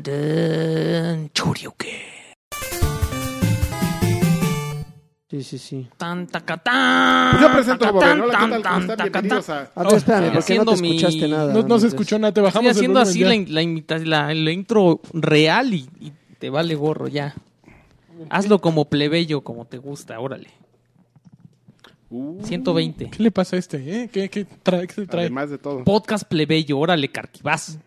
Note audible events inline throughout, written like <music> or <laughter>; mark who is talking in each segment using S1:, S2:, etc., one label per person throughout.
S1: Tarararán, Choryuken.
S2: Sí, sí, sí.
S1: Tan, tacatán.
S3: Pues yo presento a
S1: tacatán,
S3: Bobenola, ¿qué tal? ¿Cómo
S1: tan, tan,
S3: están? Bienvenidos a...
S2: A ver, espérame,
S1: Estoy
S2: porque no te
S1: haciendo mi-
S2: escuchaste nada.
S4: No, no se
S2: Entonces,
S4: escuchó nada, te bajamos
S1: Estoy haciendo
S4: el
S1: así la,
S4: volumen
S1: in- la, imita- la- la intro real y, y te vale gorro ya. Hazlo como plebeyo, como te gusta, órale.
S3: Uh,
S1: 120.
S4: ya. ¿Qué le pasa a este? eh? ¿Qué, qué trae? ¿Qué se trae?
S3: Además de todo.
S1: Podcast plebeyo, órale, carquivás.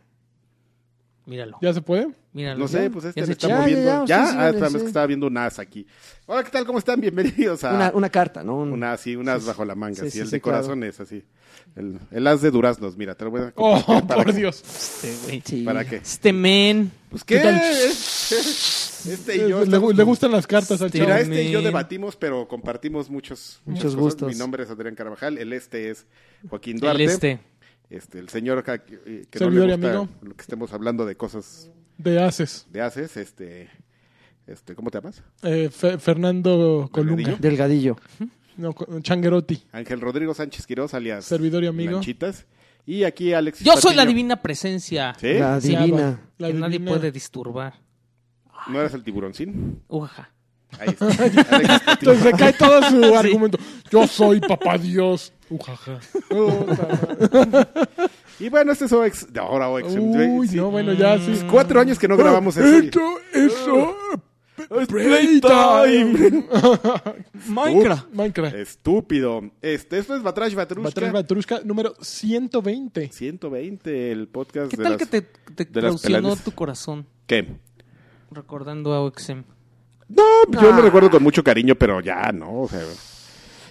S1: Míralo,
S4: ¿Ya se puede?
S1: míralo.
S3: No sé, pues este
S1: Ya
S3: le
S1: se
S3: está
S1: echó.
S2: Ya,
S3: moviendo. Ya,
S2: ya, sí, sí, sí,
S3: ah, también
S2: sí.
S3: es que estaba viendo un as aquí. Hola, ¿qué tal? ¿Cómo están? Bienvenidos a...
S2: Una, una carta, ¿no? Un-
S3: Una así, unas bajo la manga,
S2: Sí,
S3: así,
S2: sí,
S3: el
S2: sí,
S3: de
S2: claro.
S3: corazones, así. El, el as de duraznos, mira, te lo voy a
S4: Oh,
S3: compartir para
S4: <laughs> por
S3: que-
S4: Dios.
S1: Este, güey.
S2: sí.
S3: ¿Para qué?
S1: Este men.
S3: Pues qué. <laughs>
S4: ¿Qué tal?
S3: Este este y yo.
S4: Le,
S3: estamos-
S4: le gustan las cartas al
S1: Este-
S4: chavo.
S3: Mira, este y yo
S1: man.
S3: debatimos, pero compartimos muchos, muchas
S2: Muchos
S3: cosas.
S2: gustos.
S3: Mi nombre es Adrián Carvajal, el este es Joaquín
S1: El
S3: Duarte.
S1: este.
S3: Este, el señor acá que, eh, que
S4: Servidor y
S3: no le gusta
S4: amigo.
S3: lo que estemos hablando de cosas
S4: De Haces.
S3: de haces, este, este, ¿cómo te llamas?
S4: Eh, Fe- Fernando Colunga.
S3: Delgadillo.
S2: Delgadillo.
S4: No, co- Changuerotti.
S3: Ángel Rodrigo Sánchez Quiroz, alias
S4: Servidor y amigo.
S3: Lanchitas. Y aquí Alex.
S1: Yo soy la
S3: Patiño.
S1: divina presencia
S3: ¿Sí?
S2: La
S4: ¿Eh? Sí,
S2: divina.
S4: La
S1: que nadie
S4: divina.
S1: puede disturbar.
S3: ¿No eras el tiburoncín?
S1: Ujaja.
S3: <laughs> Ahí está. Alex Patiño.
S4: Entonces se cae todo
S3: <laughs>
S4: su argumento. Yo soy papá Dios. Ujaja.
S3: Y bueno, este es OX. de Ahora OX.
S4: Uy,
S3: Sí. Pues
S4: no, bueno, ya sí.
S3: Cuatro años que no grabamos eso. Ah,
S4: Esto, eso. Playtime.
S3: Minecraft.
S4: <laughs> Minecraft.
S3: Estúpido. Este, esto es Batrash
S4: Batrash
S3: Batrushka.
S4: Batrushka número 120.
S3: 120, el podcast
S1: ¿Qué
S3: de
S1: tal
S3: las-
S1: que te, te
S3: de las
S1: traicionó
S3: pelades.
S1: tu corazón
S3: ¿Qué?
S1: recordando a OXM?
S3: No, yo
S1: Ah.
S3: lo recuerdo con mucho cariño, pero ya, ¿no? O sea,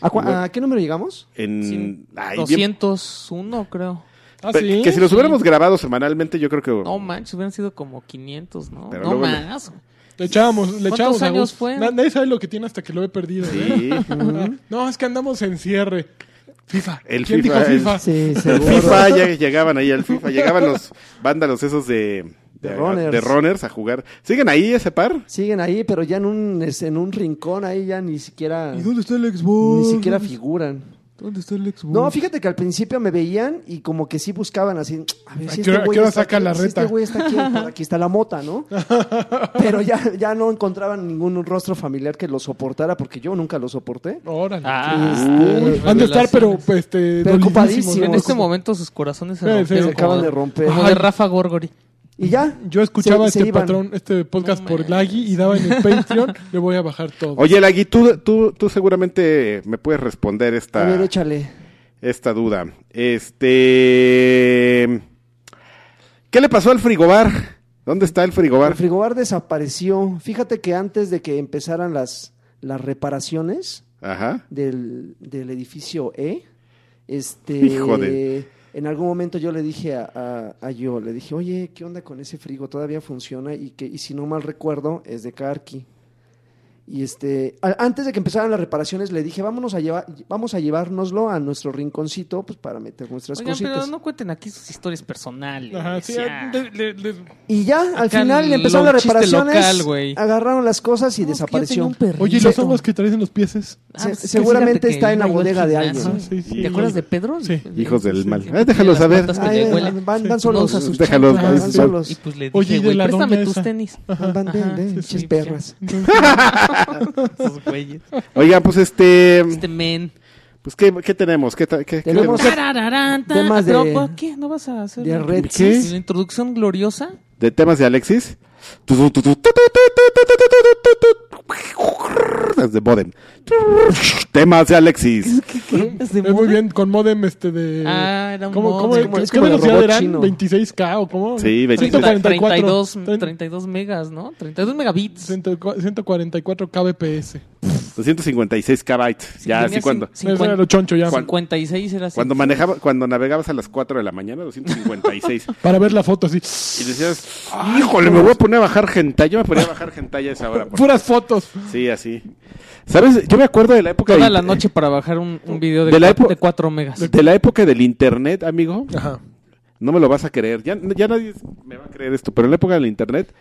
S2: ¿A, cua- a qué número llegamos?
S3: en...
S1: Cien-
S3: Ay, bien-
S1: 201, creo.
S4: Ah,
S3: Pe-
S4: sí.
S3: Que si los hubiéramos grabado semanalmente, yo creo que...
S1: No manches, hubieran sido como 500, ¿no?
S3: Pero
S1: no
S3: luego le-
S1: más.
S4: Le echábamos, le
S1: ¿Cuántos
S4: echábamos a
S1: años
S4: gusto.
S1: fue?
S4: Na- nadie sabe lo que tiene hasta que lo he perdido.
S3: <laughs> Sí.
S4: ¿eh? Ah, No, es que andamos en cierre. FIFA.
S3: El
S4: ¿Quién
S3: FIFA,
S4: dijo
S3: el-
S4: FIFA? <laughs>
S2: Sí,
S3: El
S2: seguro.
S3: FIFA, ya llegaban ahí al FIFA, llegaban los vándalos esos de...
S2: De runners.
S3: de runners a jugar. ¿Siguen ahí ese par?
S2: Siguen ahí, pero ya en un, es- en un rincón ahí ya ni siquiera,
S4: ¿Y dónde está el
S2: ni
S4: Xbox?
S2: siquiera figuran.
S4: ¿Dónde está el Xbox?
S2: No, fíjate que al principio me veían y como que sí buscaban así. A ver
S4: ¿A
S2: si
S4: qué
S2: este
S4: hora-
S2: güey
S4: qué hora
S2: está
S4: saca
S2: aquí,
S4: la
S2: si
S4: reta?
S2: este güey
S4: <laughs>
S2: está aquí, por aquí está la mota, ¿no? Pero ya, ya no encontraban ningún rostro familiar que lo soportara porque yo nunca lo soporté.
S4: Órale.
S2: Uy,
S4: Ah, Han de estar, pero
S1: Ah. revelaciones.
S4: pues, este,
S2: Pero
S4: dolidísimos,
S2: ocupadísimos.
S4: ¿no?
S1: En este momento sus corazones se
S4: Sí, sí,
S1: rompieron.
S4: se
S1: como
S2: acaban de romper.
S1: Como de
S4: Ay.
S1: Rafa Gorgori.
S2: Y ya.
S4: Yo escuchaba
S2: se- se
S4: este
S2: iban.
S4: patrón, este podcast
S1: No
S4: por
S1: manches.
S4: Lagui y daba en el Patreon, le voy a bajar todo.
S3: Oye, Lagui, tú, tú, tú seguramente me puedes responder
S2: A ver,
S3: esta,
S2: échale.
S3: esta duda. Este. ¿Qué le pasó al frigobar? ¿Dónde está el frigobar?
S2: El frigobar desapareció. Fíjate que antes de que empezaran las, las reparaciones
S3: Ajá.
S2: del, del edificio E, este,
S3: Hijo de-
S2: en algún momento yo le dije a, a, a yo, le dije, oye, ¿qué onda con ese frigo? Todavía funciona y que, y si no mal recuerdo, es de Karki. Y este, a- antes de que empezaran las reparaciones, le dije, vámonos a llevar, vamos a llevárnoslo a nuestro rinconcito, pues para meter nuestras
S1: Oigan, pero
S2: cositas.
S1: no cuenten aquí sus historias personales.
S4: Ajá, sí, ah,
S1: ya.
S4: le- le- le-
S2: Y ya, al
S1: Acá
S2: final
S1: lo-
S2: empezaron las
S1: chiste
S2: reparaciones,
S1: local, güey.
S2: agarraron las cosas y
S1: No, es que yo tenía
S2: desapareció.
S1: un perrito.
S4: Oye, ¿y los hongos que traes en los pieses?
S1: Ah,
S2: Se-
S1: pues es que
S2: seguramente
S1: fíjate que
S2: está en la
S1: él me
S2: bodega de
S1: iba al
S2: alguien.
S1: gimnasio.
S4: Ah, sí, sí.
S1: ¿Te acuerdas de Pedro?
S4: Sí.
S3: Hijos del mal.
S1: Que
S3: Ah,
S1: tenía
S3: déjalo
S1: las
S3: saber.
S1: patas que
S2: Ay,
S1: le
S2: van,
S1: huelen.
S2: van, van
S4: Sí.
S2: solos.
S1: No, o sea, sus
S3: Déjalos,
S2: chanclas,
S3: ahí
S2: van
S3: se sal-
S2: solos.
S1: Y pues le dije,
S4: Oye, ¿y de
S1: güey,
S4: la
S1: préstame
S4: dona
S1: tus
S4: esa?
S1: tenis.
S2: Van, ven,
S1: Ajá,
S2: ven,
S1: sí,
S2: pinches
S1: sí,
S2: perras.
S1: <laughs> Sus güeyes.
S3: Oigan, pues este.
S1: Este men.
S3: Pues, ¿qué, qué tenemos? ¿Qué, ta- qué- qué-
S2: Tenemos-
S1: Tarararán, ta-
S2: Temas de-
S1: Pero, ¿por qué? ¿No vas a hacer
S2: de
S1: la-
S2: Red
S1: ¿Qué?
S2: Sys.
S1: ¿La introducción gloriosa?
S3: de temas de Alexis? Desde Bodem. Temas de Alexis.
S1: ¿Es de
S4: Eh, muy
S1: moda?
S4: bien, con modem este de...
S1: Ah, era un
S4: ¿Cómo,
S1: modem. Es
S4: cómo,
S1: como-
S4: ¿Qué,
S2: es como el
S4: velocidad
S2: robot
S4: eran?
S2: chino.
S4: ¿26K o cómo?
S3: Sí, 26.
S4: 144.
S1: 32, 32 megas, ¿no? 32 megabits.
S4: 144 kbps.
S3: 256 KB.
S1: tenía
S3: Ya, así cuando.
S1: cin-
S4: Eso era lo
S1: cincuenta-
S4: choncho ya.
S1: 56 era así.
S3: Cuando manejaba, cuando navegabas a las 4 de la mañana,
S1: <laughs>
S3: 256.
S4: Para ver la foto así.
S3: Y decías, híjole, me voy a poner a bajar gentalla. Yo me ponía a bajar gentalla a esa hora. por-
S4: Puras fotos.
S3: Sí, así. ¿Sabes? Yo me acuerdo de la época...
S1: Toda
S3: de
S1: la
S3: inter-
S1: noche para bajar un, un video de,
S3: De la
S1: cuatro-
S3: época-
S1: de 4 megas.
S3: De la época del internet, amigo.
S4: Ajá.
S3: No me lo vas a creer. Ya, ya nadie me va a creer esto. Pero en la época del internet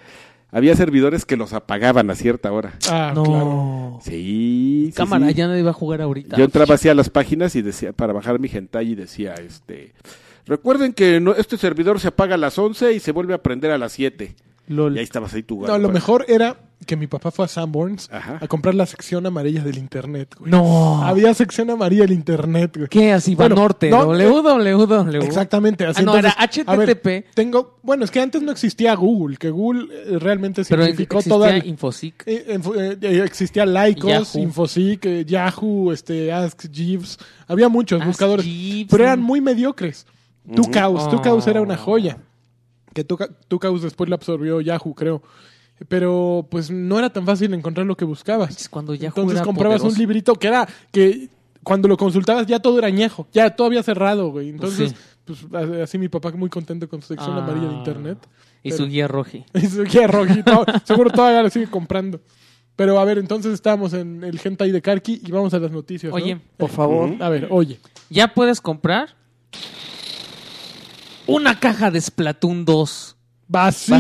S3: había servidores que los apagaban a cierta hora.
S4: Ah,
S1: no.
S4: claro.
S3: Sí, sí,
S1: Cámara,
S3: sí.
S1: ya nadie va a jugar ahorita.
S3: Yo entraba así a las páginas y decía, para bajar mi gentalla y decía, este... Recuerden que no- este servidor se apaga a las 11 y se vuelve a prender a las 7.
S1: LOL.
S3: Y ahí estabas ahí tú,
S4: No, lo mejor era que mi papá fue a Sanborns
S3: pues. Ajá.
S4: a comprar la sección amarilla del internet, güey.
S1: No.
S4: Había sección amarilla del internet, güey.
S1: ¿Qué? Así va
S4: Bueno,
S1: norte.
S4: no, eh,
S1: www.
S4: Exactamente. así
S1: Ah, no, era
S4: entonces, a ver,
S1: HTTP.
S4: tengo, bueno, es que antes no existía Google, que Google eh, realmente
S1: Pero
S4: simplificó
S1: existía
S4: toda el-
S1: Infosic.
S4: eh, enfo- eh, eh, existía Lycos,
S1: Yahoo.
S4: Infosic, eh, Yahoo, este, Ask Jeeves. Había muchos
S1: Ask
S4: buscadores,
S1: Jeeves,
S4: pero eran
S1: mm.
S4: muy mediocres. Tucaus,
S1: Oh.
S4: Tucaus era una joya. Que Tuca- Tucaus después la absorbió Yahoo, creo. Pero pues no era tan fácil encontrar lo que buscabas.
S1: Es Cuando ya
S4: Entonces comprabas un librito que era que cuando lo consultabas ya todo era añejo, ya todo había cerrado, güey. Entonces, pues, a- así mi papá muy contento con su sección amarilla
S1: Ah.
S4: de internet.
S1: Y
S4: pero-
S1: su guía roji.
S4: <laughs> Y su guía
S1: <laughs>
S4: rojito. Seguro todavía lo sigue comprando. Pero a ver, entonces estábamos en el hentai de Karki y vamos a las noticias. ¿no?
S1: Oye.
S2: Por favor.
S4: A ver, oye.
S1: Ya puedes comprar una caja de Splatoon 2.
S4: Vacía.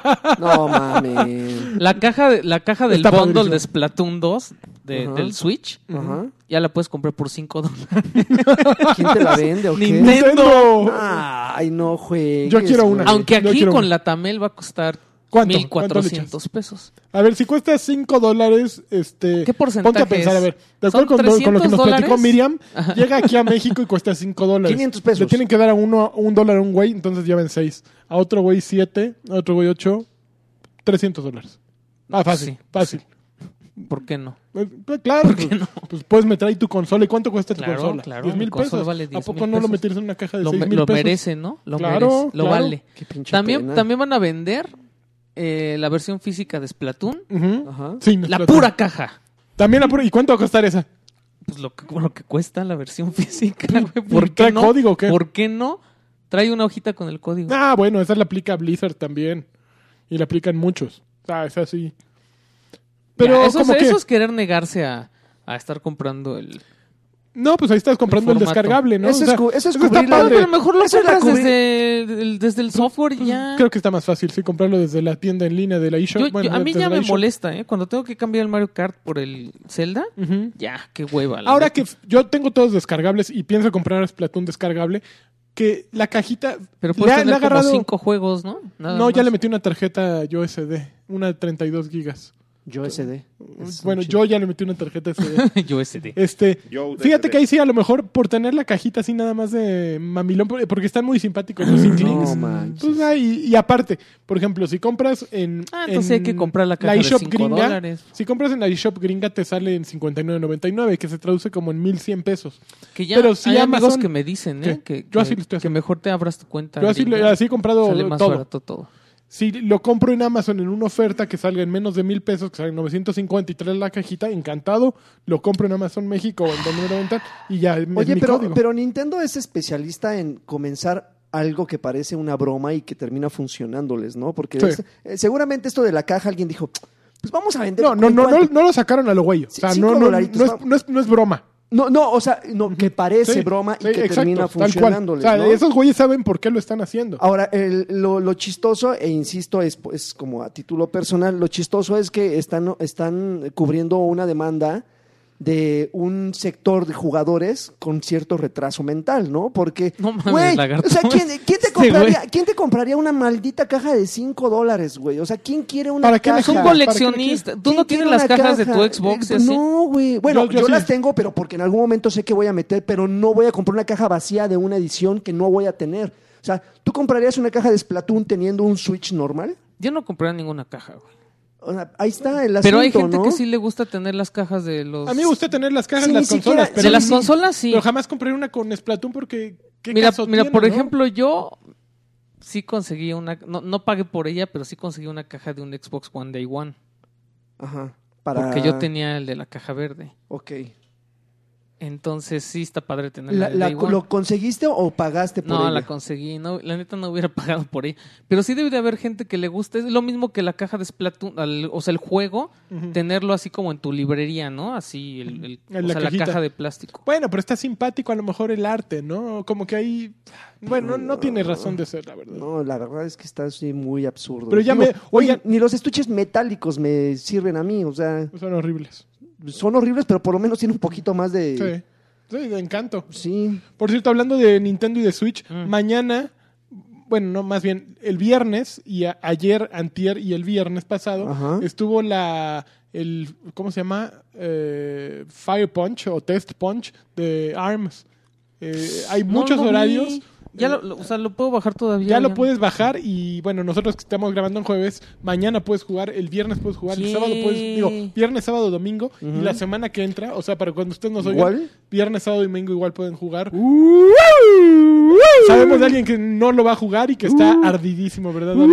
S4: <laughs>
S1: Vacía.
S2: No mames.
S1: La caja, de- la caja del
S4: Está
S1: bundle
S4: padrísimo.
S1: de Splatoon 2 de-
S2: Ajá.
S1: del Switch.
S2: Ajá.
S1: Ya la puedes comprar por 5 dólares.
S2: ¿Quién te la vende o qué?
S1: Nintendo.
S4: ¡Nintendo!
S2: Ay, no juegues.
S4: Yo quiero una.
S2: güey.
S1: Aunque
S4: yo
S1: aquí
S4: quiero
S1: con
S4: una.
S1: la Tamel va a costar
S4: ¿Cuánto?
S1: 1400 pesos.
S4: A ver, si cuesta 5 dólares, este.
S1: ¿Qué porcentaje
S4: Ponte a pensar,
S1: es?
S4: a ver. De
S1: ¿Son
S4: acuerdo con, con lo que nos
S1: 300
S4: platicó
S1: dólares?
S4: Miriam, llega aquí a México y cuesta 5 dólares.
S2: 500 pesos.
S4: Le tienen que dar a uno, un dólar a un güey, entonces llevan 6. A otro güey 7, a otro güey 8, 300 dólares. Ah, fácil,
S1: Sí,
S4: fácil.
S1: ¿Por qué no?
S4: Eh, pues, Claro, pues, pues puedes meter ahí tu consola. ¿Y cuánto cuesta tu
S1: Claro,
S4: consola?
S1: claro,
S4: 10 mil
S1: mi consola
S4: pesos.
S1: vale
S4: ¿A
S1: 10,000
S4: poco no lo
S1: pesos.
S4: metes en una caja de
S1: Lo,
S4: 6
S1: me-
S4: mil
S1: lo
S4: pesos?
S1: merece, ¿no? Lo
S4: Claro,
S1: merece. Lo
S4: claro.
S1: vale.
S2: Qué pinche
S1: También,
S2: pena.
S1: también van a vender eh, la versión física de Splatoon.
S4: Ujú.
S2: Ajá.
S4: Sí, no,
S1: La
S4: claro.
S1: pura caja.
S4: También la pura. ¿Y cuánto va a
S1: <laughs>
S4: costar esa?
S1: Pues lo que, lo que cuesta la versión <laughs> física, güey. ¿Por
S4: ¿Trae
S1: qué no?
S4: código o qué?
S1: ¿Por qué no? Trae una hojita con el código.
S4: Ah, bueno, esa la aplica Blizzard también. Y la aplican muchos. Ah, esa sí. Pero
S1: Ya, eso, es,
S4: como que...
S1: eso es querer negarse a, a estar comprando el...
S4: No, pues ahí estás comprando el,
S1: el formato.
S4: descargable, ¿no?
S2: Eso
S4: O sea,
S2: es cu- eso es
S4: está
S2: cubrir
S1: Ah,
S2: la-
S1: Pero
S4: padre.
S1: a lo mejor lo
S2: Eso es la
S1: compras
S2: cubri-
S1: desde el, desde el software y ya.
S4: Pues, Creo que está más fácil, sí, comprarlo desde la tienda en línea de la eShop.
S1: Yo- yo-
S4: bueno,
S1: a mí
S4: desde
S1: ya
S4: la
S1: me
S4: eShop.
S1: molesta, ¿eh? Cuando tengo que cambiar el Mario Kart por el Zelda,
S4: Ujú.
S1: ya, qué hueva. la
S4: Ahora
S1: neta.
S4: que f- yo tengo todos descargables y pienso comprar Splatoon descargable, que la cajita...
S1: Pero puedes
S4: le ha- le
S1: tener
S4: ha agarrado-
S1: como cinco juegos, ¿no? Nada
S4: No, ya
S1: más.
S4: le metí una tarjeta USD, una de 32 gigas.
S2: Yo SD.
S4: bueno, yo ya le metí una tarjeta SD.
S1: <laughs> Yo SD.
S4: Este,
S3: Yo,
S4: fíjate
S3: DSD.
S4: que ahí sí, a lo mejor por tener la cajita así nada más de mamilón, por- porque están muy simpáticos los inklings.
S2: No manches.
S4: Pues, ah, y, y aparte, por ejemplo, si compras en.
S1: Ah, entonces hay
S4: en
S1: que comprar la caja de
S4: eShop
S1: cinco dólares.
S4: Si compras en la eShop gringa, te sale en 59.99, que se traduce como en 1100 pesos.
S1: Que ya
S4: Pero sí,
S1: hay amigos
S4: Amazon-
S1: que me dicen, ¿eh?
S4: ¿Qué?
S1: Que,
S4: Yo así
S1: que-
S4: lo
S1: que
S4: estoy haciendo.
S1: mejor te abras tu cuenta.
S4: Yo así, lo-
S1: gringa.
S4: así he comprado
S1: Sale más
S4: todo.
S1: barato todo.
S4: Si lo compro en Amazon en una oferta que salga en menos de mil pesos, que salga en 953 la cajita, encantado. Lo compro en Amazon México o en 2090 y ya es
S2: Oye,
S4: mi
S2: pero,
S4: código.
S2: pero Nintendo es especialista en comenzar algo que parece una broma y que termina funcionándoles, ¿no? Porque
S4: Sí.
S2: es- eh, seguramente esto de la caja alguien dijo, pues vamos a vender.
S4: No, no,
S2: ¿en
S4: no, no,
S2: cuánto?".
S4: no lo sacaron a lo güey. O
S2: Sí,
S4: sea,
S2: cinco
S4: no, no, no,
S2: dolaritos,
S4: es,
S2: vamos.
S4: no, es, no es broma.
S2: No, no, o sea, no, que parece
S4: Sí,
S2: broma y
S4: sí,
S2: que
S4: exacto,
S2: termina
S4: tal cual.
S2: funcionándoles.
S4: O sea,
S2: ¿no? Ah,
S4: esos güeyes saben por qué lo están haciendo.
S2: Ahora, el- lo, lo chistoso, e insisto, es, es como a título personal, lo chistoso es que están, están cubriendo una demanda de un sector de jugadores con cierto retraso mental, ¿no? Porque,
S1: No mames,
S2: güey,
S1: lagarto.
S2: o sea, ¿quién, quién te
S1: Este
S2: compraría,
S1: güey.
S2: ¿quién te compraría una maldita caja de 5 dólares, güey? O sea, ¿quién quiere una
S4: ¿Para qué la
S2: caja?
S1: Un
S4: ¿Para qué le
S1: coleccionista. ¿Tú
S2: ¿Quién
S1: no
S2: quiere
S1: tienes las
S2: una
S1: cajas de
S2: caja?
S1: tu Xbox? y
S2: Eh,
S1: así?
S2: No, güey. Bueno,
S4: Yo-
S2: yo,
S4: yo sí.
S2: las tengo, pero porque en algún momento sé que voy a meter, pero no voy a comprar una caja vacía de una edición que no voy a tener. O sea, ¿tú comprarías una caja de Splatoon teniendo un Switch normal?
S1: Yo no compré ninguna caja, güey.
S2: O sea, ahí está el asunto,
S1: Pero hay gente
S2: ¿no?
S1: que sí le gusta tener las cajas de los...
S4: a mí me gusta tener las cajas
S2: Sí,
S4: de las
S2: ni siquiera-
S4: consolas.
S2: de
S1: de
S4: Pero
S1: pues, las
S4: sí,
S1: consolas, sí.
S4: Pero jamás compré una con Splatoon porque. ¿qué
S1: Mira,
S4: caso
S1: mira
S4: tiene,
S1: por
S4: no?
S1: ejemplo, yo sí conseguí una... No, no pagué por ella, pero sí conseguí una caja de un Xbox One Day One.
S2: Ajá. Para...
S1: Porque yo tenía el de la caja verde.
S2: Ok.
S1: Entonces sí está padre tener la,
S2: La-
S1: de
S2: la-
S1: Day One.
S2: ¿Lo conseguiste o pagaste por
S1: No,
S2: ella?
S1: la conseguí. No, la neta no hubiera <laughs> pagado por ella. Pero sí debe de haber gente que le guste. Es lo mismo que la caja de Splatoon, al- o sea, el juego, tenerlo así como en tu librería, ¿no? Así, el, el-
S4: En
S1: o
S4: la
S1: sea,
S4: cajita.
S1: la caja de plástico.
S4: Bueno, pero está simpático a lo mejor el arte, ¿no? Como que ahí. Bueno, no, no tiene razón de ser, la verdad.
S2: No, la verdad es que está así muy absurdo.
S4: Pero ya me- oigan-
S2: ni los estuches metálicos me sirven a mí, o sea,
S4: Son horribles.
S2: son horribles, pero por lo menos tienen un poquito más de...
S4: Sí. Sí, de encanto.
S2: Sí.
S4: Por cierto, hablando de Nintendo y de Switch,
S1: Mm.
S4: mañana, bueno, no, más bien el viernes y a- ayer, antier y el viernes pasado
S2: Ajá.
S4: estuvo la el ¿cómo se llama? Eh, Fire Punch o Test Punch de Arms. Eh, hay
S1: No
S4: muchos
S1: lo vi.
S4: horarios.
S1: Ya
S4: Eh,
S1: lo, lo- o sea, lo puedo bajar todavía.
S4: ya lo puedes bajar y bueno, nosotros que estamos grabando en jueves, mañana puedes jugar, el viernes puedes jugar, el
S1: Sí.
S4: sábado puedes, digo, viernes, sábado, domingo y la semana que entra, o sea, para cuando ustedes nos oigan,
S2: Igual. Uh.
S4: viernes, sábado, domingo igual pueden jugar. Sabemos de alguien que no lo va a jugar y que está ardidísimo, ¿verdad?
S2: Uh.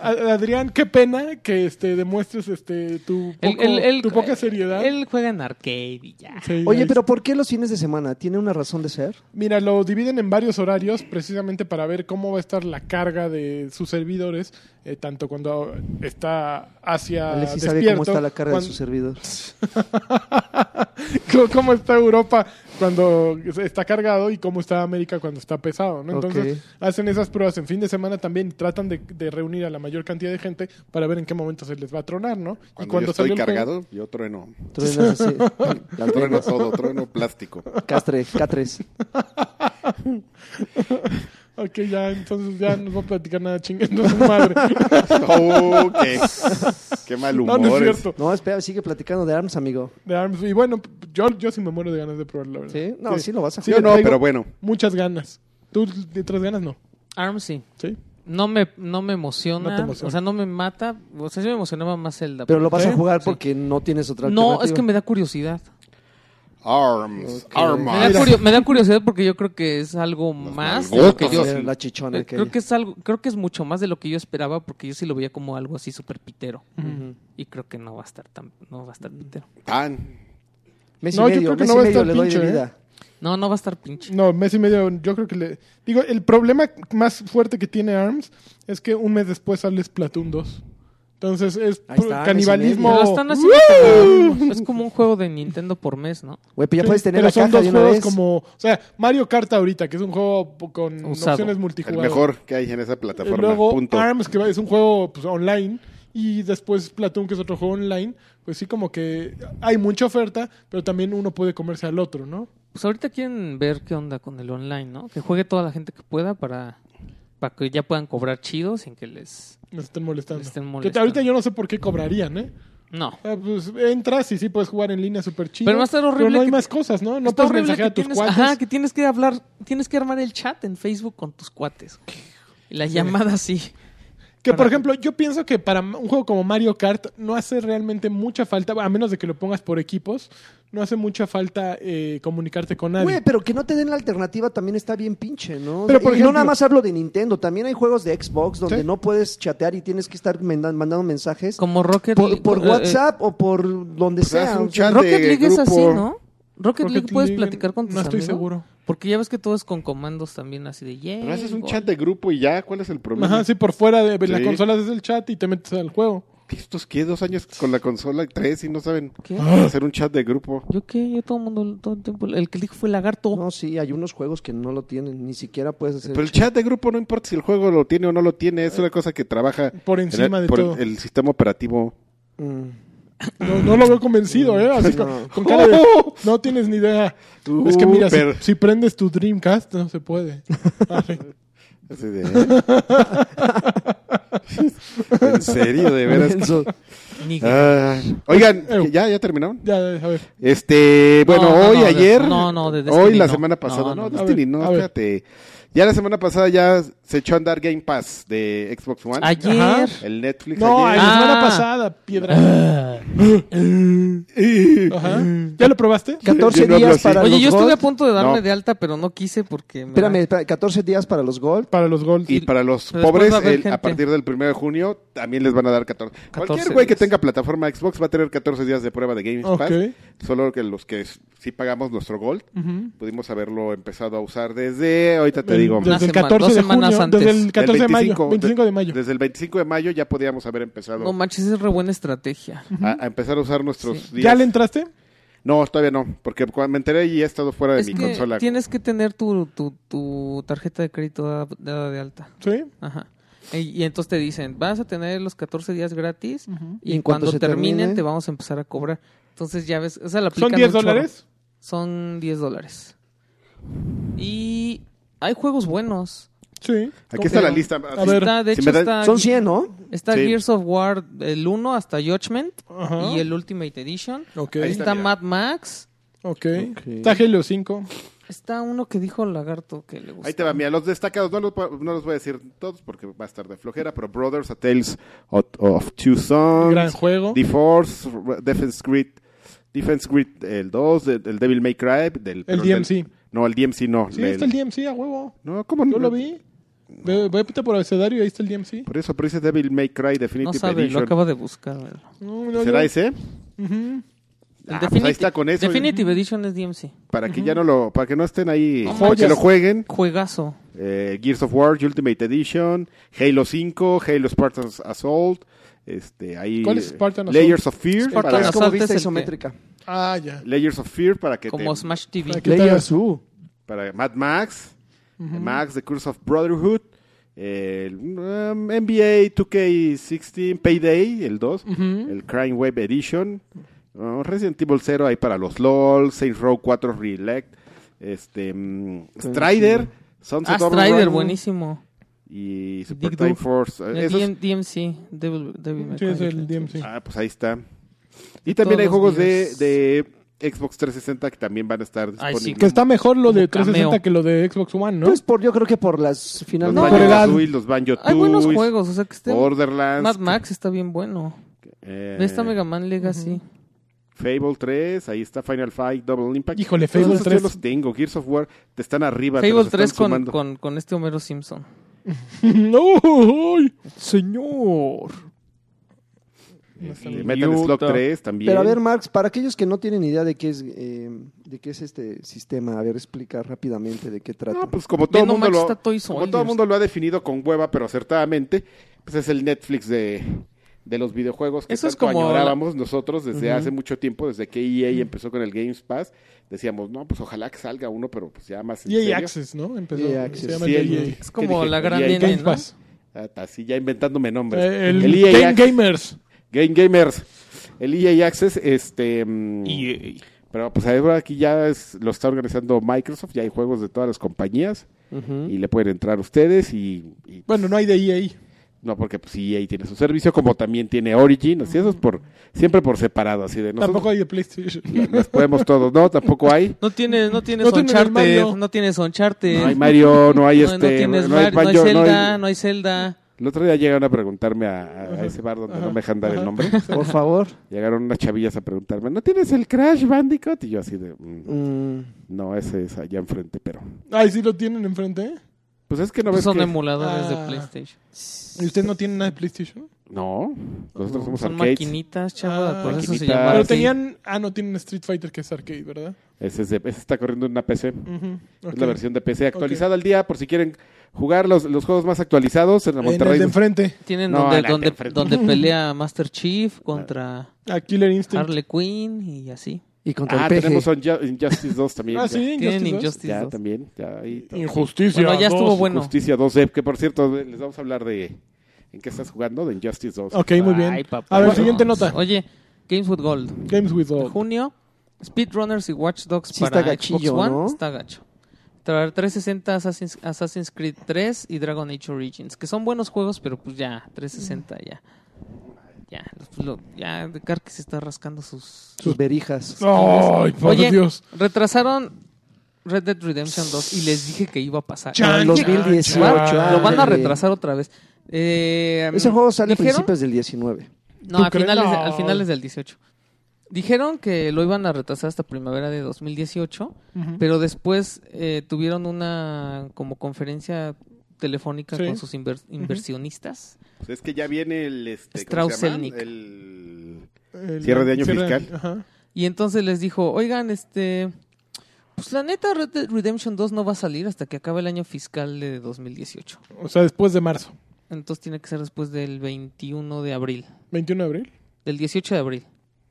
S4: Alexa? A- Adrián, qué pena que este demuestres este tu,
S1: El-
S4: poco-
S1: el- el-
S4: tu poca seriedad.
S1: Él juega en arcade y ya.
S4: Sí,
S2: Oye,
S4: ahí
S2: pero ¿por qué los fines de semana? ¿Tiene una razón de ser?
S4: Mira, lo dividen en varios horarios precisamente para ver cómo va a estar la carga de sus servidores, eh, tanto cuando está hacia
S2: Alexis sabe
S4: Ah, despierto,
S2: cómo está la carga
S4: cuan- <laughs>
S2: de su servidor.
S4: cómo- cómo está Europa cuando está cargado y cómo está América cuando está pesado, ¿no? Entonces
S2: Ok.
S4: hacen esas pruebas en fin de semana también y tratan de, de reunir a la mayor cantidad de gente para ver en qué momento se les va a tronar, ¿no?
S3: Cuando,
S4: y
S3: yo estoy
S4: salió el juego-
S3: cargado, yo trueno.
S2: Truenas así. Las
S3: Trueno
S2: venas.
S4: <laughs>
S3: todo, trueno plástico.
S2: Castre, catres.
S4: Ok, ya, entonces ya no voy a platicar nada chingando
S3: <laughs>
S4: su madre.
S3: Oh, qué, qué mal
S4: no,
S3: humor.
S4: no es
S3: es.
S4: cierto.
S2: No, espera, sigue platicando de ARMS, amigo.
S4: de Arms. Y bueno, yo, yo sí me muero de ganas de probarlo, la verdad.
S2: ¿Sí? No, sí, lo vas a
S4: Sí,
S3: Yo
S2: jugar.
S4: le
S3: no,
S4: traigo
S3: pero bueno.
S4: Muchas ganas. Tú de otras ganas no.
S1: Arms sí.
S4: ¿Sí?
S1: No me, no me emociona,
S4: No te emociona.
S1: O sea, no me mata. O sea, yo me emocionaba más Zelda.
S2: Pero lo vas
S4: ¿Eh? ¿Sí?
S2: a jugar porque no tienes otra
S1: no, es que
S2: alternativa.
S1: me da curiosidad.
S3: Arms,
S1: Me da,
S3: armas.
S1: curio- me da curiosidad porque yo creo que es algo más de lo que yo.
S3: nalgotas.
S2: Eh, La chichona.
S1: eh,
S2: que-
S1: Creo que es algo, creo que es mucho más de lo que yo esperaba porque yo sí lo veía como algo así súper pitero y creo que no va a estar tan, no va a estar pitero.
S3: Tan.
S2: Mes y
S4: No, yo
S2: medio,
S4: creo que
S2: mes
S4: no
S2: y
S4: va a
S2: medio
S4: estar
S2: le doy de
S4: pinche, ¿eh?
S2: vida.
S1: No, no va a estar pinche.
S4: No, mes y medio, yo creo que le... Digo, el problema más fuerte que tiene ARMS es que un mes después sale Splatoon 2. Entonces es
S2: Ahí
S4: pu-
S2: está,
S4: canibalismo.
S1: Pero lo están haciendo como- es como un juego de Nintendo por mes, ¿no?
S2: Güey, pues ya
S4: Sí,
S2: puedes tener
S4: pero
S2: la
S4: son
S2: caja
S4: dos
S2: de una
S4: juegos
S2: vez.
S4: como... O sea, Mario Kart ahorita, que es un juego po- con
S1: Usado.
S4: opciones
S3: El
S4: multijugador.
S3: mejor que hay en esa
S4: Eh,
S3: plataforma.
S4: Luego
S3: punto.
S4: ARMS, que es un juego pues, online. Y después Platoon, que es otro juego online. Pues sí, como que hay mucha oferta, pero también uno puede comerse al otro, ¿no?
S1: Pues ahorita quieren ver qué onda con el online, ¿no? Que juegue toda la gente que pueda para, para que ya puedan cobrar chido sin que les...
S4: Nos estén molestando.
S1: Nos estén
S4: Que te-
S1: molestando.
S4: ahorita yo no sé por qué cobrarían, ¿eh?
S1: No.
S4: Ah, pues entras y sí puedes jugar en línea súper chido.
S1: Pero va a estar horrible
S4: no hay
S1: que-
S4: más cosas, ¿no? No
S1: Está
S4: puedes
S1: horrible
S4: mensajear a
S1: que
S4: tus
S1: tienes,
S4: cuates.
S1: Ajá, que tienes que hablar, tienes que armar el chat en Facebook con tus cuates. Y la llamada sí.
S4: Que por
S1: Para-
S4: ejemplo, yo pienso que para un juego como Mario Kart no hace realmente mucha falta, a menos de que lo pongas por equipos, no hace mucha falta eh, comunicarte con nadie.
S2: Güey, pero que no te den la alternativa también está bien pinche, ¿no?
S4: Pero, por
S2: y
S4: ejemplo-
S2: no nada más hablo de Nintendo, también hay juegos de Xbox donde
S4: Sí.
S2: no puedes chatear y tienes que estar manda- mandando mensajes
S1: Como Rocket
S2: por,
S1: League-
S2: por
S1: eh, eh,
S2: WhatsApp o por donde
S3: Pues haz
S2: sea.
S3: un
S2: o sea,
S3: chat
S1: Rocket
S3: de
S1: League es así,
S3: grupo.
S1: ¿no? Rocket,
S4: Rocket
S1: League puedes
S4: League,
S1: platicar con tus
S4: no estoy
S1: amigos.
S4: seguro.
S1: Porque ya ves que todo es con comandos también así de yeah.
S3: Pero haces un
S1: go".
S3: chat de grupo y ya, ¿cuál es el problema?
S4: Ajá, sí, por fuera de las
S3: Sí.
S4: consolas es el chat y te metes al juego.
S3: Estos que dos años con la consola, tres y no saben
S1: ¿Qué?
S3: hacer un chat de grupo.
S1: Yo qué, yo todo el mundo, todo el tiempo. El que dijo fue lagarto.
S2: No, sí, hay unos juegos que no lo tienen, ni siquiera puedes hacer.
S3: Pero el chat de grupo no importa si el juego lo tiene o no lo tiene, es una cosa que trabaja
S4: Por encima
S3: en el,
S4: de
S3: por
S4: todo.
S3: El, el sistema operativo.
S2: Mm.
S4: No, no lo veo convencido, ¿eh? Así
S2: <laughs>
S4: con,
S2: No.
S4: con cara
S3: <laughs>
S4: de, No tienes ni idea.
S3: Tú,
S4: es que mira, si,
S3: pero-
S4: si prendes tu Dreamcast, no se
S1: <laughs>
S4: puede. Ay,
S3: Así de,
S4: <laughs>
S3: ¿eh? en serio, de veras.
S2: <laughs> Eso.
S1: Ni-
S3: Ah, oigan, que ¿ya, ya terminaron?
S4: ya, a ver.
S3: Este, bueno,
S1: No, no,
S3: hoy,
S1: no, de-
S3: ayer,
S1: no, no, de Destiny
S3: hoy la
S1: no.
S3: semana
S1: No,
S3: pasada,
S1: no,
S3: no,
S1: no.
S3: Destiny,
S4: A ver,
S3: no,
S4: a ver.
S3: fíjate. Ya la semana pasada ya se echó a andar Game Pass de Xbox One.
S1: Ayer.
S4: Ajá.
S3: El Netflix.
S4: No,
S3: ayer.
S4: la semana
S1: Ah.
S4: pasada, piedra.
S3: Ah.
S4: Ajá. ¿Ya lo probaste?
S2: 14
S3: Yo no hablo
S2: días
S3: así.
S2: para
S1: Oye,
S2: los
S1: yo estuve a
S2: Gold.
S1: punto de darme
S3: No.
S1: de alta, pero no quise porque. me
S2: Espérame,
S1: da-
S2: espérame, 14 días para los Gold.
S4: Para los gols.
S3: Y para los
S1: Pero después
S3: pobres,
S1: va a haber
S3: el- a
S1: gente.
S3: partir del 1 de junio también les van a dar 14.
S1: 14
S3: Cualquier güey que
S1: días.
S3: tenga plataforma Xbox va a tener 14 días de prueba de Game
S4: Ok.
S3: Pass. Solo que los que s- sí pagamos nuestro Gold, pudimos haberlo empezado a usar desde, ahorita te digo,
S4: Desde el
S1: Una semana,
S4: 14 de
S1: dos semanas
S4: junio,
S1: antes.
S4: desde el
S1: Del
S4: 14 de mayo,
S3: de-
S4: 25 de mayo.
S3: Desde el 25 de mayo ya podíamos haber empezado
S1: No manches, es re buena estrategia.
S3: a, a empezar a usar nuestros días.
S4: ¿Ya le entraste?
S3: No, todavía no, porque cuando me enteré y he estado fuera de
S1: Es
S3: mi
S1: que
S3: consola.
S1: tienes que tener tu, tu, tu tarjeta de crédito da- dada de alta.
S4: Sí.
S1: Ajá. E- Y, entonces te dicen, vas a tener los 14 días gratis y
S2: Y en
S1: cuando
S2: cuanto se
S1: terminen
S2: termine-
S1: te vamos a empezar a cobrar. Entonces ya ves, o sea, la
S4: ¿Son
S1: aplican
S4: 10
S1: un chorro.
S4: dólares?
S1: son 10 dólares. Y hay juegos buenos.
S4: Sí.
S3: Aquí está la
S1: Pero-
S3: lista.
S4: A ver.
S1: Está, de
S3: Si
S1: hecho,
S3: me da-
S1: está,
S2: Son 100, ¿no?
S1: está
S3: Sí.
S1: Gears of War el 1 hasta Judgment
S4: Ajá.
S1: y el Ultimate Edition.
S4: Ok.
S3: Ahí
S1: está
S3: está, mira.
S1: Mad Max.
S4: Ok. Está Halo 5.
S1: Está uno que dijo Lagarto que le gusta.
S3: Ahí te va, mira, los destacados, no los, pu- no los voy a decir todos porque va a estar de flojera, pero Brothers, A Tales of, of Two Sons,
S4: Gran juego.
S3: The Force, R- Defense Grid, Defense Grid el 2, el, el Devil May Cry, del, pero
S4: DMC.
S3: del- no, el DMC no.
S4: Sí,
S3: el-
S4: ahí está el DMC a huevo.
S3: No, ¿cómo no?
S4: Yo lo vi. Ve, vete por abecedario y ahí está el DMC.
S3: Por eso, pero dice Devil May Cry
S1: No
S3: Definitive
S1: sabe, lo
S3: Edition.
S1: acaba de buscar. El
S4: No, no,
S3: ¿Será
S4: yo-
S3: ese?
S4: Ujú.
S3: Ah,
S1: Definiti-
S3: pues ahí está con eso.
S1: Definitive Edition es DMC.
S3: Para que ya no lo, para que no estén ahí, para
S4: Joyas.
S3: que lo jueguen.
S1: Juegazo.
S3: eh, Gears of War, Ultimate Edition, Halo 5, Halo Spartan Assault, este, ahí
S4: ¿Cuál es Spartan Assault?
S3: Layers of Fear,
S1: Spartan
S3: para-
S2: Es como
S1: Assault es
S2: vista
S1: el
S2: isométrica.
S4: Ah, ya.
S3: Layers of Fear para que
S1: Como
S3: te-
S1: Smash
S4: Para
S1: TV.
S4: que te hagas-
S2: Layers U.
S3: para Mad Max, eh, Max The Curse of Brotherhood, el, um, NBA 2K16, Payday el 2,
S4: Ujú.
S3: el Crime Wave Edition, uh, Resident Evil 0 ahí para los LOL, Saints Row 4 Reelect, este mm, Strider, Sunset
S1: Ah, Strider,
S3: Overdrive
S1: buenísimo.
S3: y Super
S1: Dig
S3: Time
S1: Dug.
S3: Force, eh,
S1: El
S3: esos-
S1: DM- DMC. Devil- Devil May
S4: Sí,
S1: Cry.
S4: es el DMC.
S3: Ah, pues ahí está. Y
S1: De
S3: también hay
S1: todos
S3: juegos de,
S1: los
S3: de Xbox 360 que también van a estar
S1: Ay,
S3: disponibles.
S1: sí.
S4: Que está mejor lo de
S1: Como
S4: 360
S1: cameo.
S4: que lo de Xbox One, ¿no?
S2: Pues por, yo creo que por las
S3: Los
S2: finales.
S1: No,
S3: Banjo
S4: por edad.
S3: Kazooie, los Banjo
S1: Hay buenos
S3: Tooie,
S1: juegos, o sea que esté
S3: Borderlands,
S1: Mad Max está bien bueno.
S3: eh,
S1: Esta Mega Man Legacy.
S3: Fable 3, ahí está Final Fight, Double Impact.
S4: Híjole,
S3: Todos
S4: Fable
S3: esos
S4: 3.
S3: Yo los tengo, Gears of War, te están arriba. te los
S1: Fable
S3: están
S1: 3 con,
S3: sumando.
S1: con, con este Homero Simpson.
S4: <laughs> ¡No! ¡Ay, señor!
S3: Este, Metal Slug 3 también.
S2: Pero a ver, Marx, para aquellos que no tienen idea de qué es eh, de qué es este sistema, a ver, explica rápidamente de qué trata.
S3: No, pues como todo
S1: Ve nomás
S3: mundo
S1: está
S3: lo,
S1: Toy
S3: como
S1: Soldiers.
S3: todo mundo lo ha definido con hueva, pero acertadamente, pues es el Netflix de, de los videojuegos que
S1: Eso es
S3: tanto
S1: como
S3: añorábamos nosotros desde hace mucho tiempo, desde que EA empezó con el Games Pass, decíamos, no, pues ojalá que salga uno, pero pues ya más en
S4: EA
S3: serio.
S4: E Access, ¿no? Empezó.
S2: EA
S4: se
S2: Access.
S4: llama
S3: Sí,
S4: el E
S3: el-
S4: EA.
S3: ¿qué
S1: Es como
S3: dije?
S1: la gran
S3: EA
S1: nena.
S4: Game
S1: ¿no?
S4: Pass.
S3: Ah, Así ya inventándome nombres.
S4: Eh, el
S3: EA
S4: Game
S3: Access-
S4: Gamers.
S3: Game Gamers. El EA Access, este... mm,
S4: E
S3: Pero pues ahora aquí ya es- lo está organizando Microsoft, ya hay juegos de todas las compañías
S2: Ujú.
S3: y le pueden entrar ustedes y- y
S4: Bueno, no hay de E EA.
S3: No, porque pues sí, ahí tiene su servicio, como también tiene Origin, así eso es por, siempre por separado, así de nosotros
S4: Tampoco hay de PlayStation. <laughs>
S3: <laughs> las podemos todos, no, tampoco
S1: <laughs>
S3: hay.
S1: No tiene, no tiene
S4: No tiene el
S1: Soncharte.
S4: Mario.
S1: No tiene Soncharte.
S3: No hay Mario, no hay
S1: No,
S3: este,
S1: no tienes
S3: no hay
S1: Mar- no hay
S3: Banjo, no hay-
S1: Zelda, no hay Zelda.
S3: El otro día llegaron a preguntarme a, a- a ese bar donde no me dejan dar el nombre,
S2: Por favor.
S3: llegaron unas chavillas a preguntarme, ¿no tienes el Crash Bandicoot? Y yo así de, "Mm,
S2: Mm,
S3: no, ese es allá enfrente, pero...
S4: Ay, sí lo tienen enfrente. ¿eh?
S3: Pues es que no ves
S1: son
S3: que-
S1: emuladores
S4: Ah.
S1: de PlayStation.
S4: ¿Y usted no tiene nada de PlayStation?
S3: No, nosotros somos
S1: Son
S3: arcades.
S1: maquinitas, chaval.
S4: Ah,
S1: por eso se
S3: maquinitas.
S1: llama
S4: Pero
S1: así.
S4: tenían. Ah, no, tienen Street Fighter que es arcade, ¿verdad?
S3: Ese, es de- ese está corriendo en una PC.
S4: Ujú, ok.
S3: Es la versión de PC actualizada al día, por si quieren jugar los, los juegos más actualizados en la
S4: En el
S3: Monterrey.
S4: de enfrente.
S1: Tienen
S3: No,
S1: donde,
S3: la
S1: donde,
S3: de-
S1: <laughs> donde pelea Master Chief contra
S4: A Killer Instinct.
S1: Harley Quinn y así.
S2: y contra
S3: Ah,
S2: el peje.
S3: tenemos Unju- Injustice 2 también.
S4: <laughs> Ah,
S3: ya.
S4: sí,
S1: Tienen
S4: Injustice.
S1: Injustice
S3: Ya,
S1: 2.
S3: también. Ya, ahí.
S4: 2. Injusticia.
S1: Bueno, ya estuvo
S4: 2.
S1: bueno.
S3: Justicia 2, eh, que por cierto, eh, les vamos a hablar de en qué estás jugando, de Injustice 2.
S4: Ok, muy bien.
S1: Ay, papá.
S4: a ver,
S1: Bueno,
S4: siguiente nota.
S1: Oye, Games with Gold.
S4: Games with
S1: En
S4: Gold.
S1: junio, Speedrunners y Watch Dogs
S2: Sí
S1: para
S2: está gachillo,
S1: Xbox One.
S2: ¿no?
S1: Está gacho. Traer 360 Assassin's, Assassin's Creed 3 y Dragon Age Origins, que son buenos juegos, pero pues ya, 360 ya. Ya, pues lo- ya, Car que se está rascando sus...
S2: Sus berijas.
S4: Ay, por
S1: Oye,
S4: Dios.
S1: retrasaron Red Dead Redemption 2 y les dije que iba a pasar.
S4: Chan,
S2: en 2018,
S4: chan, chan.
S2: ah,
S1: Lo van a
S2: ándale.
S1: retrasar otra vez. Eh,
S2: Ese juego sale a
S1: dijeron-
S2: principios del 19.
S1: No,
S4: ¿Tú
S1: a
S4: crees?
S1: finales, de-
S4: No.
S1: al finales del 18. Dijeron que lo iban a retrasar hasta primavera de 2018,
S4: Ujú.
S1: pero después eh, tuvieron una como conferencia telefónica
S4: Sí.
S1: con sus inver- inversionistas.
S3: Pues es que ya viene el. Este, ¿cómo se llama?
S1: Strauss-Zelnick.
S4: <laughs>
S3: El-
S4: El-
S3: Cierre de año fiscal.
S4: Ajá.
S1: Y entonces les dijo, oigan, este... Pues la neta, Red Dead Redemption 2 no va a salir hasta que acabe el año fiscal de 2018.
S4: O sea, después de marzo.
S1: Entonces tiene que ser después del 21 de abril.
S4: 21 de abril.
S1: Del 18 de abril.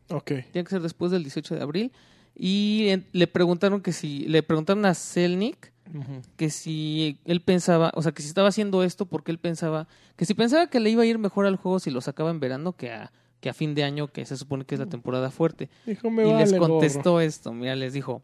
S4: Ok.
S1: Tiene que ser después del 18 de abril. Y en- le preguntaron que si... Le preguntaron a Selnick
S4: Ujú.
S1: que si él pensaba... O sea, que si estaba haciendo esto porque él pensaba... Que si pensaba que le iba a ir mejor al juego si lo sacaba en verano que a, que a fin de año, que se supone que es la temporada fuerte.
S4: Dijo, me
S1: Y
S4: vale
S1: les
S4: gorro.
S1: contestó esto. Mira, les dijo...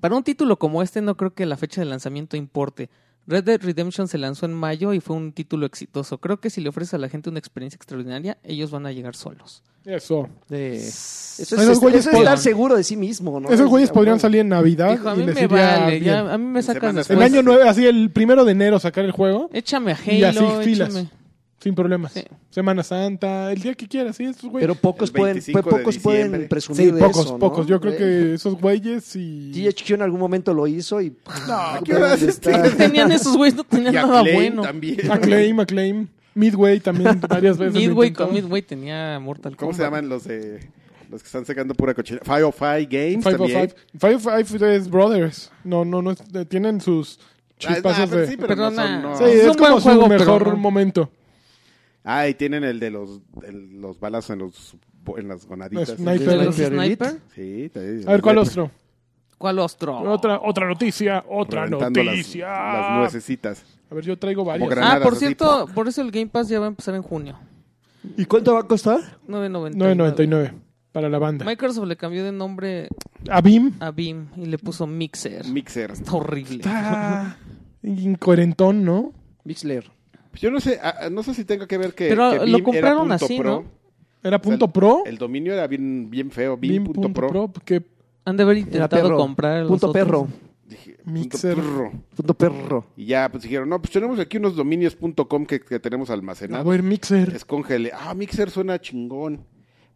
S1: Para un título como este no creo que la fecha de lanzamiento importe. Red Dead Redemption se lanzó en mayo y fue un título exitoso. Creo que si le ofreces a la gente una experiencia extraordinaria, ellos van a llegar solos.
S4: Eso.
S2: Eh, eso es,
S4: Esos
S2: eso es
S4: güeyes podrían-
S2: estar seguro de sí mismo, ¿no?
S4: Esos güeyes
S2: Ah,
S4: podrían
S2: bueno.
S4: salir en Navidad
S1: Dijo, a
S4: y
S1: mí
S4: les
S1: me
S4: iría
S1: vale,
S4: bien.
S1: ya, a mí me sacas
S3: Semana
S4: El
S1: después.
S3: Pues-
S4: año 9, así el primero de enero sacar el juego
S1: Échame a Halo,
S4: y así filas.
S1: échame- <laughs>
S4: Sin problemas.
S1: Sí.
S4: Semana Santa, el día que quieras, sí, estos güeyes.
S2: Pero pocos
S3: El
S2: pueden,
S3: 25
S2: pues, pocos
S3: de
S2: pueden
S3: diciembre.
S2: presumir
S4: Sí,
S2: de
S4: pocos,
S2: eso, ¿no?
S4: pocos. Yo creo
S2: Eh,
S4: que esos güeyes y.
S2: THQ en algún momento lo hizo y... ah,
S4: No,
S3: ¿qué hora
S2: ¿dónde
S3: es
S2: está?
S1: ¿Qué tenían esos güeyes? No tenían
S3: Y a
S1: nada
S3: Clay
S1: bueno.
S3: también.
S4: <laughs> Acclaim, Acclaim. Midway también varias veces. lo
S1: Midway,
S4: intentó.
S1: con Midway tenía Mortal Kombat.
S3: <laughs> ¿Cómo se llaman los de los que están sacando pura cochina? Five of Five Games
S4: Five of
S3: también.
S4: Five. Five of Five es Brothers. No, no, no. es- eh, Tienen sus
S3: Ah, nah,
S4: chispazos
S3: pero
S4: de.
S3: sí,
S4: Sí,
S3: pero
S1: Pero
S3: no
S1: nah.
S3: son, no.
S1: Sí, es
S4: es
S1: un buen
S4: como su
S1: juego, pero
S4: mejor
S1: no.
S4: momento.
S3: Ah, y tienen el de los, el- los balazos en los en las gonaditas.
S4: Los
S1: ¿De
S4: Sniper.
S1: los
S4: Sniper
S1: Sniper?
S3: Sí, te
S4: A ver, ¿cuál otro?
S1: ¿Cuál ostro?
S4: Otra, otra noticia, otra
S3: Reventando las-
S4: noticia.
S3: Las, nuecesitas.
S4: A ver, yo traigo varias.
S3: gran-
S1: Ah,
S3: granadas
S1: por
S3: así,
S1: cierto, por eso el Game Pass ya va a empezar en junio.
S2: ¿Y cuánto va a costar?
S1: 9.99.
S4: 9.99 para la banda.
S1: Microsoft le cambió de nombre
S4: Abim.
S1: a Beam y le puso Mixer.
S3: Mixer.
S1: Está horrible.
S3: Ah.
S4: Está incoherentón, ¿no?
S2: Mixler.
S3: Yo no sé, ah, ah, no sé si tenga que ver que.
S1: Pero
S3: que
S1: lo
S3: Bim era
S1: compraron
S3: punto
S1: así,
S3: pro.
S1: ¿no?
S4: Era
S3: O sea,
S4: punto pro.
S3: El dominio era bien, bien feo.
S4: Bim
S3: Bim.pro. Punto pro.
S4: que
S1: Han de haber
S2: Era
S1: intentado
S2: perro.
S1: comprar. a los
S2: Punto
S1: otros.
S2: perro.
S3: Dije, punto
S4: Mixer.
S3: prro.
S2: Punto perro.
S3: Y ya pues dijeron, no, pues tenemos aquí unos dominios.com que, que tenemos
S4: A
S3: almacenados.
S4: ver, Mixer.
S3: Escóngele. Ah, Mixer suena chingón.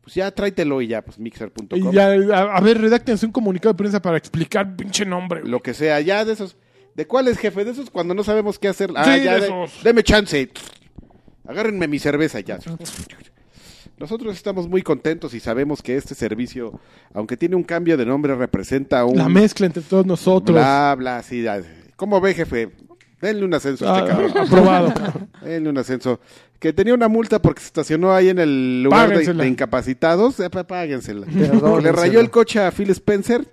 S3: Pues ya tráetelo y ya, pues mixer.com.
S4: Y ya, a, a ver, redáctense un comunicado de prensa para explicar pinche nombre.
S3: Lo que sea, ya de esos. ¿De cuáles, jefe? De esos cuando no sabemos qué hacer. Ah,
S4: Sí,
S3: ya,
S4: de
S3: de-
S4: esos.
S3: deme chance. Agárrenme mi cerveza ya. Nosotros estamos muy contentos y sabemos que este servicio, aunque tiene un cambio de nombre, representa un
S4: La mezcla entre todos nosotros.
S3: bla bla sí, ya. ¿Cómo ve, jefe? Denle un ascenso a
S4: Ah,
S3: este cabrón.
S4: <laughs> aprobado.
S3: Denle un ascenso. Que tenía una multa porque se estacionó ahí en el lugar de,
S4: Páguensela.
S3: de incapacitados. Eh, pa- páguensela.
S2: Perdón,
S3: Le rayó el coche a Phil Spencer.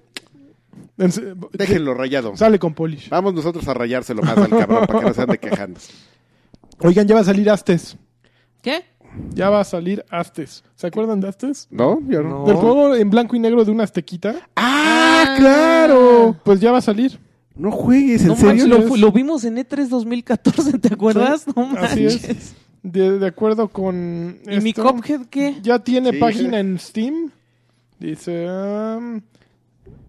S4: En se-
S3: Déjenlo rayado.
S4: Sale con
S3: <laughs>
S4: Polish.
S3: Vamos nosotros a rayárselo más al cabrón para que no se ande quejando.
S4: Oigan, ya va a salir Astes.
S1: ¿Qué?
S4: Ya va a salir Astes. ¿Se acuerdan de Astes?
S3: ¿No? Yo no.
S2: No.
S4: Del juego en blanco y negro de una aztequita.
S3: ¡Ah,
S1: Ah.
S3: claro!
S4: Pues ya va a salir.
S3: No juegues, ¿en
S1: No
S3: serio?
S1: manches, lo, fu- lo vimos en E E3 2014, ¿te acuerdas? No
S4: Así
S1: manches.
S4: es. De, de acuerdo con.
S1: ¿Y mi
S4: esto,
S1: Cuphead qué?
S4: Ya tiene
S3: Sí.
S4: página en Steam. Dice. um,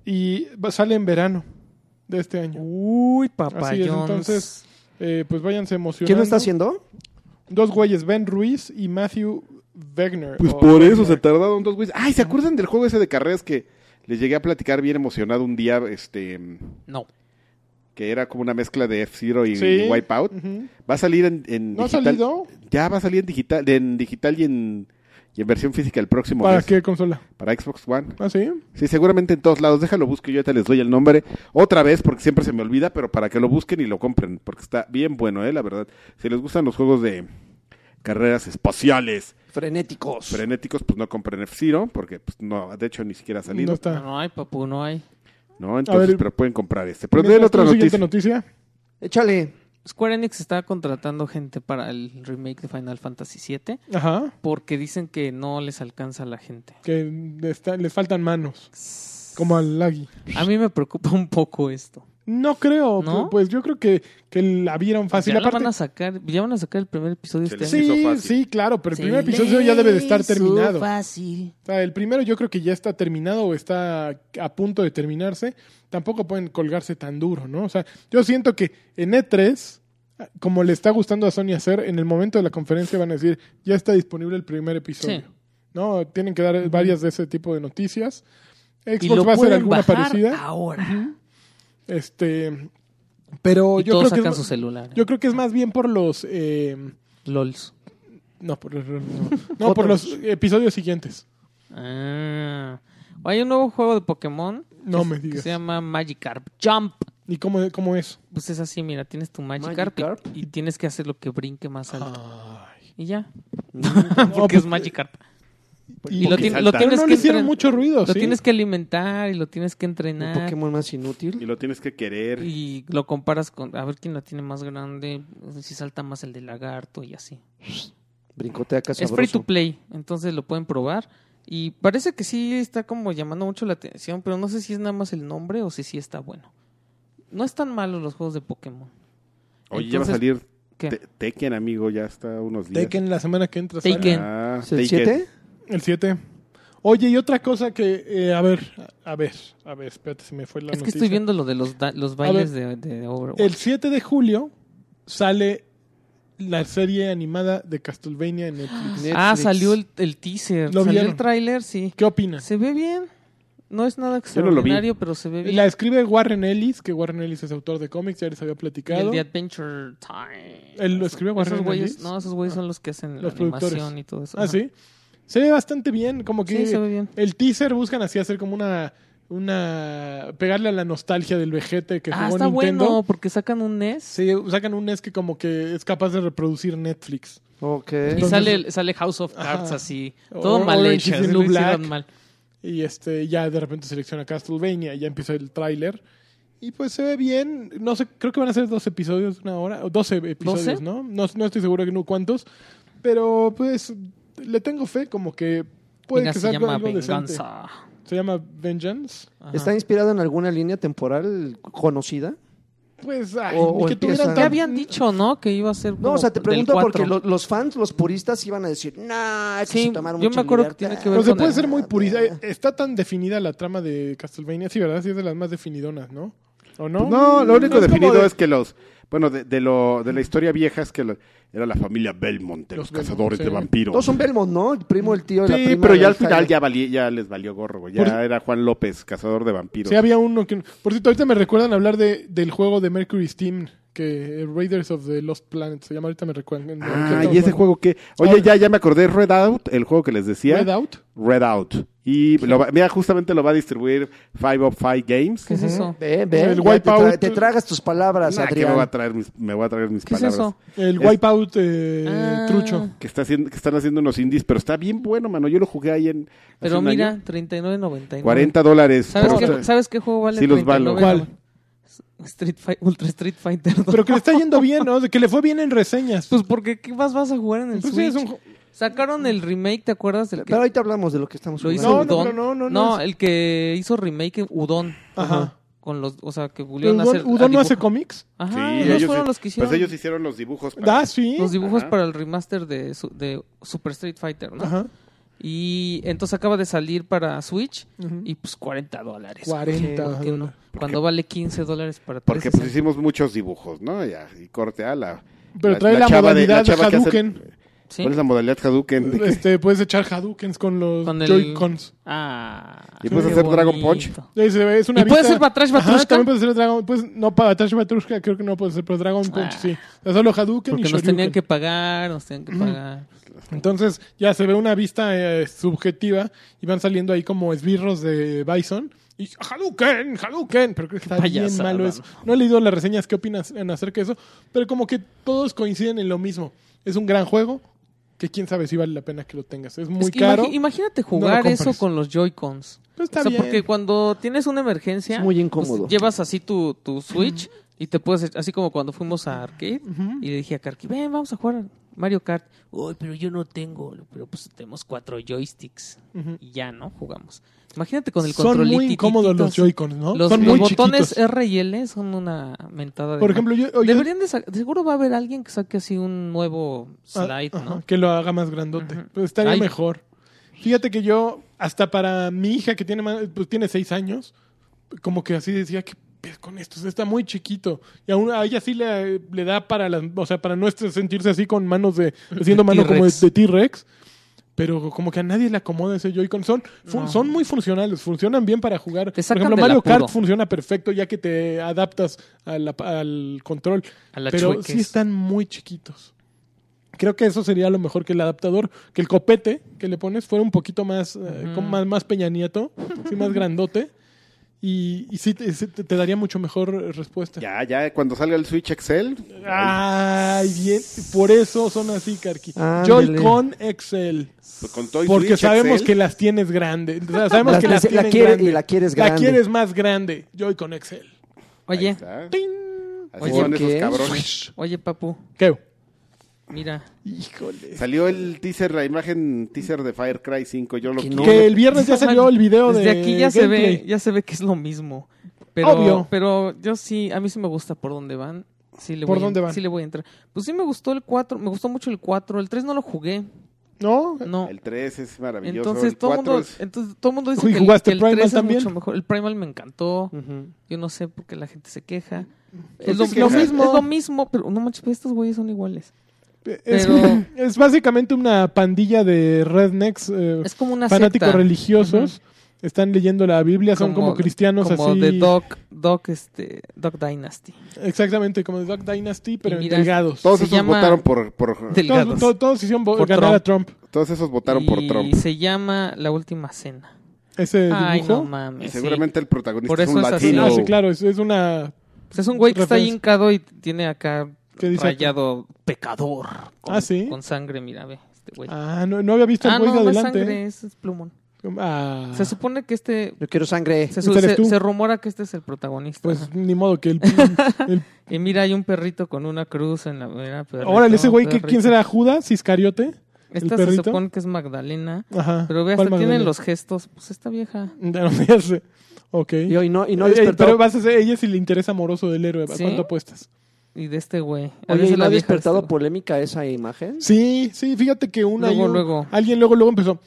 S4: y va- sale en verano de este año.
S3: Uh.
S1: Uy,
S4: Así es,
S1: papayón.
S4: entonces- Eh, pues váyanse emocionando.
S2: ¿Quién lo está haciendo?
S4: Dos güeyes, Ben Ruiz y Matthew Wegner.
S3: Pues
S4: o
S3: por eso se
S4: Wegner.
S3: tardaron dos güeyes. Ay, ¿se acuerdan del juego ese de carreras que les llegué a platicar bien emocionado un día? Este.
S1: No.
S3: Que era como una mezcla de F-Zero y,
S4: Sí.
S3: y Wipeout.
S4: Ujú.
S3: Va a salir en, en
S4: ¿No ha
S3: digital.
S4: salido?
S3: Ya va a salir en digital, en digital y en, y en versión física el próximo
S4: ¿Para
S3: mes.
S4: qué consola?
S3: Para Xbox One.
S4: ¿Ah, sí?
S3: Sí, seguramente en todos lados. Déjalo busque, yo ya te les doy el nombre otra vez porque siempre se me olvida, pero para que lo busquen y lo compren, porque está bien bueno, eh, la verdad. Si les gustan los juegos de carreras espaciales
S2: Frenéticos.
S3: frenéticos, pues no compren F-Zero, porque pues no, de hecho ni siquiera ha
S4: No
S3: salido.
S4: está.
S1: No hay, papu, no hay.
S3: No, entonces,
S4: ver.
S3: pero pueden comprar este. Pero den otra
S4: ¿Tú,
S3: noticia.
S4: siguiente noticia?
S2: Échale.
S1: Square Enix está contratando gente para el remake de Final Fantasy VII
S4: Ajá.
S1: porque dicen que no les alcanza la gente.
S4: Que está- les faltan manos. Como al Lagui.
S1: A mí me preocupa un poco esto.
S4: No creo.
S1: ¿No?
S4: Pues yo creo que, que la vieron fácil.
S1: ya la
S4: Aparte,
S1: van a sacar, ya van a sacar el primer episodio
S3: Se
S1: este
S3: les
S1: año.
S3: hizo
S4: Sí,
S3: fácil.
S4: sí, claro, pero el primer episodio ya debe de estar terminado. O
S1: Fácil.
S4: sea, el primero yo creo que ya está terminado o está a punto de terminarse. Tampoco pueden colgarse tan duro, ¿no? O sea, yo siento que en E3, como le está gustando a Sony hacer, en el momento de la conferencia van a decir, ya está disponible el primer episodio.
S1: Sí.
S4: ¿No? Tienen que dar varias de ese tipo de noticias.
S1: Y lo
S4: Xbox va a hacer
S1: pueden
S4: alguna
S1: bajar
S4: parecida.
S1: ahora.
S4: Este, pero
S1: Y
S4: yo
S1: todos
S4: creo, que
S1: sacan
S4: es,
S1: su celular.
S4: yo creo que es más bien por los... eh,
S1: LOLs.
S4: No, por, no.
S1: <laughs>
S4: No, por los episodios siguientes.
S1: Ah. Hay un nuevo juego de Pokémon
S4: No
S1: que-
S4: me
S1: que
S4: digas.
S1: se llama Magikarp Jump.
S4: ¿Y cómo, cómo es?
S1: Pues es así, mira, tienes tu Magikarp, y-
S2: Magikarp.
S1: Y, tienes que hacer lo que brinque más alto. Y ya. <laughs>
S4: No,
S1: Porque
S4: pues,
S1: es Magikarp.
S4: y-
S1: Y lo,
S3: porque
S1: tien- lo
S3: saltar.
S4: Pero
S1: tienes
S4: no
S1: que
S4: le hicieron
S1: entren-
S4: mucho ruido,
S1: lo
S4: ¿sí?
S1: tienes que alimentar y lo tienes que
S2: Un
S1: entrenar.
S2: Pokémon más
S3: Y
S2: inútil.
S3: lo tienes que querer.
S1: Y lo comparas con. A ver quién lo tiene más grande. Si salta más el de lagarto y así.
S2: Brincotea acá
S1: Es free
S2: sabroso.
S1: to play. Entonces lo pueden probar. Y parece que sí está como llamando mucho la atención, pero no sé si es nada más el nombre o si sí está bueno. No están malos los juegos de Pokémon.
S3: Oye, ya va a
S1: Entonces,
S3: salir
S1: ¿qué?
S3: Te- Tekken, amigo, ya está unos días.
S4: Tekken la semana que entra.
S1: Tekken.
S4: sale.
S3: Ah,
S2: ¿Es ¿El 7?
S4: El 7. Oye, y otra cosa que, eh, a ver, a ver, a ver, espérate, se me fue la
S1: Es que
S4: noticia.
S1: estoy viendo lo de los, da- los bailes de, de Overwatch.
S4: El 7 de julio sale la serie animada de Castlevania en Netflix.
S1: Ah, salió el, el teaser.
S4: Lo
S1: salió
S4: vieron.
S1: el tráiler, sí.
S4: ¿Qué opinas?
S1: Se ve bien. No es nada
S3: Yo no lo vi.
S1: extraordinario, pero se ve bien.
S4: La escribe Warren Ellis, que Warren Ellis es autor de cómics, ya les
S1: Y
S4: había
S1: el
S4: platicado.
S1: de Adventure Time.
S4: ¿El lo escribe Warren
S1: esos güeyes,
S4: Ellis?
S1: No, esos güeyes son los que hacen
S4: Los
S1: la animación
S4: productores.
S1: y todo eso.
S4: Ah,
S1: Ajá.
S4: sí. Se ve bastante bien, como que
S1: Sí, se ve bien.
S4: el teaser buscan así hacer como una una pegarle a la nostalgia del vejete que jugó
S1: Ah, está
S4: Nintendo.
S1: bueno, porque sacan un E NES.
S4: Sí, sacan un NES que como que es capaz de reproducir Netflix.
S2: Ok.
S1: Y
S4: Entonces-
S1: sale, sale House of Cards
S4: Ajá.
S1: así.
S4: O-
S1: Todo mal
S4: Orange
S1: hecho.
S4: is the
S1: lo
S4: New
S1: hicieron
S4: Black.
S1: mal.
S4: Y este, ya de repente selecciona Castlevania, ya empieza el tráiler. Y pues se ve bien, no sé, creo que van a ser dos episodios de una hora, o 12 episodios,
S1: ¿Doce?
S4: ¿no? ¿no? No estoy seguro que no cuántos, pero pues le tengo fe como que puede
S1: Venga,
S4: que
S1: se
S4: salga
S1: llama
S4: algo decente.
S1: Venganza.
S4: Se llama Vengeance.
S1: Ajá.
S2: ¿Está inspirado en alguna línea temporal conocida?
S4: Pues, ay,
S2: O-
S4: ni
S2: o
S4: que
S2: empieza-
S4: tuvieran
S1: Ya
S4: tan-
S1: habían dicho, ¿no? Que iba a ser.
S2: No, o sea, te pregunto porque
S1: los
S2: lo- los fans, los puristas, iban a decir, nah, es que
S1: Sí,
S2: se tomaron
S1: yo
S2: mucha
S1: me acuerdo que
S2: libertad". Ah,
S1: tiene que ver
S4: Pero se
S1: con
S4: puede
S1: el-
S4: ser muy purista. Eh, Está tan definida la trama de Castlevania, sí, ¿verdad? Sí, es de las más definidonas, ¿no? ¿O no?
S3: Pues no, lo único
S4: Es como
S3: definido
S4: de-
S3: es que los. Bueno, de, de lo, de la historia vieja es que lo- era la familia Belmont, de los,
S4: Los Belmont,
S3: cazadores
S4: sí.
S3: de vampiros.
S2: Todos son Belmont, ¿no? El primo, el tío, la
S3: sí,
S2: prima,
S3: pero ya
S2: la
S3: al
S2: hija,
S3: final
S2: la-
S3: ya, valí- ya les valió gorro, güey. Ya
S4: Por-
S3: era Juan López, cazador de vampiros.
S4: Sí, había uno que... Por cierto, ahorita me recuerdan hablar de, del juego de Mercury Steam, que eh, Raiders of the Lost Planet se llama. Ahorita me recuerdan.
S3: ah, y ese juego que. Oye, ya, ya me acordé, Red Out, el juego que les decía.
S4: Red Out.
S3: Red Out. Y lo va- mira, justamente lo va a distribuir Five of Five Games.
S1: ¿Qué es eso?
S2: Ve, ve,
S4: El
S2: ya
S4: Wipeout.
S2: te, tra- te tragas tus palabras,
S3: Nah, que me voy a
S2: Adrián.
S3: traer mis, me voy a traer mis
S1: ¿Qué es
S3: palabras.
S1: eso?
S4: El
S3: Es-
S4: Wipeout eh,
S1: Ah.
S4: trucho.
S3: Que, está haciendo, que están haciendo unos indies, pero está bien bueno, mano. Yo lo jugué ahí en. hace
S1: Pero
S3: un
S1: mira,
S3: año.
S1: 39.99.
S3: 40 dólares.
S1: ¿Sabes
S3: pero
S1: qué,
S3: está-
S1: ¿Sabes qué juego vale
S3: Sí los vale.
S1: 39?
S4: ¿Cuál?
S1: Street Fight, Ultra Street Fighter 2.
S4: Pero que le está yendo bien, ¿no? De Que le fue bien en reseñas.
S1: Pues porque ¿qué más vas a jugar en el
S4: Pues sí,
S1: Switch?
S4: es un ju-
S1: Sacaron el remake, ¿te acuerdas del que
S2: Pero ahorita hablamos de lo que estamos
S1: lo hizo
S4: No, no,
S1: Udon?
S4: pero no, no, no es-
S1: el que hizo remake Udon.
S4: Ajá.
S1: Con los, o sea, que volvieron a hacer
S4: Udon,
S1: a
S4: Udon no
S1: dibujo.
S4: hace cómics.
S1: Ajá,
S3: Sí,
S1: ellos
S3: ellos
S1: fueron
S3: hi-
S1: los que hicieron
S3: Pues ellos hicieron los dibujos. para-
S4: Ah, sí.
S1: los dibujos
S3: Ajá.
S1: para el remaster de, su- de Super Street Fighter, ¿no?
S4: Ajá.
S1: Y entonces acaba de salir para Switch
S4: Ujú.
S1: y pues 40 dólares.
S4: 40
S1: ¿Por qué no?
S4: dólares.
S1: Cuando vale 15 dólares para
S3: Porque
S1: 360.
S3: pues hicimos muchos dibujos, ¿no? Ya, y corte a la.
S4: Pero trae la
S3: chava de-
S4: modalidad de
S3: chava que hace-
S4: Hadouken.
S1: Sí.
S3: ¿Cuál es la modalidad Hadouken?
S4: Este, puedes echar Hadoukens con los
S1: Con el-
S4: Joy-Cons.
S1: Ah.
S3: ¿Y puedes
S1: qué
S3: hacer Dragon
S1: bonito.
S4: Eh, se ve- Es una
S1: ¿Y puede
S4: vista-
S1: ser Batrash
S4: Ajá,
S1: Batrushka?
S4: también puede ser Dragon. Pues, no, para Batrash Batrushka creo que no puede ser, pero Dragon Punch
S1: Ah.
S4: sí. O sea, solo Hadouken
S1: Porque
S4: y
S1: nos tenían
S4: Shoryuken. Mm.
S1: que pagar, nos tenían que pagar.
S4: Entonces ya se ve una vista eh, subjetiva y van saliendo ahí como esbirros de Bison. Y Hadouken, Hadouken. Pero creo que está bien
S1: payasada,
S4: malo eso. No he leído las reseñas, ¿qué opinas en acerca de eso? Pero como que todos coinciden en lo mismo. Es un gran juego que quién sabe si vale la pena que lo tengas. Es muy
S1: Es que
S4: caro.
S1: imagi- imagínate
S4: lo
S1: jugar eso
S4: compres.
S1: con los Joy-Cons.
S4: Pero está
S1: o sea,
S4: bien.
S1: porque cuando tienes una emergencia, pues,
S2: Es muy incómodo.
S1: llevas así tu, tu Switch y te puedes, así como cuando fuimos a Arcade
S4: Ujú.
S1: y le dije a Karki, ven, vamos a jugar a Mario Kart. Uy, pero yo no tengo, pero pues tenemos cuatro joysticks
S4: Ujú.
S1: y ya, ¿no? Jugamos. Imagínate con el
S4: Son
S1: control
S4: muy incómodos los Joy-Cons, ¿no?
S1: Los,
S4: Son
S1: los
S4: muy
S1: botones
S4: chiquitos.
S1: R y L son una mentada de
S4: Por
S1: madre.
S4: ejemplo, yo, yo-
S1: Deberían de sa- seguro va a haber alguien que saque así un nuevo
S4: ah,
S1: slide,
S4: ajá,
S1: ¿no?
S4: que lo haga más grandote.
S1: Ujú.
S4: Pues estaría
S1: Ay.
S4: mejor. Fíjate que yo, hasta para mi hija que tiene más- pues tiene seis años, como que así decía que con esto O sea, está muy chiquito y aún a ella sí le, le da para las o sea para no est- sentirse así con manos de haciendo mano como de
S1: T-Rex.
S4: de T-Rex pero como que a nadie le acomoda ese Joy-Con son fun-
S1: No.
S4: son muy funcionales funcionan bien para jugar
S1: Te
S4: por
S1: sacan
S4: ejemplo
S1: del
S4: Mario Kart
S1: apuro.
S4: funciona perfecto ya que te adaptas a la- al control
S1: A la
S4: pero
S1: chueques.
S4: sí están muy chiquitos. Creo que eso sería lo mejor que el adaptador, que el copete que le pones fuera un poquito más, eh,
S1: Ujú.
S4: con más, más peña nieto, sí, más grandote. Y, y sí, te, sí te- te daría mucho mejor eh,
S3: <laughs>
S4: respuesta.
S3: Ya, ya, cuando salga el Switch Excel.
S4: Ah,
S3: ahí,
S4: Ay, bien. Por eso son así, Karki.
S2: Ándele.
S4: Joy-Con Excel.
S3: pues, con todo y
S4: Porque
S3: Switch
S4: sabemos
S3: Excel,
S4: que las tienes grande. O sea, sabemos
S2: Las-
S4: que
S2: la-
S4: las
S2: la
S4: tienes
S2: quiere-
S4: grande.
S2: y la quieres grande.
S4: La quieres más grande. Joy-Con Excel.
S3: ahí
S1: Oye,
S3: está.
S4: ¡Ting!
S3: Así
S1: Oye,
S3: son
S2: ¿qué?
S3: esos cabrones.
S1: oye, papu.
S4: ¿Qué?
S1: Mira,
S2: Híjole.
S3: Salió el teaser, la imagen teaser de Fire Cry 5. Yo lo
S2: Que
S3: quiero.
S2: no.
S4: Que el viernes ya salió el video de.
S1: desde aquí ya se ve,
S4: gameplay.
S1: ya se ve que es lo mismo. Pero,
S4: Obvio.
S1: pero yo sí, a mí sí me gusta por dónde van. Sí le
S4: ¿Por
S1: voy a-
S4: dónde van?
S1: Sí le voy a entrar. Pues sí me gustó el 4, me gustó mucho el 4, el 3 no lo jugué.
S4: ¿No?
S1: No.
S3: El 3 es maravilloso.
S1: Entonces
S3: el
S1: todo
S3: 4
S1: mundo,
S3: es-
S1: entonces todo mundo dice
S4: Uy,
S1: que el,
S4: ¿jugaste
S1: que el
S4: Primal
S1: 3 es
S4: también?
S1: mucho mejor. El Primal me encantó.
S2: Ujú.
S1: Yo no sé por qué la gente se queja.
S3: qué
S4: Pues
S1: Es lo,
S3: se
S1: lo
S3: quejan?
S1: mismo, es lo mismo, pero no manches, pero estos güeyes son iguales.
S4: Es,
S1: Pero-
S4: <laughs> es básicamente una pandilla de rednecks eh,
S1: Es como una
S4: fanáticos
S1: secta.
S4: religiosos. Están leyendo la Biblia, son como, cristianos
S1: como
S4: así.
S1: de Doc, Doc, este, Doc Dynasty.
S4: Exactamente, como de Duck Dynasty, pero
S1: Y mira,
S4: delgados.
S3: Todos
S1: se
S3: esos
S1: llama-
S3: votaron por, por-
S1: Del-
S4: Todos,
S1: delgados.
S4: to- todos hicieron bo-
S1: Por
S4: ganar a Trump.
S3: Todos esos Ah. votaron por
S1: y
S3: Trump.
S1: se llama La Última Cena.
S4: Ese dibujo.
S1: Ay, no
S3: Y
S1: mames. sí.
S3: seguramente el protagonista
S1: Por
S3: es un
S1: eso es así.
S3: latino.
S4: Ah, sí, claro, es, es una.
S1: Pues es un güey que está
S4: Referencia.
S1: hincado y tiene acá
S4: ¿Qué dice
S1: rayado pecador. Con,
S4: Ah, ¿sí?
S1: Con sangre, mira, ve, este güey. Ah,
S4: Ah, no, no había visto el
S1: no,
S4: güey de
S1: no es
S4: adelante. ¿eh?
S1: sangre, es, es plumón.
S4: Ah,
S1: Se supone que este...
S2: Yo quiero sangre.
S1: Se,
S4: Este eres
S1: se-
S4: tú.
S1: se rumora que este es el protagonista.
S4: pues
S1: Ajá.
S4: ni
S1: <laughs>
S4: modo que el. el-
S1: Y mira, hay un perrito con una cruz en la... mira, perrito,
S4: órale, ese güey, ¿qué-
S1: perrito.
S4: ¿quién será? ¿Judas? ¿Iscariote? ¿El
S1: Esta se
S4: perrito?
S1: supone que es Magdalena.
S4: Ajá.
S1: Pero ve,
S4: ¿Cuál
S1: hasta tienen
S4: Magdalena?
S1: los gestos. Pues esta vieja.
S4: No, ya sé. Ok.
S2: Y, hoy no, y no
S4: Ey,
S2: despertó.
S4: pero vas a ser ella si le interesa amoroso del héroe. ¿A
S1: ¿Sí?
S4: cuánto apuestas?
S1: Y de este güey. A
S2: Oye,
S1: veces
S2: ¿y no
S1: la
S2: ha
S1: vieja de
S2: despertado
S1: este güey.
S2: polémica esa imagen?
S4: Sí, sí, fíjate que una.
S1: Luego,
S4: y un-
S1: luego.
S4: Alguien luego, luego empezó.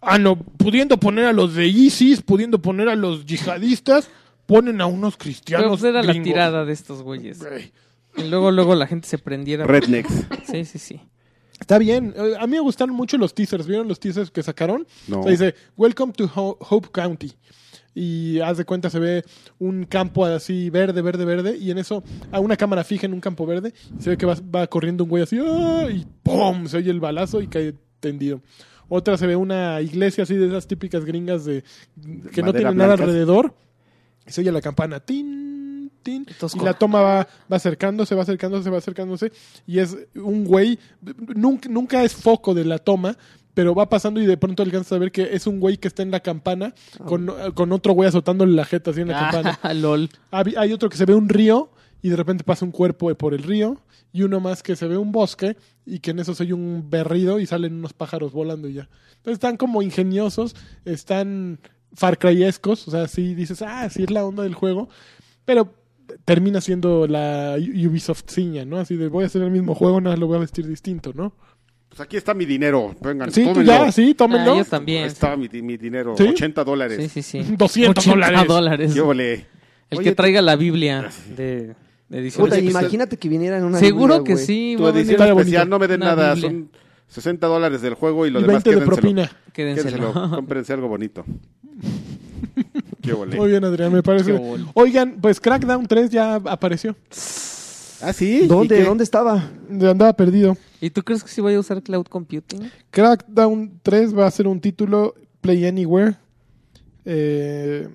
S4: Ah, no, pudiendo poner a los de ISIS, pudiendo poner a los yihadistas, ponen a unos
S1: Pero
S4: cristianos.
S1: pues era la
S4: gringos.
S1: tirada de estos güeyes.
S4: Güey.
S1: Y luego, luego la gente se prendiera.
S3: Rednecks.
S4: <laughs>
S1: Sí, sí, sí.
S4: Está bien. Eh, A mí me gustaron mucho los teasers. ¿Vieron los teasers que sacaron?
S3: No.
S4: O sea, dice, Welcome to Ho- Hope County. Y haz de cuenta, se ve un campo así verde, verde, verde. Y en eso, a una cámara fija en un campo verde. y se ve que va, va corriendo un güey así. ¡ah! Y ¡pum! Se oye el balazo y cae tendido. Otra se ve una iglesia así de esas típicas gringas de que no
S3: Madera
S4: tiene nada
S3: blanca.
S4: alrededor. Y se oye la campana. Tin, tin.
S1: Tosco.
S4: Y la toma va, va acercándose, va acercándose, va acercándose. Y es un güey. Nunca, nunca es foco de la toma. Pero va pasando y de pronto alcanza a ver que es un güey que está en la campana con, con otro güey azotándole la jeta así en la campana.
S1: Ah, <laughs> lol.
S4: Hab- Hay otro que se ve un río y de repente pasa un cuerpo por el río. Y uno más que se ve un bosque y que en eso se oye un berrido y salen unos pájaros volando y ya. Entonces están como ingeniosos, están Far Cryescos. O sea, sí dices, ah, sí es la onda del juego. Pero termina siendo la Ubisoft ciña, ¿no? Así de voy a hacer el mismo juego, nada más lo voy a vestir distinto, ¿no?
S3: Pues aquí está mi dinero. Vengan,
S4: Sí, tú
S3: tómenlo. Pues,
S4: ya, sí, tómenlo.
S1: Ah, yo también.
S3: Ahí está mi, di- mi dinero.
S4: ¿Sí?
S3: 80 dólares.
S1: Sí, sí,
S4: <laughs>
S1: sí.
S4: 200
S1: 80
S4: dólares.
S1: dólares.
S3: Yo volé.
S1: El
S3: Oye,
S1: que traiga la Biblia de, de edición.
S2: Puta,
S1: especial.
S2: imagínate que viniera en una.
S1: Seguro
S2: Biblia,
S1: que
S2: güey.
S1: sí.
S3: tu
S1: va a venir.
S3: edición
S4: Está bonito.
S3: especial no me den
S1: Una
S3: nada.
S1: Biblia.
S3: Son 60 dólares del juego y lo
S4: Y
S3: demás
S4: 20 de
S3: quédenselo.
S4: propina.
S1: <laughs> Quédenselo.
S3: Quédenselo. Cómprense algo
S4: <laughs>
S3: bonito. Qué volé.
S4: Muy bien, Adrián, me parece.
S1: Qué bol.
S4: Oigan, pues Crackdown 3 ya apareció.
S3: ¿Ah, sí? ¿Y
S2: ¿Dónde?
S3: qué?
S2: ¿Dónde estaba?
S4: Andaba perdido.
S1: ¿Y tú crees que sí voy a usar cloud computing?
S4: Crackdown 3 va a ser un título Play Anywhere. Eh,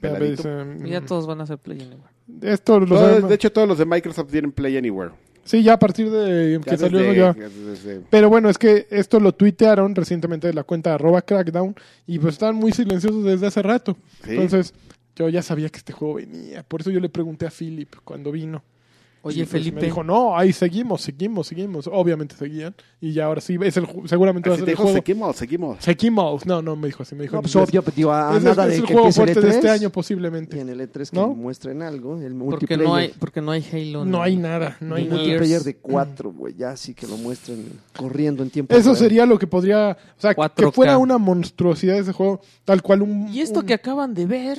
S4: a ver,
S3: Peladito.
S4: eh,
S1: Y Ya todos van a hacer play anywhere.
S4: Esto lo
S3: Todos-
S4: sabemos.
S3: de hecho, todos los de Microsoft tienen Play Anywhere.
S4: Sí, ya a partir de que
S3: Ya
S4: salió
S3: desde-
S4: ya.
S3: ya desde-
S4: Pero bueno, es que esto lo tuitearon recientemente de la cuenta arroba crackdown y pues estaban muy silenciosos desde hace rato.
S3: Sí.
S4: Entonces, yo ya sabía que este juego venía. Por eso yo le pregunté a Philip cuando vino. Y,
S1: Oye,
S4: pues,
S1: Felipe.
S4: Me dijo, no, ahí seguimos, seguimos, seguimos. Obviamente seguían. Y ya ahora sí, es el, ju- seguramente va a
S3: Así
S4: ser
S3: te
S4: el
S3: dijo,
S4: juego.
S3: seguimos, seguimos.
S4: Seguimos. No, no, me dijo así, me dijo.
S2: No, pues
S4: en inglés.
S2: obvio, pues, digo, a
S4: es
S2: nada
S4: es
S2: de
S4: el
S2: que
S4: juego
S2: empiece el
S4: fuerte de este
S2: E3,
S4: año
S2: Y en
S4: posiblemente.
S2: el E3 que
S4: ¿No?
S2: muestren algo, el
S1: Porque
S2: multiplayer.
S1: no, hay, porque no hay Halo.
S4: No hay nada, no hay
S1: Ni
S4: nada.
S1: multiplayer.
S2: multiplayer de 4, güey, ya sí que lo muestren corriendo en tiempo
S4: Eso
S2: real.
S4: sería lo que podría, o sea,
S1: 4K.
S4: que fuera una monstruosidad ese juego, tal cual un
S1: Y esto
S4: un-
S1: que acaban de ver.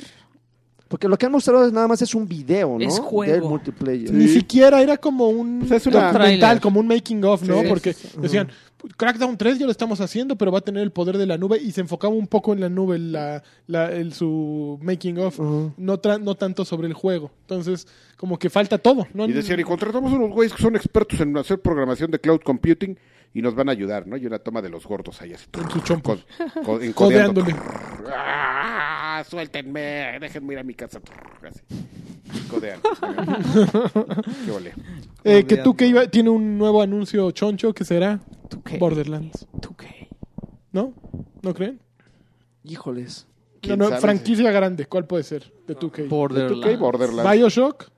S2: Porque lo que han mostrado es nada más es un video, ¿no?
S1: Es juego.
S2: Del multiplayer.
S4: Ni siquiera era como un
S3: Pues es
S1: una-
S4: documental,
S1: Trailer.
S4: como un making of, ¿no?
S1: Sí,
S4: Porque
S1: sí,
S4: decían, Crackdown 3 ya lo estamos haciendo, pero va a tener el poder de la nube y se enfocaba un poco en la nube la, la- el, su making of,
S2: Ujú.
S4: no, tra- no tanto sobre el juego. Entonces, como que falta todo, ¿no?
S3: Y decían, y contratamos unos güeyes que son expertos en hacer programación de cloud computing y nos van a ayudar, ¿no? Y una toma de los gordos ahí así.
S4: En su chompa.
S3: co-
S4: <laughs>
S3: co- encodeando.
S4: Codeándole.
S3: ¡Ah! Suéltenme, déjenme ir a mi casa. Así.
S4: <laughs>
S3: Codean. Qué ole.
S4: Eh, que tú que iba, tiene un nuevo anuncio choncho que será
S1: ¿Tú qué?
S4: Borderlands,
S1: ¿Tú qué?
S4: ¿no? ¿No creen?
S2: Híjoles.
S4: No,
S3: ¿Quién
S4: no,
S3: sabe?
S4: franquicia grande, ¿cuál puede ser? De 2K.
S3: ¿De 2K
S1: Borderlands.
S3: Borderlands?
S4: Bioshock,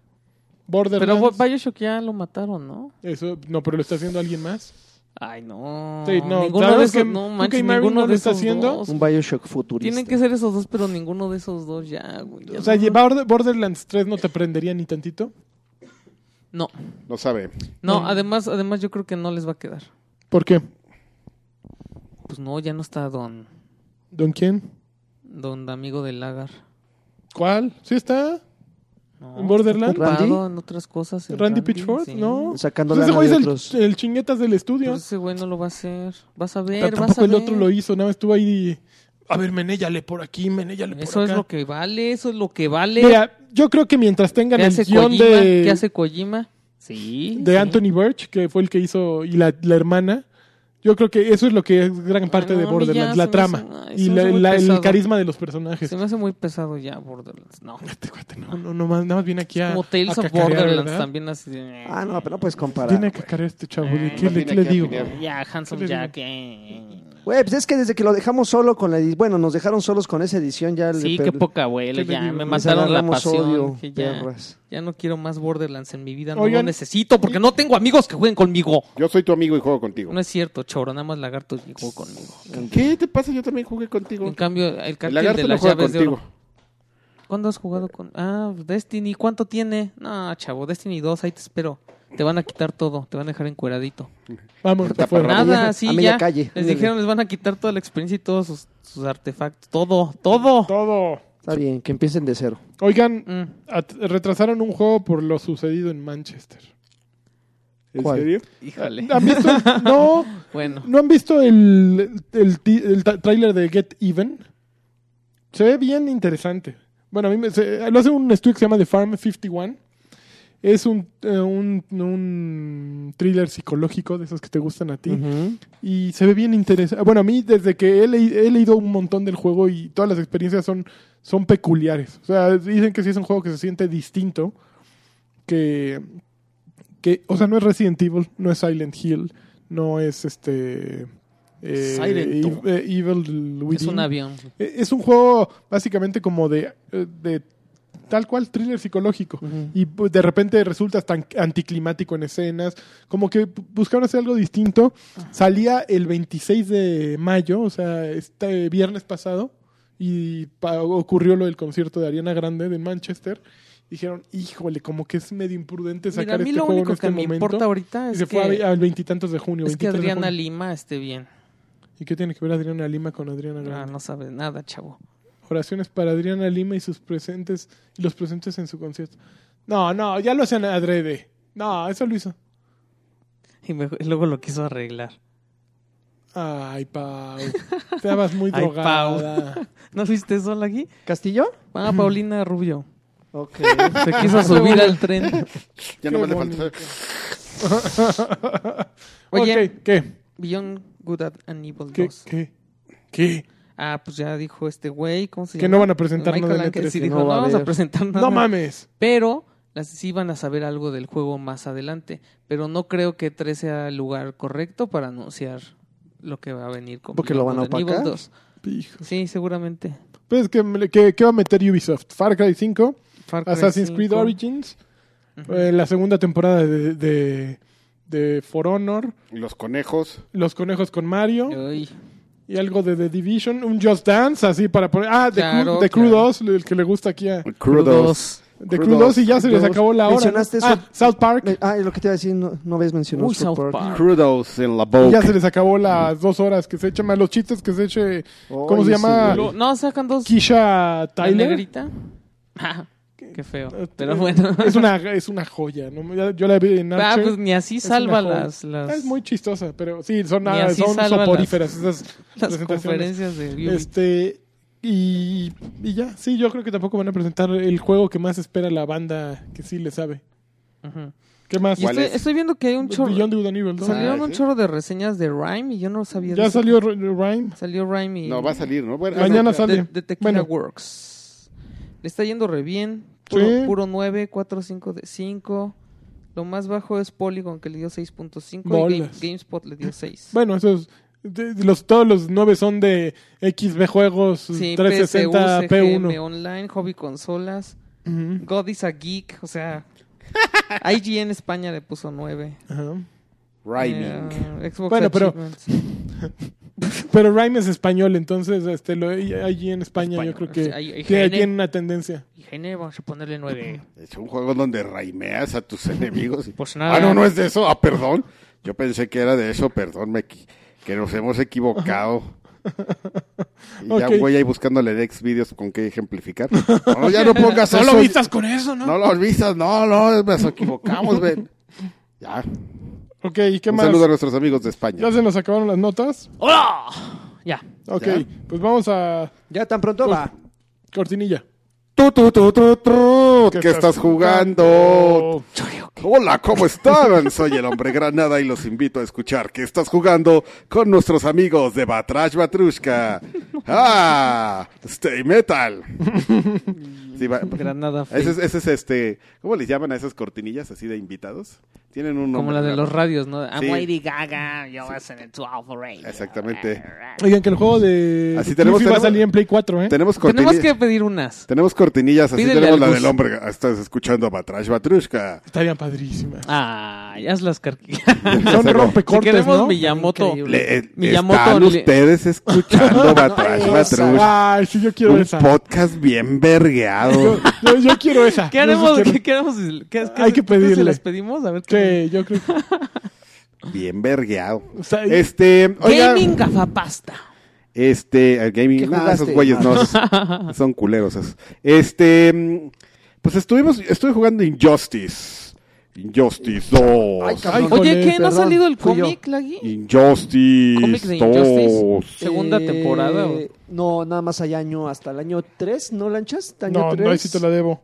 S4: Borderlands.
S1: Pero Bioshock ya lo mataron, ¿no?
S4: Eso, no, pero lo está haciendo alguien más.
S1: Ay, no.
S4: Sí, no,
S1: Ninguno
S4: ¿sabes
S1: de esos,
S4: que
S1: no
S4: UK
S1: manches,
S4: Marine
S1: ninguno
S4: no
S1: de
S4: lo está
S1: esos
S4: haciendo?
S1: dos.
S2: Un Bioshock futurista.
S1: Tienen que ser esos dos, pero ninguno de esos dos ya, güey. ya
S4: O sea,
S1: no.
S4: ¿lleva Border- Borderlands 3 no te prendería ni tantito.
S1: No,
S3: No sabe.
S1: no,
S4: No.
S1: además, además yo creo que no les va a quedar.
S4: ¿Por qué?
S1: Pues no, ya no está Don,
S4: ¿Don quién?
S1: Don Amigo del Lagar.
S4: ¿Cuál? ¿Sí está?
S1: No,
S4: ¿En Borderlands?
S1: está ocupado
S2: ¿Randy?
S1: en otras cosas. el
S4: ¿Randy Pitchford?
S1: sí.
S4: No.
S2: Sacando
S4: Pues ese
S2: lana
S4: güey
S2: de
S4: es
S2: otros.
S4: el, el chinguetas del estudio.
S1: Pero ese güey no lo va a hacer. Vas a ver,
S4: Pero
S1: vas
S4: tampoco
S1: a
S4: el
S1: ver.
S4: otro lo hizo, nada más estuvo ahí. A ver, menéllale por aquí, menéllale por
S1: Eso
S4: acá.
S1: es lo que vale, eso es lo que vale.
S4: Mira, yo creo que mientras tengan
S1: ¿Qué
S4: el
S1: hace
S4: guión
S1: Kojima?
S4: de,
S1: ¿Qué hace Kojima? Sí.
S4: de
S1: sí.
S4: Anthony Birch, que fue el que hizo, y la, la hermana, yo creo que eso es lo que es gran parte
S1: Ah, no,
S4: de
S1: a mí ya
S4: Borderlands, la
S1: se me hace-
S4: trama
S1: ay, se
S4: y
S1: me
S4: la-
S1: hace muy
S4: la- el
S1: pesado.
S4: carisma de los personajes.
S1: Se me hace muy pesado ya Borderlands. No.
S4: Este cuate, no, no, no, más- nada más viene aquí a.
S1: Como Tales
S4: a
S1: of
S4: cacarear,
S1: Borderlands
S4: ¿verdad?
S1: también así de...
S2: Ah, no, pero no puedes comparar.
S4: Viene a cacarear este chavo, ¿de ¿qué,
S3: No
S4: le,
S3: viene
S4: qué le
S3: Eh, aquí a
S4: digo?
S3: opinar.
S1: Ya,
S4: ¿Qué
S1: Handsome
S4: les
S1: Jack. eh.
S2: Güey, pues es que desde que lo dejamos solo con la edición, bueno, nos dejaron solos con esa edición ya. le-
S1: Sí,
S2: per-
S1: qué poca abuela.
S4: ¿Qué le
S1: Ya,
S4: digo?
S1: me
S2: les
S1: mataron la
S2: agarramos
S1: pasión.
S2: odio,
S1: que ya,
S2: perras.
S1: ya no quiero más Borderlands en mi vida. No
S4: Oigan.
S1: lo necesito porque no tengo amigos que jueguen conmigo.
S3: Yo soy tu amigo y juego contigo.
S1: No es cierto, choro. Nada más Lagarto jugó conmigo.
S3: ¿Qué te pasa? Yo también jugué
S1: En
S3: contigo.
S1: cambio, el
S3: El
S1: cartel
S3: lagarto
S1: de
S3: no
S1: las
S3: juega
S1: llaves de
S3: contigo.
S1: oro. ¿Cuándo has jugado con...? Ah, Destiny. ¿Cuánto tiene? No, chavo. Destiny 2. Ahí te espero. Te van a quitar todo. Te van a dejar encueradito.
S4: Vamos, pues,
S3: Está
S4: afuera.
S2: para
S1: Nada,
S2: media-
S1: sí,
S2: a media
S1: ya.
S2: calle.
S1: Les dijeron, les van a quitar toda la experiencia y todos sus, sus artefactos. Todo, todo.
S4: Todo.
S2: Está bien, que empiecen de cero.
S4: Oigan,
S1: Mm.
S4: at- retrasaron un juego por lo sucedido en Manchester.
S3: ¿En
S2: ¿Cuál?
S3: serio?
S1: Híjole.
S4: ¿Han visto? No,
S1: <laughs> Bueno.
S4: ¿No han visto el, el, ti- el ta- tráiler de Get Even? Se ve bien interesante. Bueno, a mí me, se- lo hace un estudio que se llama The Farm 51. Es un, eh, un, un thriller psicológico de esos que te gustan a ti.
S2: Ujú.
S4: Y se ve bien interesante. Bueno, a mí desde que he, leí- he leído un montón del juego y todas las experiencias son, son peculiares. O sea, dicen que sí es un juego que se siente distinto. Que, que o sea, no es Resident Evil, no es Silent Hill, no es este... eh,
S1: Silent
S4: Ev- eh, Evil
S1: Es
S4: Within.
S1: un avión.
S4: Eh, Es un juego básicamente como de, eh, de tal cual thriller psicológico. Y pues, de repente resultas tan anticlimático en escenas. Como que bu- buscaron hacer algo distinto. Salía el 26 de mayo, o sea, este viernes pasado. Y pa- ocurrió lo del concierto de Ariana Grande de Manchester. Dijeron, híjole, como que es medio imprudente
S1: Mira, a
S4: sacar
S1: mí
S4: este
S1: lo
S4: juego
S1: único
S4: en este
S1: que me
S4: momento.
S1: importa ahorita
S4: y
S1: es
S4: se fue
S1: que,
S4: a- al veintitantos de junio.
S1: es que
S4: 23 de
S1: Adriana
S4: junio.
S1: Lima esté bien.
S4: ¿Y qué tiene que ver Adriana Lima con Adriana Grande?
S1: Ah, no sabes nada, chavo.
S4: Oraciones para Adriana Lima y sus presentes y los presentes en su concierto. No, no, ya lo hacían adrede. No, eso lo hizo.
S1: Y, me- y luego lo quiso arreglar.
S4: Ay, Pau. Estabas muy
S1: <laughs> Ay,
S4: drogada.
S1: ¿No viste eso, Lagui?
S2: ¿Castillo?
S1: <laughs> Ah, Paulina Rubio. <laughs>
S2: Ok.
S1: Se quiso subir al <laughs> tren.
S3: Ya
S4: Qué
S3: nomás le
S4: bonito.
S3: falta.
S1: Oye.
S4: Ok, ¿qué?
S1: Beyond Good and Evil
S4: ¿Qué?
S1: 2.
S4: ¿Qué? ¿Qué?
S1: Ah, pues ya dijo este güey, ¿cómo se
S4: Que
S1: llama?
S4: no van a presentar
S1: Michael
S4: nada en E
S1: Ángel,
S4: E3,
S1: Sí,
S2: que
S1: dijo,
S2: no
S1: no,
S2: va a
S1: vamos a
S2: haber".
S1: presentar nada.
S4: No mames.
S1: Pero las sí van a saber algo del juego más adelante. Pero no creo que 3 sea el lugar correcto para anunciar lo que va a venir con
S2: Porque lo
S1: Beyond
S2: van a
S1: Good and Evil
S2: opacar.
S1: 2.
S4: Hijo.
S1: Sí, seguramente.
S4: Pues, ¿qué, qué, qué va a meter Ubisoft? Far Cry 5,
S1: Far Cry
S4: Assassin's
S1: 5.
S4: Creed Origins,
S1: Ujú.
S4: eh, la segunda temporada de, de, de For Honor,
S3: Los conejos.
S4: Los Conejos con Mario.
S1: Uy,
S4: Y algo de The Division, un Just Dance, así para poner. Ah, de
S1: Claro,
S4: Crew, The Crew
S1: claro.
S4: 2, el que le gusta aquí a.
S3: Crudos.
S1: Crudos.
S4: The
S3: Crew
S4: Crew 2 y ya se les
S2: Crew 2.
S4: acabó la hora. ¿no?
S2: Mencionaste eso.
S4: Ah, South Park.
S2: Ah, es lo que te iba a decir, no, no ves mencionado
S1: Uy, South Park.
S3: Crudos en la
S4: y
S2: Ah,
S4: Ya se
S3: boca.
S4: les acabó las dos horas que se echa, más los chistes que se eche. ¿Cómo
S2: Oye,
S4: se llama?
S2: sí,
S1: Lo- no, sacan dos.
S4: Kisha
S1: La
S4: Tyler.
S1: negrita. <laughs> Ah, qué feo.
S4: Eh,
S1: Pero bueno.
S4: Es una, es una joya. ¿no? Ya- Yo la vi
S1: <laughs>
S4: en
S1: Ah,
S4: Archer.
S1: pues ni así
S4: Es una
S1: salva
S4: joya.
S1: las, las,
S4: Ah, Es muy chistosa, pero sí, son,
S1: Ni
S4: ah,
S1: así
S4: son
S1: salva las-
S4: soporíferas esas
S1: las
S4: presentaciones.
S1: conferencias de Ubi.
S4: Este y, y ya, sí, yo creo que tampoco van a presentar el juego que más espera la banda que sí le sabe.
S1: Ujú.
S4: ¿Qué más?
S1: Y
S3: ¿Cuál
S1: estoy,
S3: es?
S1: estoy viendo que hay
S4: Pues,
S1: un chorro.
S4: Beyond Good and Evil, ¿no?
S1: Salieron
S3: Ah,
S1: un
S3: sí.
S1: chorro de reseñas de Rhyme y yo no sabía de
S4: Ya
S1: eso.
S4: salió R- Rhyme.
S1: Salió Rhyme y
S3: No, va a salir, ¿no? Bueno,
S4: Mañana
S3: ah,
S4: sale.
S1: de, de Tequila
S4: Bueno.
S1: Works. Le está yendo re bien. Puro,
S4: Sí.
S1: puro 9, 4, 5 de 5. Lo más bajo es Polygon que le dio 6.5 y Game-
S4: Bolas.
S1: GameSpot le dio 6.
S4: Bueno, esos de- de los todos los nueve son de XB Juegos
S1: Sí,
S4: 360
S1: PSU, CGM
S4: P1.
S1: Online, Hobby Consolas,
S4: Ujú.
S1: God is a Geek, o sea, IGN España le puso 9.
S4: Ajá.
S3: Rhyming.
S1: Eh, Xbox
S4: Bueno, pero-
S1: Achievements.
S4: Pero Rhyme es español, entonces este, lo, allí en España
S1: Español,
S4: yo creo que
S1: sí, ahí- ahí
S4: tiene-
S1: gene-
S4: tiene una tendencia.
S1: IGN, vamos a ponerle 9.
S3: Es un juego donde raimeas a tus <laughs> enemigos. y-
S1: Pues nada.
S3: ah, no, no es de eso. Ah, perdón. Yo pensé que era de eso. Perdón, me equi- que nos hemos equivocado. Y ya
S4: Ok.
S3: voy ahí buscándole en ex videos con qué ejemplificar. No, ya no pongas
S4: No
S3: eso.
S4: lo vistas con eso, ¿no?
S3: No lo olvidas. No, no, nos equivocamos, ven. Ya.
S4: Ok, ¿y qué
S3: un
S4: más?
S3: saludo a nuestros amigos de España.
S4: ¿Ya se nos acabaron las notas?
S1: ¡Hola! Ya.
S4: Ok,
S3: Ya.
S4: pues vamos a
S2: Ya tan pronto va.
S4: cortinilla.
S3: Tú, tú, tú, tú, tú, ¿Qué estás jugando? Hola, ¿cómo están? Soy el hombre Granada y los invito a escuchar que estás jugando con nuestros amigos de Batrash Batrushka. ¡Ah! ¡Stay Metal! Sí, va-
S1: Granada.
S3: ese, es, ese es este. ¿Cómo les llaman a esas cortinillas así de invitados? Tienen un nombre.
S1: Como la de los radios, ¿no? I'm
S3: Sí.
S1: Lady Gaga, you're listening to Alpha Radio.
S3: Exactamente.
S4: Oigan, que el juego de
S3: Así tenemos-
S4: Cliffy va a
S3: tenemos-
S4: salir en Play 4, ¿eh?
S3: Tenemos
S1: Tenemos
S3: cortinillas.
S1: que pedir unas.
S3: Tenemos cortinillas, así
S1: Pídele
S3: tenemos
S1: al
S3: la
S1: Gus.
S3: del hombre. ah, Estás escuchando a
S1: <laughs>
S3: Batrash Batrushka.
S4: Estarían padrísimas.
S1: Ay, haz las <laughs> carquillas.
S4: Son
S3: Hacerlo.
S1: Si
S4: rompecortes,
S1: queremos
S4: ¿no?
S1: Miyamoto.
S2: Increíble.
S3: Le- eh,
S1: Miyamoto
S3: están
S1: le- <laughs>
S3: ustedes escuchando Batrash
S2: esa.
S3: Batrushka.
S4: Ay, sí, yo quiero
S3: Un
S4: esa.
S3: podcast bien vergueado.
S4: Yo, yo
S1: <laughs>
S4: quiero esa.
S1: ¿Qué
S4: Yo sí
S1: haremos?
S4: quiero-
S1: ¿Qué, qué haremos? ¿Qué- qué-
S4: Hay que
S1: qué se
S4: pedirle.
S1: las pedimos? A ver qué.
S4: Sí, yo creo que...
S3: bien vergueado.
S4: o sea,
S3: Este, oiga,
S1: Gaming gafapasta.
S3: este, el
S2: ¿Qué
S3: gaming, no,
S2: jugaste?
S3: esos güeyes no,
S4: Ah. <laughs>
S3: esos- son culeros. esos. Este, mm, pues estuvimos, estuve jugando Injustice. Injustice 2.
S2: Ay, cabrón.
S4: Híjole,
S1: Oye, ¿qué? ¿No ha
S2: perdón,
S1: salido el
S2: fui yo.
S1: cómic, Lagui? Cómic
S3: Injustice
S1: de Injustice.
S3: 2.
S1: Segunda
S2: Eh,
S1: temporada. o-
S2: No, nada más hay año, hasta el año 3, ¿no lanchas? ¿Hasta año
S4: no,
S2: tres?
S4: no, ahí sí te la debo.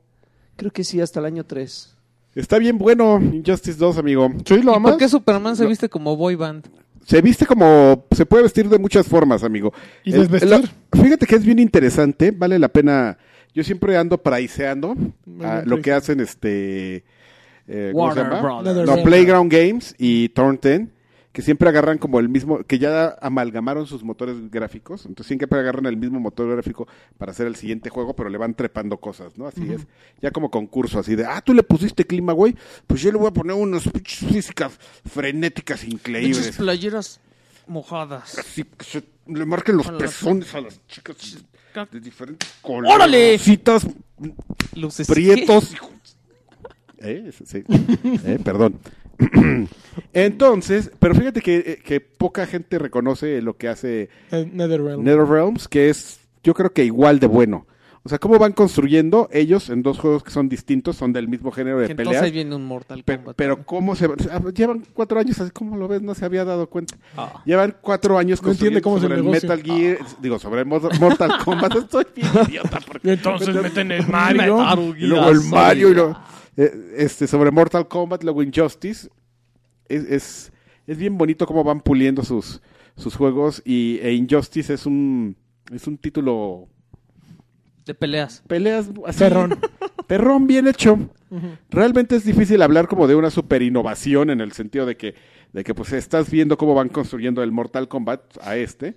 S2: Creo que sí, hasta el año 3.
S3: Está bien bueno Injustice 2, amigo.
S4: ¿Sí lo
S1: ¿Y
S4: amas?
S1: por qué Superman se viste como boy band?
S3: Se viste como. Se puede vestir de muchas formas, amigo.
S4: ¿Y
S3: El-
S4: desvestir?
S3: la- fíjate que es bien interesante. Vale la pena. Yo siempre ando praiseando
S4: Muy
S3: a
S4: bien,
S3: lo que
S4: praiseando.
S3: hacen este. eh, ¿cómo se
S1: Warner
S3: llama?
S1: Brothers.
S3: No,
S4: Brothers.
S3: Playground Games y Turn 10. Que siempre agarran como el mismo. Que ya amalgamaron sus motores gráficos. Entonces siempre agarran el mismo motor gráfico para hacer el siguiente juego. Pero le van trepando cosas, ¿no? Así es. Ya como concurso, así de. Ah, tú le pusiste clima, güey. Pues yo le voy a poner unas pinches físicas frenéticas increíbles.
S1: Muchas playeras mojadas.
S3: Así que se le marquen los
S1: Con las-
S3: pezones a las chicas de diferentes colores.
S1: ¡Órale!
S3: Citas,
S1: Luces. <laughs>
S3: prietos. hijo- Eh, sí, sí. Eh, perdón. <clears throat> Entonces, pero fíjate que, eh, que poca gente reconoce lo que hace
S4: Eh, Netherrealm.
S3: NetherRealms, que es yo creo que igual de bueno. O sea, cómo van construyendo ellos en dos juegos que son distintos, son del mismo género de
S1: Que
S3: peleas.
S1: entonces viene un Mortal
S3: Pe-
S1: Kombat.
S3: Pero cómo se... ah, Llevan cuatro años, así como lo ves, no se había dado cuenta.
S1: Ah.
S3: Llevan cuatro años
S4: No
S3: construyendo
S4: entiende cómo es
S3: sobre
S4: el
S3: el
S4: negocio.
S3: Metal Gear, digo, sobre el Mor- Mortal Kombat. <laughs> Estoy bien idiota. Porque...
S4: Y entonces meten el Mario.
S3: Y luego el Mario, y luego, eh, este, sobre Mortal Kombat, luego Injustice. Es, es, es bien bonito cómo van puliendo sus, sus juegos. Y e Injustice es un, es un título...
S1: De peleas.
S3: Peleas... así- <laughs>
S4: Perrón.
S3: Perrón bien hecho.
S4: Ujú.
S3: Realmente es difícil hablar como de una super innovación en el sentido de que, de que pues estás viendo cómo van construyendo el Mortal Kombat a este,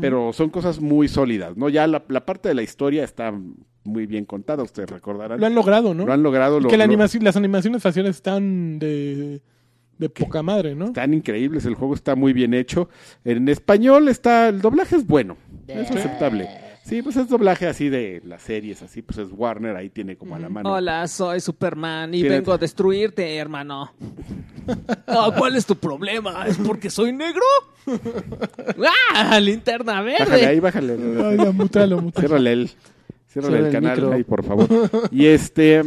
S3: pero son cosas muy sólidas, ¿no? Ya la, la parte de la historia está muy bien contada, ustedes recordarán.
S4: Lo han logrado, ¿no?
S3: Lo han logrado.
S4: Y
S3: lo-
S4: que la
S3: lo-
S4: animación, las animaciones faciales están de, de poca madre, ¿no?
S3: Están increíbles, el juego está muy bien hecho. En español está, el doblaje es bueno, es aceptable. Sí, pues es doblaje así de las series, así pues es Warner, ahí tiene como a la mano.
S1: Hola, soy Superman y
S3: Tiene-
S1: vengo a destruirte, hermano. <laughs> Ah, ¿Cuál es tu problema? ¿Es porque soy negro? <laughs> ¡Ah! Linterna
S3: Bájale
S1: verde.
S3: ahí, bájale.
S4: Ay, la muta, la
S3: <laughs>
S4: muta.
S3: Ciérrale el, ciérrale
S2: Cierra
S3: el
S2: el
S3: canal
S2: micro.
S3: ahí, por favor. Y este.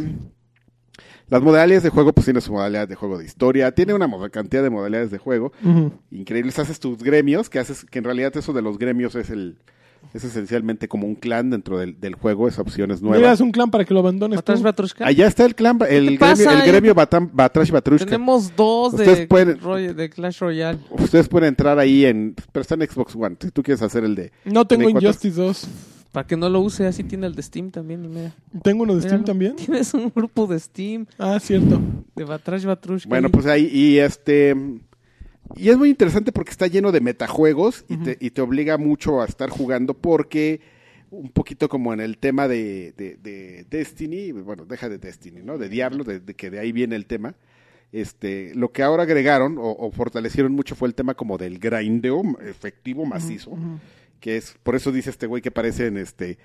S3: Las modalidades de juego, pues tiene su modalidad de juego de historia, tiene una mo- cantidad de modalidades de juego
S4: Ujú.
S3: increíbles. Haces tus gremios, que haces, que en realidad eso de los gremios es el, es esencialmente como un clan dentro del, del juego, es opciones
S4: Le das
S3: nuevas.
S4: un clan para que lo abandones tú.
S1: ¿Matas Batrushka?
S3: Allá está el clan, el
S1: te pasa,
S3: gremio, el
S1: eh?
S3: gremio Batam- Batrash Batrushka.
S1: Tenemos dos de,
S3: Ustedes pueden-
S1: Roy- de Clash Royale.
S3: Ustedes pueden entrar ahí en, pero está en Xbox One. Si tú quieres hacer el de,
S4: No tengo
S3: Play cuatro.
S4: Injustice 2.
S1: Para que no lo use, así tiene el de Steam también. Y
S5: <laughs>
S1: mira.
S4: ¿Tengo uno de Steam
S1: Míralo.
S4: también?
S1: Tienes un grupo de Steam
S4: Ah, cierto.
S1: de Batrash Batrushka.
S3: Bueno,
S1: y-
S3: pues <laughs> ahí, y este. Y es muy interesante porque está lleno de metajuegos y, te, y te obliga mucho a estar jugando porque un poquito como en el tema de, de- de Destiny, bueno, deja de Destiny, ¿no? De Diablo, de, de que de ahí viene el tema. Este, lo que ahora agregaron o, o fortalecieron mucho fue el tema como del grindeo efectivo macizo, que es por eso dice este güey que parece en este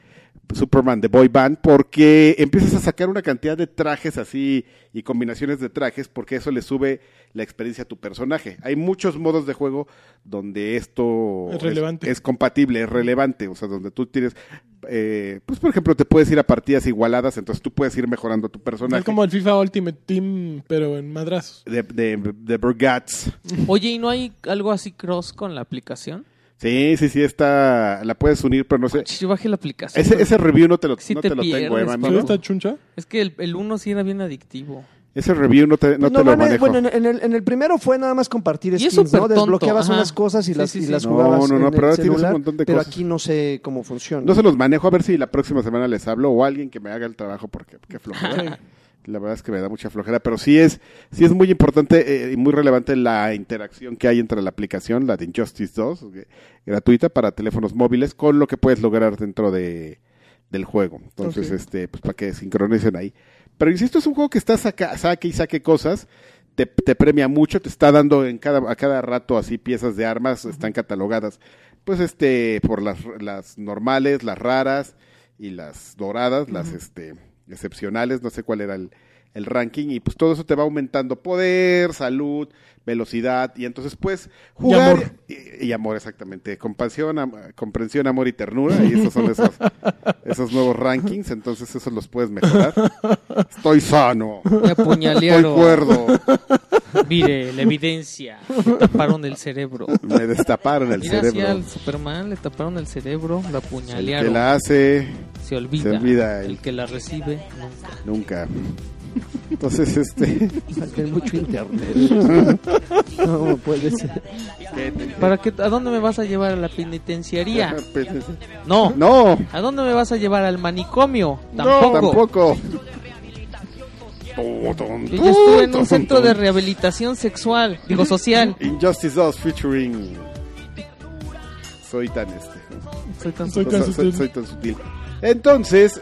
S3: Superman de Boy Band, porque empiezas a sacar una cantidad de trajes así y combinaciones de trajes, porque eso le sube la experiencia a tu personaje. Hay muchos modos de juego donde esto
S4: Es relevante.
S3: es compatible, es relevante, o sea, donde tú tienes, eh, pues por ejemplo, te puedes ir a partidas igualadas, entonces tú puedes ir mejorando tu personaje.
S4: Es como el FIFA Ultimate Team, pero en madrazos.
S3: de, de, de Burgats.
S5: Oye, ¿y no hay algo así cross con la aplicación?
S3: Sí, sí, sí, está, la puedes unir, pero no sé.
S5: Ah, Ch, Yo bajé la aplicación.
S3: Ese, ese review no te lo,
S5: Sí
S3: no
S5: te
S3: te lo tengo,
S5: pierdes,
S3: eh,
S4: ¿Pero
S5: Pablo.
S3: amigo.
S4: está chuncha?
S5: Es que el, el uno sí era bien adictivo.
S3: Ese review no te, no
S2: Pues
S3: te lo
S2: Normalmente-
S3: manejo.
S2: Bueno, en, en el, en el primero fue nada más compartir
S5: es
S2: skins,
S5: súper
S2: ¿no?
S5: tonto,
S2: Desbloqueabas
S5: ajá.
S2: unas cosas y
S5: Sí,
S2: las,
S5: sí,
S2: y
S5: sí.
S2: las
S3: No,
S2: jugabas
S3: no, no,
S2: en
S3: pero
S2: el
S3: ahora tienes un
S2: celular,
S3: montón de
S2: pero
S3: cosas.
S2: aquí no sé cómo funciona. <laughs>
S3: No se los manejo, a ver si la próxima semana les hablo o alguien que me haga el trabajo porque qué flojera. La verdad es que me da mucha flojera, pero sí es, sí es muy importante eh, y muy relevante la interacción que hay entre la aplicación, la de Injustice 2, eh, gratuita para teléfonos móviles, con lo que puedes lograr dentro de, del juego. Entonces,
S4: Ok.
S3: este, pues para que sincronicen ahí. Pero insisto, es un juego que está saca, saque y saque cosas, te, te premia mucho, te está dando en cada, a cada rato así piezas de armas, están catalogadas pues este por las, las normales, las raras y las doradas, las este excepcionales, no sé cuál era el, el ranking y pues todo eso te va aumentando poder, salud, velocidad y entonces pues jugar
S4: amor.
S3: y, y amor exactamente, compasión, am- comprensión, amor y ternura y esos son esos esos nuevos rankings, entonces esos los puedes mejorar. Estoy sano,
S5: Me
S3: estoy <laughs>
S5: apuñalearon.
S3: cuerdo,
S5: Mire, la evidencia. Me taparon el cerebro.
S3: me destaparon el
S5: Mira, así
S3: cerebro.
S5: al Superman le taparon el cerebro, la
S3: El que
S5: apuñalearon.
S3: la hace
S5: Se olvida.
S3: se olvida
S5: el...
S3: el-
S5: que la recibe nunca.
S3: Nunca. Entonces,
S5: <laughs>
S3: este.
S2: Falta mucho internet.
S3: <laughs>
S2: no puede ser.
S5: ¿Para qué, ¿A dónde me vas a llevar a
S3: <laughs>
S5: la penitenciaría? No.
S3: No,
S5: ¿A dónde me vas a llevar al manicomio?
S3: no,
S5: Tampoco.
S3: tampoco.
S5: Yo ya estuve en un centro de rehabilitación sexual,
S3: <laughs>
S5: digo social.
S3: Injustice 2 featuring. Soy tan este.
S5: Soy tan
S4: Soy tan
S3: soy,
S4: sutil.
S3: soy tan sutil. Entonces,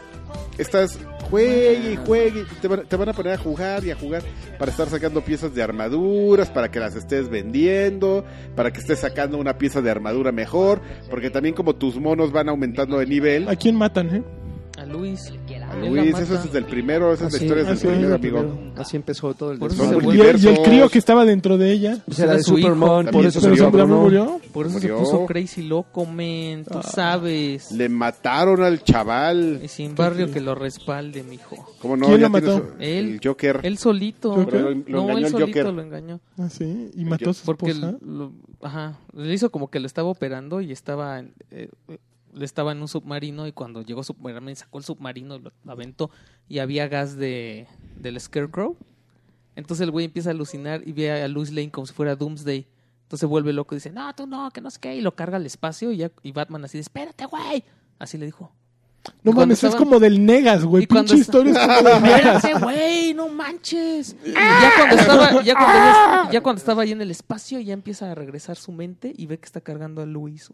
S3: estás juegue y juegue. y Te van, te van a poner a jugar y a jugar para estar sacando piezas de armaduras, para que las estés vendiendo, para que estés sacando una pieza de armadura mejor. Porque también, como tus monos van aumentando de nivel.
S4: ¿A quién matan, eh?
S5: A Luis.
S3: A
S5: Él
S3: Luis,
S5: la
S3: eso
S5: mata.
S3: es desde el primero, esa es la
S2: Así-
S3: historia
S4: así
S3: desde el
S4: es,
S3: primero,
S4: la
S3: amigo.
S4: primera.
S2: Así empezó todo el
S5: Por eso
S3: Son
S5: se
S4: Y,
S5: vuelve-
S3: multiversos.
S4: y el crío que estaba dentro de ella.
S2: Pues era
S5: Era
S2: de
S5: su hijo.
S2: Superman, por
S3: También
S2: eso
S4: Pero
S2: se
S4: se
S3: murió.
S2: murió.
S4: murió.
S5: Por eso se
S3: Murió. Ah.
S5: puso crazy loco, men. Tú sabes.
S3: Le mataron al
S5: Y
S3: chaval.
S5: sin barrio que lo respalde, mijo.
S3: ¿Cómo no?
S4: ¿Quién lo
S3: Ya tiene
S4: mató?
S3: su-
S5: Él.
S3: El Joker.
S5: Él solito.
S4: Pero
S3: lo- lo
S5: no,
S3: engañó
S5: él
S3: el
S5: solito
S3: Joker.
S5: lo engañó.
S4: Ah, sí. Y mató a su
S5: Porque
S4: esposa.
S5: lo- ajá, le hizo como que lo estaba operando y estaba eh, le estaba en un submarino y cuando llegó Superman sacó el submarino, lo aventó y había gas de del Scarecrow. Entonces el güey empieza a alucinar y ve a Lois Lane como si fuera Doomsday. Entonces se vuelve loco y dice, no, tú no, que no sé qué. Y lo carga al espacio y, ya, y Batman así, de, espérate, güey. Así le dijo.
S4: No
S5: y cuando
S4: mames, es
S5: estaba-
S4: como del Negas, güey.
S5: y cuando
S4: Pinche
S5: está-
S4: historia es
S5: <laughs>
S4: como del Negas.
S5: Espérate, güey, no manches. Ah. Y ya cuando estaba, ya cuando, ya, ya cuando estaba ahí en el espacio, ya empieza a regresar su mente y ve que está cargando a Luis.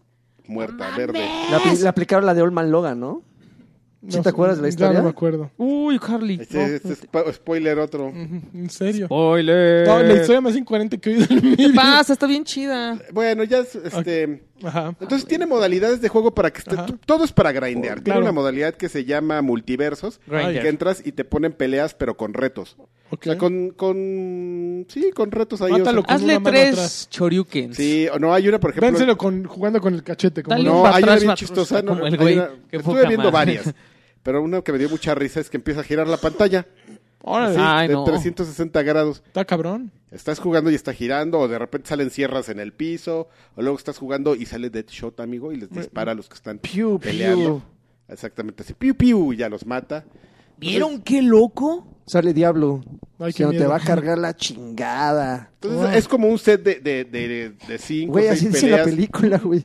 S3: Muerta, verde.
S2: Le, apli- le aplicaron la de Old Man Logan, ¿no? ¿Sí
S4: No
S2: te acuerdas de la
S4: ya
S2: historia?
S4: no me acuerdo.
S5: Uy, Harley. no.
S3: Este, este es spo- spoiler otro.
S4: Ujú, En serio.
S5: Spoiler.
S4: No, la historia más incoherente que he oído en mi
S5: ¿Qué
S4: vida.
S5: pasa? Está bien chida.
S3: Bueno, ya es, este.
S4: Ajá.
S5: Ah,
S3: Entonces tiene modalidades de juego para que esté,
S4: Ajá.
S3: todo es para grindear. Tiene
S4: Claro.
S3: una modalidad que se llama multiversos,
S5: Grindr.
S3: que entras y te ponen peleas pero con retos.
S4: Ok.
S3: O sea, con, con sí, con retos ahí. o sea,
S4: Mátalo con
S5: Hazle
S4: una mano
S5: tres
S4: atrás.
S5: choryukens.
S3: sí, o no hay una, por ejemplo,
S4: Vénselo con, jugando con el cachete. Como
S5: Dale
S4: no.
S5: un
S3: No,
S5: batrash,
S3: hay una bien
S5: batrash,
S3: chistosa. no,
S5: como el
S3: hay
S5: güey.
S3: una-
S5: Qué
S3: estuve
S5: poca
S3: viendo
S5: madre.
S3: varias, pero una que me dio mucha risa es que empieza a girar la pantalla
S4: Órale.
S3: así,
S5: <laughs> Ay,
S3: de
S5: no.
S3: 360 grados.
S4: Está cabrón.
S3: Estás jugando y está girando, o de repente salen sierras en el piso, o luego estás jugando y sale Deadshot, amigo, y les dispara a los que están
S2: Piu,
S3: peleando.
S2: piu.
S3: Exactamente así, piu, piu, y ya los mata.
S5: ¿Vieron qué loco?
S2: Sale Diablo.
S4: Ay,
S2: que
S4: qué
S2: no te
S4: miedo.
S2: va a cargar la chingada.
S3: Entonces
S4: Wow.
S3: es como un set de, de, de, de cinco
S2: Güey,
S3: o
S2: así
S3: seis
S2: dice la
S3: peleas.
S2: película, güey.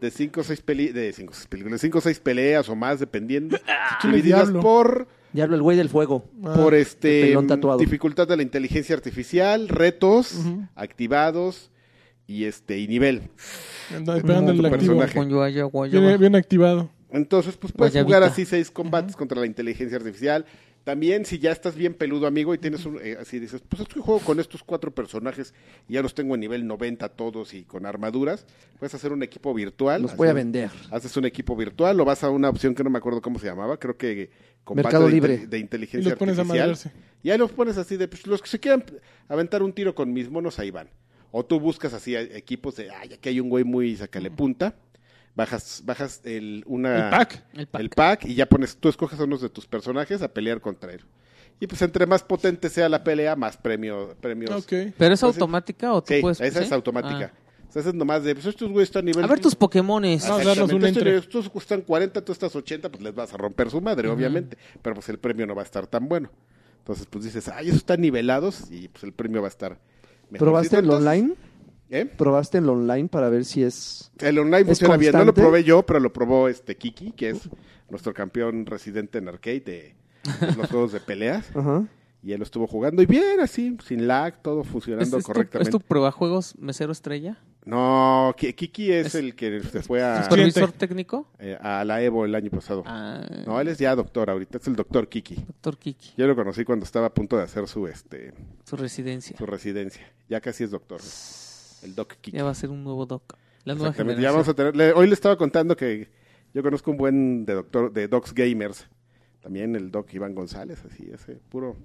S3: De cinco o seis peli- de cinco, o seis películas, cinco o seis peleas o más, dependiendo.
S4: chile,
S3: divididas
S4: diablo.
S3: por
S2: Diablo, el güey del fuego.
S4: Ah,
S3: por este
S2: el pelón tatuado.
S3: dificultad de la inteligencia artificial, retos
S4: Ujú.
S3: activados y este y nivel.
S4: Anda esperando el
S3: tu
S4: activo.
S3: personaje.
S5: Con yo allá, guayaba.
S4: Bien, bien activado.
S3: Entonces, pues puedes
S1: Guayabita.
S3: jugar así seis combates contra la inteligencia artificial. También, si ya estás bien peludo, amigo, y tienes un, eh, así dices, pues estoy juego con estos cuatro personajes y ya los tengo a nivel 90 todos y con armaduras, puedes hacer un equipo virtual.
S2: Los voy a
S3: hacer-
S2: vender.
S3: Haces un equipo virtual, lo vas a una opción que no me acuerdo cómo se llamaba, creo que combate
S2: Mercado
S3: de,
S2: Libre.
S3: inte- de
S4: Y
S3: inteligencia
S4: los pones a
S3: artificial.
S4: madrearse.
S3: Y ahí los pones así de, pues, los que se quieran aventar un tiro con mis monos, ahí van. O tú buscas así a- equipos de, ay, aquí hay un güey muy sacale punta. Bajas, bajas el, una,
S4: El pack.
S1: El pack.
S3: el pack y ya pones, tú escoges a unos de tus personajes a pelear contra él. Y pues entre más potente sea la pelea, más premio, premios.
S4: Ok.
S1: ¿Pero es
S3: Pues es-
S1: automática o tú
S3: Sí,
S1: puedes...?
S3: esa
S1: ¿sí?
S3: es automática.
S1: Ah.
S3: O sea, esa es nomás de, pues estos güeyes están a nivel...
S1: A ver tus Pokémones.
S4: No,
S3: Exactamente.
S4: darnos un
S3: Entonces,
S4: entre.
S3: Estos cuestan 40, tú estás 80, pues les vas a romper su madre, obviamente. Pero pues el premio no va a estar tan bueno. Entonces, pues dices, ay, eso están nivelados y pues el premio va a estar mejor.
S2: ¿Probaste el
S3: Entonces,
S2: online?
S3: ¿eh?
S2: ¿Probaste el online para ver si es...
S3: El online
S2: ¿Es
S3: funciona bien. No lo
S2: constante?
S3: probé yo, pero lo probó este Kiki, que es nuestro campeón residente en arcade de, de los juegos de peleas.
S2: Ajá.
S3: Y él lo estuvo jugando y bien, así, sin lag, todo
S1: ¿Es,
S3: funcionando
S1: es, tu, ¿Es
S3: correctamente.
S1: tu prueba juegos mesero estrella?
S3: No, Ki- Kiki es,
S1: Es-
S3: el que se fue a,
S4: Cliente.
S1: ¿Supervisor técnico?
S3: eh, a la Evo el año pasado.
S1: Ah,
S3: No, él es ya doctor, ahorita es el doctor Kiki.
S1: Doctor Kiki,
S3: Yo lo conocí cuando estaba a punto de hacer su este
S1: su residencia.
S3: su residencia. Ya casi es doctor. El Doc Kiki.
S1: Ya va a ser un nuevo doc. La nueva
S3: Exactamente.
S1: generación.
S3: Ya vamos a tener. le- hoy le estaba contando que yo conozco un buen de doctor de Docs Gamers. También el Doc Iván González, así ese puro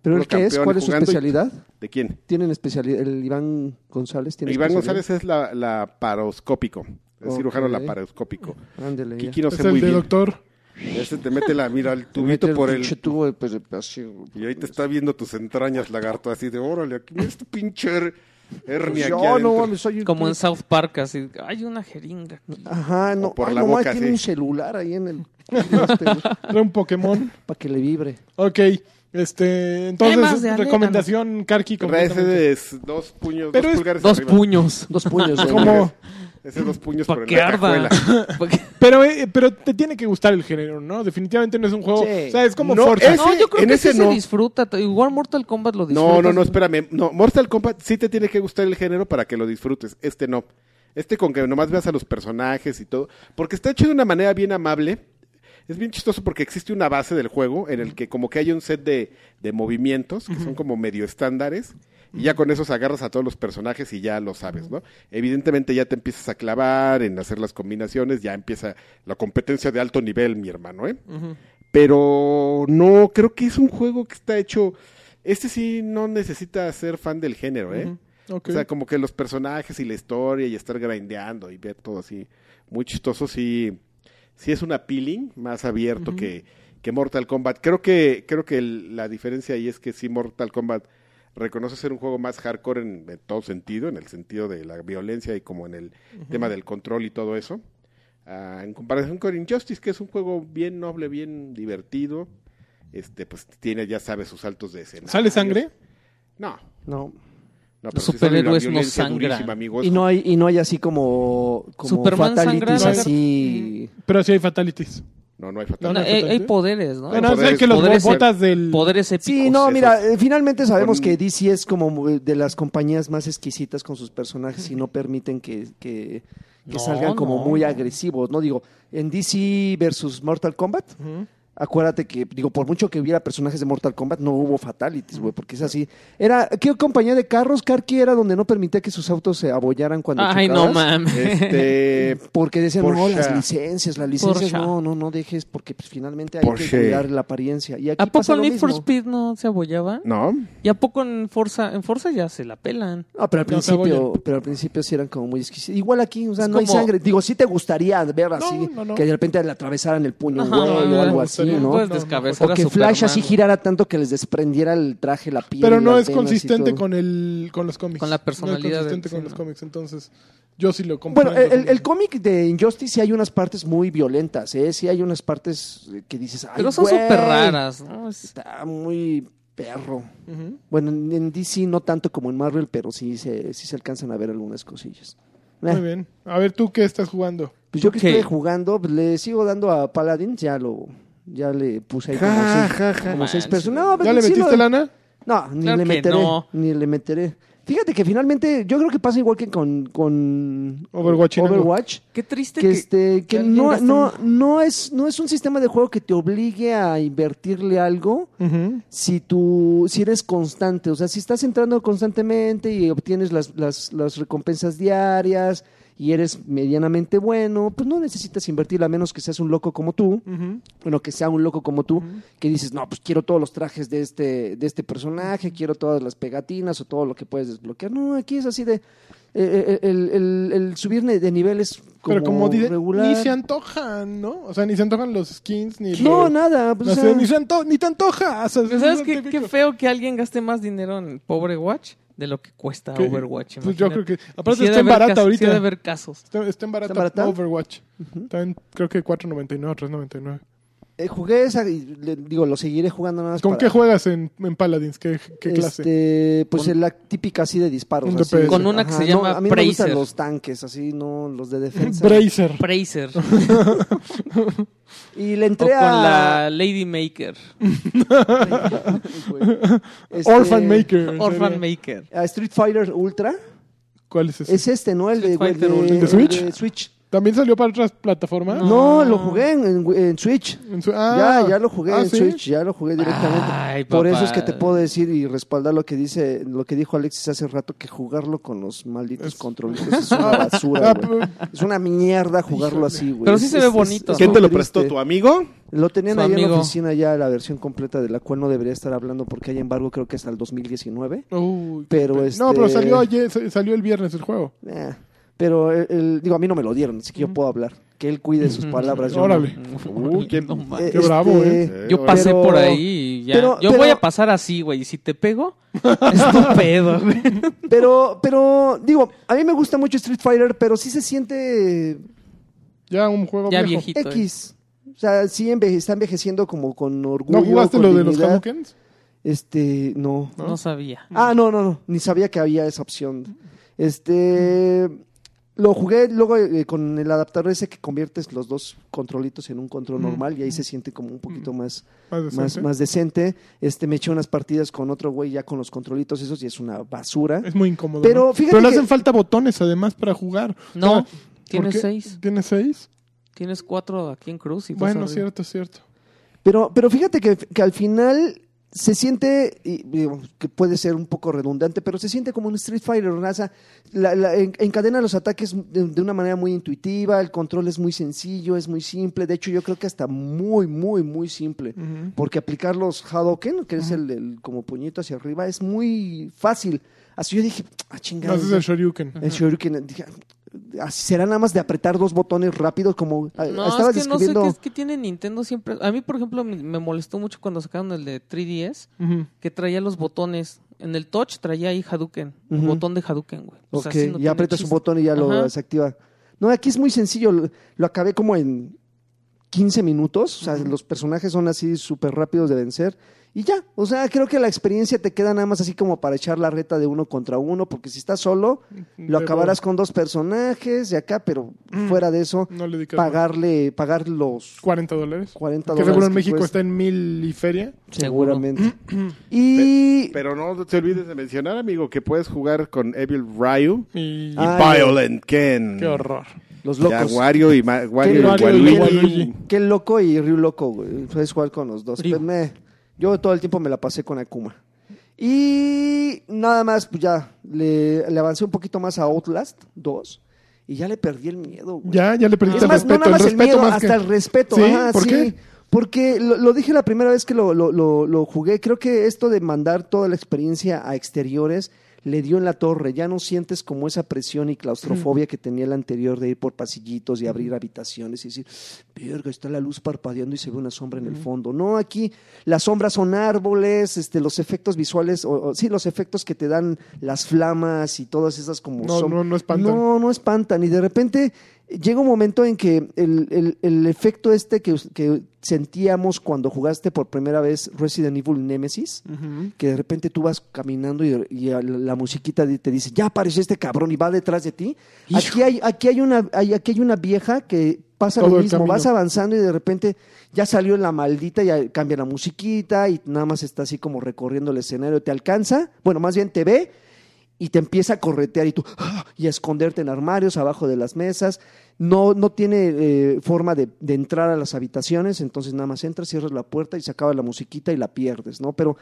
S2: ¿Pero
S3: Puro
S2: el que es?
S3: campeón
S2: ¿Cuál es su
S3: jugando y-
S2: especialidad?
S3: ¿De quién?
S2: ¿Tienen especialidad? ¿El Iván González tiene
S3: Iván
S2: especialidad?
S3: González es la, paroscópico. El
S2: Ok.
S3: cirujano laparoscópico.
S2: Ándele, ya.
S3: Kiki no
S4: es
S3: sé
S4: el
S3: muy
S4: de
S3: bien.
S4: doctor.
S3: Ese te mete la mira al
S2: <laughs> Te mete
S3: tubito por el
S2: pinche tubo de- pues, de- así,
S3: Y ahí te está viendo tus entrañas, lagarto, así de órale, aquí mira este pinche her-
S4: Pues
S3: hernia aquí
S2: Pues, Yo no
S3: adentro".
S2: mames, soy un
S1: Como en
S2: tubo.
S1: South Park, así. Hay una jeringa. aquí.
S2: Ajá, no.
S3: O por
S2: Ay,
S3: la
S2: no mames,
S3: boca,
S2: tiene
S3: sí.
S2: un celular ahí
S3: <laughs>
S2: en el... para
S4: Era un Pokémon.
S2: que le vibre.
S4: Ok. Este,
S1: Temas
S4: entonces,
S1: de
S4: recomendación, Karki.
S3: Pero Ese
S4: completamente.
S3: es dos puños,
S4: Pero
S3: dos
S4: es
S3: pulgares
S1: Dos
S3: pues, arriba.
S1: puños.
S2: Dos puños. de-
S4: Como,
S3: Ese dos puños
S1: Para
S3: por
S1: que
S3: la
S1: arda.
S3: cajuela.
S1: Pa' que-
S4: pero, eh, pero te tiene que gustar el género, ¿no? Definitivamente no es un juego.
S2: Sí.
S4: O sea, es como
S3: No,
S4: Forza.
S3: es-
S1: No, yo creo
S3: en
S1: que
S3: ese
S1: ese
S3: no.
S1: se disfruta. t- Igual Mortal Kombat lo disfruta.
S3: No, no, no, espérame. No, Mortal Kombat sí te tiene que gustar el género para que lo disfrutes. Este no. Este con que nomás veas a los personajes y todo. Porque está hecho de una manera bien amable. Es bien chistoso porque existe una base del juego en el que como que hay un set de, de movimientos que son como medio estándares. Y ya con esos agarras a todos los personajes y ya lo sabes, ¿no? Evidentemente ya te empiezas a clavar en hacer las combinaciones, ya empieza la competencia de alto nivel, mi hermano, ¿eh?
S4: Ujú.
S3: pero no, creo que es un juego que está hecho. Este sí no necesita ser fan del género, ¿eh?
S4: Ujú. Ok.
S3: O sea, como que los personajes y la historia y estar grindeando y ver todo así muy chistoso, sí, sí es un appealing más abierto que, que Mortal Kombat. Creo que, creo que el- la diferencia ahí es que sí Mortal Kombat reconoce ser un juego más hardcore en, en todo sentido, en el sentido de la violencia y como en el tema del control y todo eso. Ah, en comparación con Injustice, que es un juego bien noble, bien divertido, este, pues tiene, ya sabes, sus saltos de escena.
S4: ¿Sale sangre?
S3: No,
S2: No.
S3: no,
S1: Los
S3: sí sale la
S1: superhéroes no
S3: violencia
S1: sangran.
S3: durísima, amigos.
S2: Y no hay, y no hay así como, como
S1: Superman
S2: fatalities
S1: sangrado.
S2: así.
S4: Pero sí hay fatalities.
S3: No, no hay fatal.
S1: No,
S4: No, no,
S1: hay,
S4: no,
S1: hay
S4: no.
S1: poderes, ¿no?
S4: No, no,
S1: Hay
S4: es el
S3: poderes-
S4: que los
S1: poderes-
S4: botas del.
S1: <laughs> Poderes épicos.
S2: Sí, no,
S3: esos.
S2: mira, eh, finalmente sabemos
S3: Con-
S2: que DC es como muy- de las compañías más exquisitas con sus personajes
S1: <laughs>
S2: y no permiten que, que, que
S1: No,
S2: salgan como
S1: no.
S2: muy agresivos, ¿no? Digo, en DC versus Mortal Kombat,
S4: Ujú.
S2: acuérdate que, digo, por mucho que hubiera personajes de Mortal Kombat, no hubo fatalities, güey, porque es así. Era, ¿qué compañía de carros, Karki, era donde no permitía que sus autos se abollaran cuando
S1: Ay,
S2: chocabas?
S1: no mames.
S3: Este,
S2: Porque decían, no,
S3: Porsche.
S2: las licencias, las licencias,
S1: Porsche.
S2: no, no, no dejes, porque pues, finalmente hay
S3: Porsche.
S2: que cuidar la apariencia. Y aquí
S1: ¿A poco
S2: pasa
S1: en
S2: lo
S1: Need for
S2: mismo.
S1: Speed no se abollaban?
S3: <laughs> no,
S1: ¿Y a poco en Forza, en Forza ya se la pelan?
S2: No, pero al
S4: No, se
S2: principio,
S4: abollan.
S2: pero al principio sí eran como muy exquisitos. Igual aquí, o sea,
S1: Es
S2: no hay
S1: como-
S2: sangre. Digo, sí te gustaría ver así,
S4: no, no.
S2: que de repente le atravesaran el puño,
S1: Ajá,
S2: güey,
S1: no,
S2: o
S1: no,
S2: algo
S1: me
S2: así,
S4: gustaría.
S2: ¿no?
S1: Puedes
S4: No, no,
S1: descabezar
S2: O
S1: a
S2: que
S1: Superman,
S2: Flash así
S1: güey.
S2: girara tanto que les desprendiera el traje, la piel.
S4: Pero no
S2: las
S4: es
S2: venas y
S4: consistente
S2: todo.
S4: con el con los cómics.
S1: Con la personalidad de-
S4: No es consistente con
S1: sí,
S4: los
S1: no.
S4: cómics, entonces yo sí lo compro.
S2: Bueno, el, el- el cómic de Injustice sí hay unas partes muy violentas, ¿eh? Sí hay unas partes que dices, ay,
S1: Pero son
S2: güey,
S1: súper raras, ¿no? Es-
S2: Está muy perro. Bueno, en, en DC no tanto como en Marvel, pero sí se, sí se alcanzan a ver algunas cosillas. Eh,
S4: Muy bien. A ver, ¿tú qué estás jugando?
S2: Pues yo que
S1: Ok.
S2: estoy jugando, pues le sigo dando a Paladin, ya lo ya le puse ahí como
S3: Ja,
S2: seis,
S3: ja,
S2: como
S1: ja.
S2: seis personas. No,
S4: ¿Ya
S2: pero
S4: le
S2: Pues sí
S4: metiste
S2: lo-
S4: lana?
S2: No, ni
S1: Claro
S2: le
S1: que
S2: meteré,
S1: no.
S2: ni le meteré. Fíjate que finalmente yo creo que pasa igual que con, con
S4: Overwatch y Nango.
S2: Overwatch,
S1: Qué triste
S2: que, este, que
S1: alguien
S2: no,
S1: gaste
S2: no,
S1: mucho.
S2: no, es, no es un sistema de juego que te obligue a invertirle algo
S4: Ujú.
S2: si tú si eres constante, o sea, si estás entrando constantemente y obtienes las, las, las recompensas diarias y eres medianamente bueno, pues no necesitas invertir a menos que seas un loco como tú,
S4: Ujú.
S2: bueno, que sea un loco como tú, que dices, no, pues quiero todos los trajes de este, de este personaje, quiero todas las pegatinas o todo lo que puedes desbloquear. No, aquí es así de... eh, eh, el, el- el subir ne- de nivel es como,
S4: Pero como dice,
S2: regular.
S4: ni se antojan, ¿no? O sea, ni se antojan los skins, ni...
S2: No,
S4: los-
S2: nada. pues,
S4: no
S2: o sea,
S4: sé, ni, se anto- ni te antojas. o sea,
S1: Pero
S4: es
S1: Pues, ¿Sabes
S4: lo
S1: qué,
S4: típico.
S1: qué feo que alguien gaste más dinero en pobre Watch de lo que cuesta
S4: Que-
S1: Overwatch?
S4: Pues yo
S1: imagínate.
S4: creo que...
S1: Y
S4: Aparte
S1: sí ha de
S4: está en
S1: haber casos-
S4: barata
S1: sí
S4: ahorita.
S1: ha de haber casos.
S4: Está, está en
S2: ¿Está
S4: barata,
S2: en barata?
S4: Overwatch. Está en, creo que 4.99 o 3.99.
S2: eh, jugué esa y le- digo, lo seguiré jugando nada más.
S4: ¿Con
S2: para-
S4: qué juegas en, en Paladins? ¿Qué, qué clase?
S2: Este, pues
S1: Con-
S2: la típica así de disparos.
S4: Un
S2: así.
S4: DPS. Con
S1: una que se llama
S2: no, A mí me gustan
S1: Bracer.
S2: los tanques, así, no los de defensa.
S4: Bracer.
S1: Bracer.
S2: y le
S1: o
S2: entré
S1: con
S2: a...
S1: la Lady Maker.
S2: <laughs> Este,
S4: Orphan Maker.
S1: Orphan
S4: sería.
S1: Maker.
S2: A Street Fighter Ultra.
S4: ¿Cuál es ese?
S2: Es este, ¿no? El de,
S1: Street Fighter
S2: el
S1: Ultra.
S4: ¿El de Switch?
S2: Switch.
S4: ¿También salió para otras plataformas?
S2: No, lo jugué en, en- en Switch.
S4: En su- ah,
S2: ya, ya lo jugué
S4: ah,
S2: en
S4: ¿sí?
S2: Switch, ya lo jugué directamente.
S1: Ay,
S2: Por eso
S1: papá.
S2: es que te puedo decir y respaldar lo que dice, lo que dijo Alexis hace rato, que jugarlo con los malditos
S4: Es- <laughs>
S2: controlitos es una basura,
S4: Ah,
S2: güey. Es una mierda jugarlo así, güey.
S1: Pero sí
S2: Es-
S1: se ve
S2: es-
S1: bonito.
S2: es-
S1: ¿Quién
S3: ¿Quién te lo
S2: triste.
S3: prestó? ¿Tu amigo?
S2: Lo tenían
S1: Su
S2: ahí en la
S1: amigo.
S2: oficina ya la versión completa de la cual no debería estar hablando porque hay embargo creo que hasta el 2019.
S4: Uy, qué
S2: Pero
S4: pena.
S2: este-
S4: No, pero salió ayer, sa- salió el viernes el juego.
S2: Eh, pero el- el- digo, a mí no me lo dieron, así que yo puedo hablar. Que él cuide sus
S1: Ujú.
S2: palabras. yo no.
S4: Órale.
S3: Uh, ¿quién-
S1: No mames.
S2: Eh,
S4: Qué bravo,
S3: ¿eh?
S1: Yo pasé
S2: pero-
S1: por ahí y ya.
S2: pero-
S1: yo
S2: pero-
S1: voy a pasar así, güey. Y si te
S2: <laughs>
S1: pego, es tu <laughs> pedo, güey.
S2: Pero, pero, digo, a mí me gusta mucho Street Fighter, pero sí se siente
S4: Ya un juego
S1: Ya
S4: viejo.
S1: viejito. eh.
S2: X. O sea, sí enveje- está envejeciendo como con orgullo.
S4: ¿No jugaste
S2: con
S4: lo de los
S2: dignidad.
S4: Hadouken?
S2: Este, no.
S1: ¿no? sabía.
S4: Mm.
S2: Ah, no, no, no. Ni sabía que había esa opción. Este. Lo jugué luego eh, con el adaptador ese que conviertes los dos controlitos en un control
S4: Mm.
S2: normal y ahí se siente como un poquito más,
S4: Más
S2: más,
S4: decente.
S2: más decente. Este, me eché unas partidas con otro güey ya con los controlitos esos y es una basura.
S4: Es muy incómodo.
S2: Pero
S4: ¿no?
S2: fíjate
S4: Pero le
S2: que-
S4: hacen falta botones además para jugar.
S1: No,
S4: O sea, ¿por
S1: tienes
S4: qué?
S1: seis. pues,
S4: ¿Tienes seis?
S1: Tienes cuatro aquí en Cruz. Y dos
S4: Bueno,
S1: arriba.
S4: cierto, cierto.
S2: Pero, pero fíjate que, que al final se siente, y digo, que puede ser un poco redundante, pero se siente como un Street Fighter, raza. La- la- en- encadena los ataques de, de una manera muy intuitiva, el control es muy sencillo, es muy simple. De hecho, yo creo que hasta muy, muy, muy simple.
S4: Ujú.
S2: Porque aplicar los Hadouken, que es el, el como puñito hacia arriba, es muy fácil. Así yo dije, ah,
S4: No,
S2: chingada.
S4: ese es el Shoryuken.
S2: El Shoryuken, dije, "Ah, será nada más de apretar dos botones rápidos, como ah,
S1: No,
S2: estabas
S1: es que no sé
S2: describiendo.
S1: qué, es que tiene Nintendo siempre. A mí, por ejemplo, me- me molestó mucho cuando sacaron el de 3DS,
S4: Ujú.
S1: que traía los botones. En el Touch traía ahí Hadouken, el
S2: Ujú.
S1: botón de Hadouken, güey. O
S2: Ok,
S1: sea, sí no
S2: y
S1: tiene
S2: aprietas un
S1: chiste.
S2: botón y ya lo
S1: Ajá.
S2: desactiva. No, aquí es muy sencillo. Lo, lo acabé como en 15 minutos. O sea, los personajes son así súper rápidos de vencer. Y ya, o sea, creo que la experiencia te queda nada más así como para echar la reta de uno contra uno, porque si estás solo, lo
S4: Debo-
S2: acabarás con dos personajes de acá, pero
S1: Mm.
S2: fuera de eso,
S4: No le dedicas más.
S2: pagarle, pagar los
S4: 40 dólares.
S2: 40
S4: Que
S2: dólares.
S4: seguro en
S2: que
S4: México
S2: cuesta,
S4: está en mil y feria.
S2: Seguramente. y...
S3: Pero no te olvides de mencionar, amigo, que puedes jugar con Evil Ryu
S4: Y...
S3: y
S2: Ah,
S3: Violent Ken.
S4: Qué horror.
S2: los
S3: Ya,
S2: locos.
S3: Wario y, Ma- Wario y
S4: Wario y
S3: Waluigi.
S4: Waluigi.
S2: Qué loco y Ryu loco, güey. Puedes jugar con los dos.
S1: Ryu.
S2: Pero me- yo todo el tiempo me la pasé con Akuma. Y nada más, pues ya, le, le avancé un poquito más a Outlast 2 y ya le perdí el miedo, güey.
S4: Ya, ya le perdiste
S2: Es
S4: el
S2: más,
S4: respeto.
S2: no nada más el,
S4: respeto
S2: miedo,
S4: más
S2: hasta
S4: que-
S2: el respeto.
S4: ¿Sí?
S2: Ajá,
S4: ¿Por
S2: sí.
S4: qué?
S2: Porque lo, lo dije la primera vez que lo, lo- lo- lo jugué, creo que esto de mandar toda la experiencia a exteriores le dio en la torre, ya no sientes como esa presión y claustrofobia
S4: Mm.
S2: que tenía el anterior de ir por pasillitos y abrir habitaciones y decir, verga, está la luz parpadeando y se ve una sombra en el fondo. No, aquí las sombras son árboles, este, los efectos visuales, o, o- sí, los efectos que te dan las flamas y todas esas como
S4: No,
S2: som-
S4: no, no espantan.
S2: No, no, no espantan. Y de repente llega un momento en que el, el- el efecto este que, que sentíamos cuando jugaste por primera vez Resident Evil Nemesis,
S4: Ujú.
S2: que de repente tú vas caminando y, y a la la musiquita di- te dice, ya apareció este cabrón y va detrás de ti. Aquí hay, aquí hay, una, hay- aquí hay una vieja que pasa
S4: Todo
S2: lo
S4: el
S2: mismo,
S4: camino.
S2: vas avanzando y de repente ya salió la maldita, ya cambia la musiquita y nada más está así como recorriendo el escenario, te alcanza, bueno, más bien te ve y te empieza a corretear y tú ¡ah! y a esconderte en armarios, abajo de las mesas. No, no tiene eh, forma de, de entrar a las habitaciones, entonces nada más entras, cierras la puerta y se acaba la musiquita y la pierdes, ¿no? Pero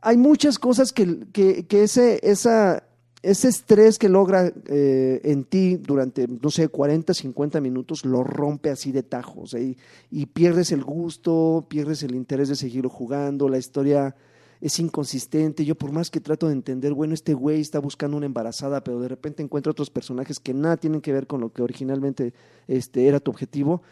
S2: hay muchas cosas que, que, que ese, esa, ese estrés que logra eh, en ti durante, no sé, 40, 50 minutos, lo rompe así de tajos. ¿eh? Y pierdes el gusto, pierdes el interés de seguirlo jugando, la historia es inconsistente. Yo por más que trato de entender, bueno, este güey está buscando una embarazada, pero de repente encuentra otros personajes que nada tienen que ver con lo que originalmente este, era tu objetivo.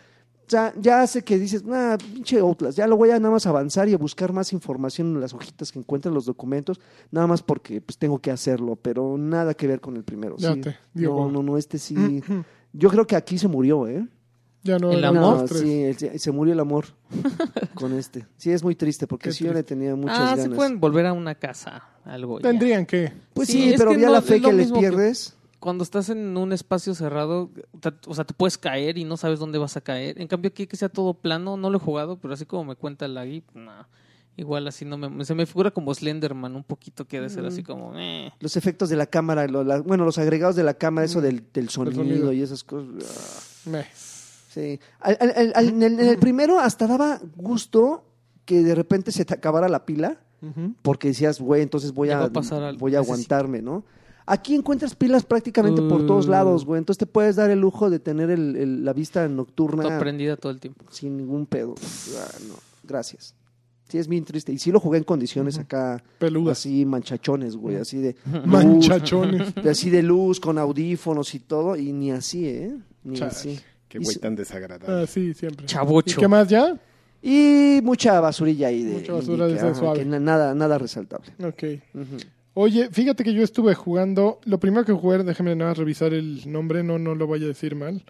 S2: O sea, ya hace que dices, nah, pinche Outlast, ya lo voy a nada más avanzar y a buscar más información en las hojitas que encuentran los documentos, nada más porque pues tengo que hacerlo, pero nada que ver con el primero.
S4: Ya
S2: sí.
S4: te Mm. dio
S2: No,
S4: hueva.
S2: no, no, este sí. Yo creo que aquí se murió, ¿eh?
S4: Ya no
S1: El
S4: era
S1: amor.
S4: más tres.
S2: sí, el- se- se murió
S1: <laughs>
S2: el amor con este. Sí, es muy triste porque
S4: Qué
S2: sí yo le tenía muchas
S1: ah,
S2: ganas.
S1: se pueden volver a una casa, algo. ya.
S4: Tendrían que.
S2: Pues
S1: Sí,
S2: sí,
S1: es
S2: pero
S1: que
S2: ya
S1: no-
S2: la
S1: es
S2: fe
S1: lo
S2: que le
S1: mismo que-
S2: pierdes.
S1: Cuando estás en un espacio cerrado, te- o sea, te puedes caer y no sabes dónde vas a caer. En cambio, aquí que sea todo plano, no lo he jugado, pero así como me cuenta la Gui, no. Igual así no me. Se me figura como Slenderman, un poquito que ha de ser así como. eh.
S2: Los efectos de la cámara, lo- la- bueno, los agregados de la cámara, eso del, del sonido,
S4: sonido.
S2: y esas cosas. ah,
S4: Meh.
S2: Sí. Al- al- al- al- en, el, en el primero hasta daba gusto que de repente se te acabara la pila,
S4: Ujú.
S2: porque decías, güey, entonces voy
S1: Ya
S2: a,
S1: va a pasar algo,
S2: voy a
S1: necesito".
S2: aguantarme, ¿no? Aquí encuentras pilas prácticamente por todos
S1: Uh.
S2: lados, güey. Entonces te puedes dar el lujo de tener el- el- la vista
S1: Está
S2: nocturna
S1: prendida todo el tiempo.
S2: sin ningún pedo. Ah, no. Gracias. Sí, es bien triste. Y sí lo jugué en condiciones acá,
S4: Peludas.
S2: así manchachones, güey, así
S4: <laughs>
S2: de luz, <laughs>
S4: Manchachones.
S2: de así de luz, con audífonos y todo, y ni así, ¿eh? Ni
S4: Chale.
S2: así.
S3: Qué
S2: Y
S3: güey
S2: se-
S3: tan desagradable.
S4: Ah, sí, siempre.
S1: Chavocho.
S4: ¿Y qué más ya?
S2: Y mucha basurilla ahí de.
S4: Mucha basura
S2: indie,
S4: de esa
S2: ajá,
S4: suave.
S2: que na- nada, nada resaltable.
S4: Ok.
S2: Ujú.
S4: Oye, fíjate que yo estuve jugando. Lo primero que jugué, déjame nada más revisar el nombre, no, no lo vaya a decir mal.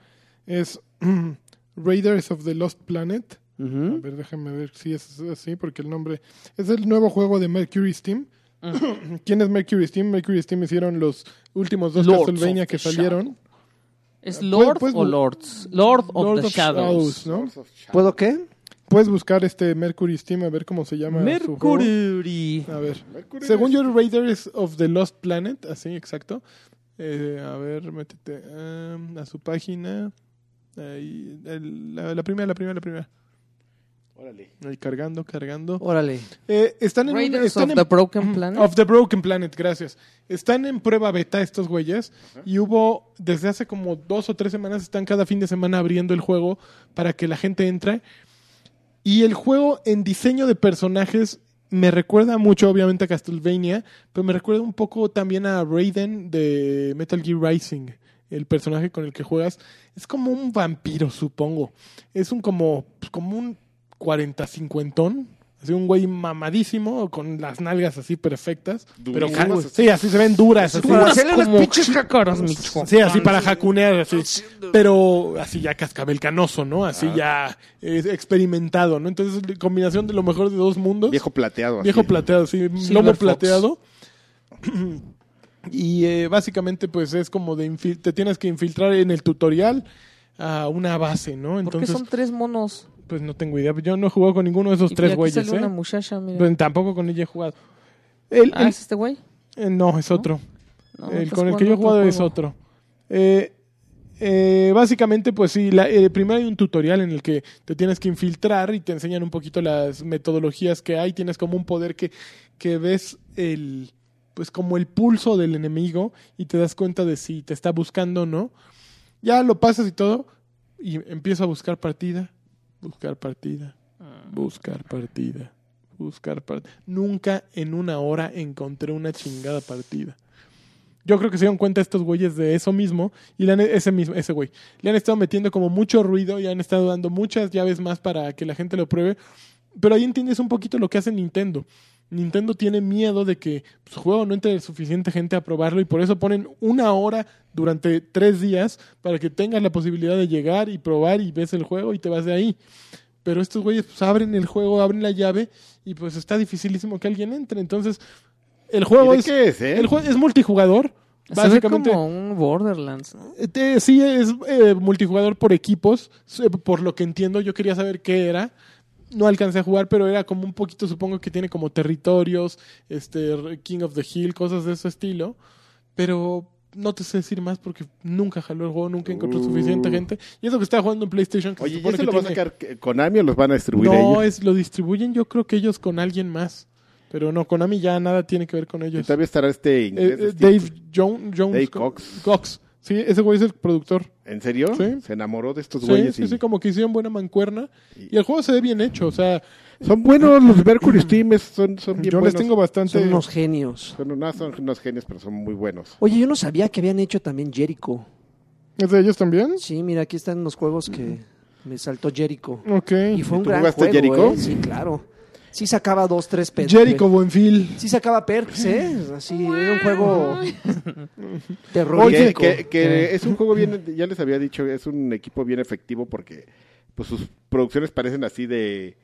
S4: Es <clears throat> Raiders of the Lost Planet. A
S2: Ujú.
S4: ver, déjame ver si es así, porque el nombre. Es el nuevo juego de Mercury Steam. <clears throat> ¿Quién es Mercury Steam? Mercury Steam hicieron los últimos dos
S1: Lords
S4: Castlevania
S1: of the
S4: que salieron.
S1: ¿Es Lord
S4: pues,
S1: o Lords? Lord of
S4: Lord
S1: the
S4: of
S1: Shadows.
S4: Shadows, ¿no?
S2: ¿Puedo qué?
S4: Puedes buscar este Mercury Steam a ver cómo se llama. su juego.
S1: Mercury.
S4: A ver.
S3: Mercury
S4: Según
S3: es-
S4: yo, Raiders of the Lost Planet, así exacto. Eh, a ver, métete am, a su página. Ahí, el- la, la primera, la primera, la primera.
S3: Órale.
S4: Ahí, cargando, cargando.
S2: Órale.
S4: Eh, están en, un-
S1: Raiders
S4: están
S1: of
S4: en-
S1: the Broken Planet.
S4: Of the Broken Planet, gracias. Están en prueba beta estos güeyes y hubo, desde hace como dos o tres semanas, están cada fin de semana abriendo el juego para que la gente entre. Y el juego en diseño de personajes me recuerda mucho, obviamente, a Castlevania, pero me recuerda un poco también a Raiden de Metal Gear Rising, el personaje con el que juegas. Es como un vampiro, supongo. Es un como, pues, como un 40 cincuentón. Así un güey mamadísimo, con las nalgas así perfectas. Pero
S3: Durísimas,
S4: ca-
S3: así.
S4: sí, así se ven duras. así.
S1: Duras
S2: hacerle unas
S1: como
S2: pinches
S1: chícharos, micho.
S4: Sí, así para jacunear, así. Pero así ya cascabel canoso, ¿no?
S3: Ah.
S4: Así ya eh, experimentado, ¿no? Entonces, la combinación de lo mejor de dos mundos.
S3: Viejo plateado. así.
S4: Viejo plateado, sí, lomo
S1: Silver Fox.
S4: plateado. <clears throat> Y eh, básicamente, pues es como de. infil- Te tienes que infiltrar en el tutorial a una base, ¿no?
S1: ¿Por qué
S4: Entonces,
S1: son tres monos?
S4: pues no tengo idea. Yo no he jugado con ninguno de esos
S1: Y
S4: tres
S1: aquí
S4: güeyes,
S1: sale
S4: ¿eh?
S1: una muchacha, mira.
S4: Pero Tampoco con ella he jugado. El-
S1: Ah,
S4: el-
S1: ¿es este güey?
S4: eh, no, es otro.
S1: No,
S4: el
S1: estás
S4: con el que yo he
S1: jugando
S4: jugado
S1: otro
S4: es
S1: juego.
S4: otro. Eh, eh, básicamente, pues sí, la- eh, primero hay un tutorial en el que te tienes que infiltrar y te enseñan un poquito las metodologías que hay. Tienes como un poder que, que ves el pues como el pulso del enemigo y te das cuenta de si te está buscando o no. Ya lo pasas y todo y empiezo a buscar partida, buscar partida,
S1: Ah.
S4: buscar partida, buscar partida. Nunca en una hora encontré una chingada partida. Yo creo que se dieron cuenta estos güeyes de eso mismo y le han, e-, ese mismo ese güey le han estado metiendo como mucho ruido y han estado dando muchas llaves más para que la gente lo pruebe. Pero ahí entiendes un poquito lo que hace Nintendo. Nintendo tiene miedo de que pues, su juego no entre suficiente gente a probarlo y por eso ponen una hora durante tres días para que tengas la posibilidad de llegar y probar y ves el juego y te vas de ahí. Pero estos güeyes pues, abren el juego, abren la llave y pues está dificilísimo que alguien entre. Entonces, el juego
S3: ¿Y de
S4: es,
S3: qué es, eh?
S4: el juego es multijugador.
S1: Se ve
S4: Básicamente,
S1: como un Borderlands, ¿no?
S4: Este, sí, es eh, multijugador por equipos. eh, Por lo que entiendo, yo quería saber qué era. No alcancé a jugar, pero era como un poquito, supongo que tiene como territorios, este, re- King of the Hill, cosas de ese estilo. Pero no te sé decir más porque nunca jaló el juego, nunca encontró suficiente gente. Y eso que estaba jugando en PlayStation. Que se
S3: Uh. Oye, ¿y
S4: supone
S3: ese
S4: que
S3: lo va a
S4: tiene-
S3: sacar eh, Konami o los van a distribuir
S4: No,
S3: ellos?
S4: es, lo distribuyen yo creo que ellos con alguien más. Pero no, Konami ya nada tiene que ver con
S3: Y
S4: ellos.
S3: todavía estará este
S4: Eh,
S3: inglés.
S4: eh,
S3: este-
S4: Dave Jones. Jones
S3: Dave
S4: Co-
S3: Cox.
S4: Cox. Sí, ese güey es el productor.
S3: ¿En serio?
S4: Sí.
S3: Se enamoró de estos
S4: Sí,
S3: güeyes.
S4: sí,
S3: y-
S4: sí, como que hicieron buena mancuerna.
S3: Y-
S4: Y el juego se ve bien hecho. O sea,
S3: Son buenos los <clears throat> Mercury Steam, son, son bien
S4: yo
S3: buenos.
S4: les tengo bastante.
S2: Son
S3: <clears throat>
S2: unos genios.
S3: Son, no, son unos genios, pero son muy buenos.
S2: Oye, yo no sabía que habían hecho también Jericho.
S4: ¿Es de ellos también?
S2: Sí, mira, aquí están los juegos que me saltó Jericho.
S4: Ok.
S2: Y fue un
S3: tú
S2: gran
S3: jugaste
S2: juego,
S3: Jericho?
S2: ¿eh? Sí, claro. Sí sacaba dos, tres perks.
S4: Jericho
S2: güey.
S4: Buenfil.
S2: Sí sacaba perks, ¿eh? Así, era un juego
S5: <laughs>
S3: Oye, Eh.
S2: terrorífico.
S3: que, que es un juego <clears throat> bien, ya les había dicho, es un equipo bien efectivo porque pues sus producciones parecen así de,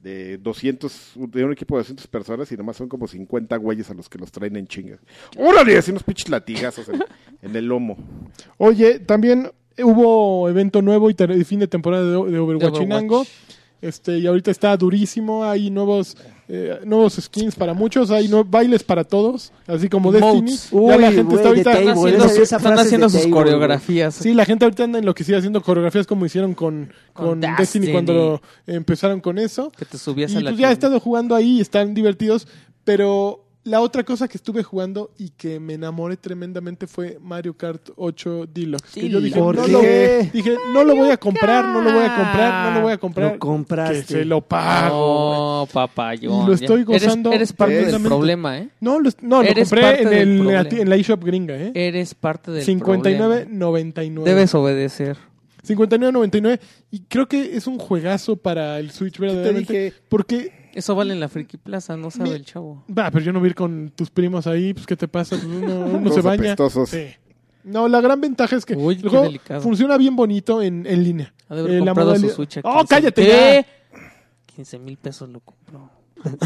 S3: de 200, de un equipo de 200 personas y nomás son como 50 güeyes a los que los traen en chingas. ¡Órale! Hacen unos pinches latigazos <laughs> en, en el lomo.
S4: Oye, también hubo evento nuevo y ter- fin de temporada de, de Overwatch,
S1: Overwatch.
S4: Chinango. Este, y ahorita está durísimo. Hay nuevos eh, nuevos skins para muchos. Hay nue- bailes para todos. Así como Destiny.
S1: Modes.
S4: Ya la gente
S2: güey,
S4: está ahorita.
S1: Están
S2: de Table,
S1: haciendo,
S2: esa-
S1: sus-
S2: esa
S1: están
S2: frase es
S1: haciendo
S2: de
S1: sus
S2: table, güey.
S1: coreografías.
S4: Sí, la gente ahorita anda enloquecida haciendo coreografías como hicieron con,
S1: Con
S4: con Destiny,
S1: Destiny.
S4: cuando lo- empezaron con eso.
S1: Que te subías
S4: Y
S1: a la
S4: pues ya he
S1: tienda.
S4: estado jugando ahí y están divertidos. Pero la otra cosa que estuve jugando y que me enamoré tremendamente fue Mario Kart 8 Deluxe. Que yo dije, no
S1: ¿Por
S4: lo,
S2: qué?
S4: dije, no lo voy a comprar, no lo voy a comprar, no lo voy a
S2: Lo
S4: comprar. que
S2: compraste.
S4: se lo pago.
S1: Ah, No, papayón.
S4: Y lo estoy
S1: ya. Eres-
S4: gozando
S1: Eres, parte del
S4: tremendamente.
S1: problema, ¿eh?
S4: No, lo, no, lo
S1: Eres
S4: compré
S1: parte
S4: en,
S1: del
S4: el- la,
S1: problema.
S4: en la eShop gringa, ¿eh?
S1: Eres parte del problema.
S4: 59.99.
S1: Debes obedecer.
S4: 59.99 y creo que es un juegazo para el Switch verdaderamente
S3: dije.
S4: porque
S1: Eso vale en la Friki Plaza, no sabe
S4: Mi-
S1: el chavo.
S4: va pero yo no voy a ir con tus primos ahí pues qué te pasa
S3: <laughs>
S4: Pues uno, uno se
S3: Todos
S4: baña
S3: apestosos.
S4: Sí. no la gran ventaja es que
S1: Uy, qué
S4: el juego
S1: delicado.
S4: funciona bien bonito en, en línea
S1: Ha de haber
S4: Eh, la
S1: comprado su
S4: modalidad-
S1: Switch a
S4: oh
S1: 15.
S4: cállate ya!
S1: ¿Qué? 15 mil pesos lo compró.
S4: <laughs>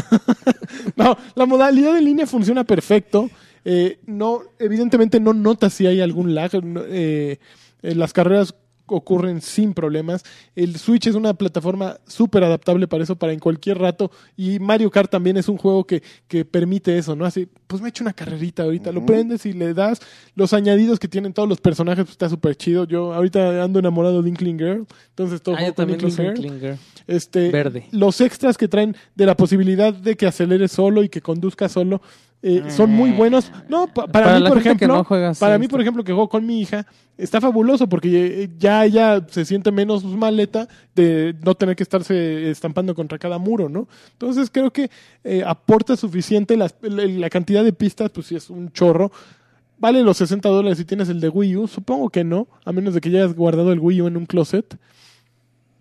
S4: No, la modalidad en línea funciona perfecto. Eh, no, evidentemente no notas si hay algún lag. no, eh, eh, las carreras ocurren sin problemas. El Switch es una plataforma súper adaptable para eso, para en cualquier rato. Y Mario Kart también es un juego que, que permite eso, ¿no? Así, pues me echo una carrerita ahorita. Lo prendes y le das. Los añadidos que tienen todos los personajes, pues está súper chido. Yo ahorita ando enamorado de Inkling Girl. Entonces todo
S1: Ah, yo
S4: juego con
S1: también lo
S4: Inkling
S1: soy
S4: Girl.
S1: Klinger.
S4: Este,
S1: Verde.
S4: Los extras que traen de la posibilidad de que acelere solo y que conduzca solo eh, son muy buenos. No, pa- para,
S1: Para
S4: mí,
S1: la
S4: por
S1: gente que
S4: ejemplo,
S1: no juega así,
S4: para mí,
S1: está-
S4: por ejemplo, que juego con mi hija, está fabuloso porque eh, ya ella se siente menos maleta de no tener que estarse estampando contra cada muro, ¿no? Entonces creo que eh, aporta suficiente las- la, la cantidad de pistas, pues sí es un chorro. ¿Vale los 60 dólares si tienes el de Wii U? Supongo que no, a menos de que ya hayas guardado el Wii U en un closet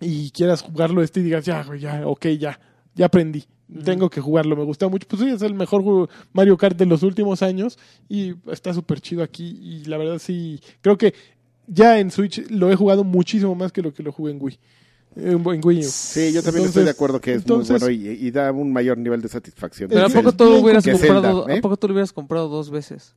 S4: y quieras jugarlo este y digas, ya, güey, ya, ok, ya, ya aprendí. Tengo que jugarlo, me gusta mucho. Pues sí, es el mejor ju- Mario Kart de los últimos años y está súper chido aquí. Y la verdad sí, creo que ya en Switch lo he jugado muchísimo más que lo que lo jugué en Wii. Eh, En, Wii U.
S3: Sí, yo también
S4: Entonces-
S3: estoy de acuerdo que es
S4: entonces-
S3: muy bueno y, y da un mayor nivel de satisfacción.
S1: Pero ¿a
S4: Es-
S1: poco
S4: es
S1: tú
S4: bien
S1: lo hubieras
S3: que
S1: comprado,
S3: Zelda, ¿eh?
S1: ¿a poco tú lo hubieras comprado dos veces?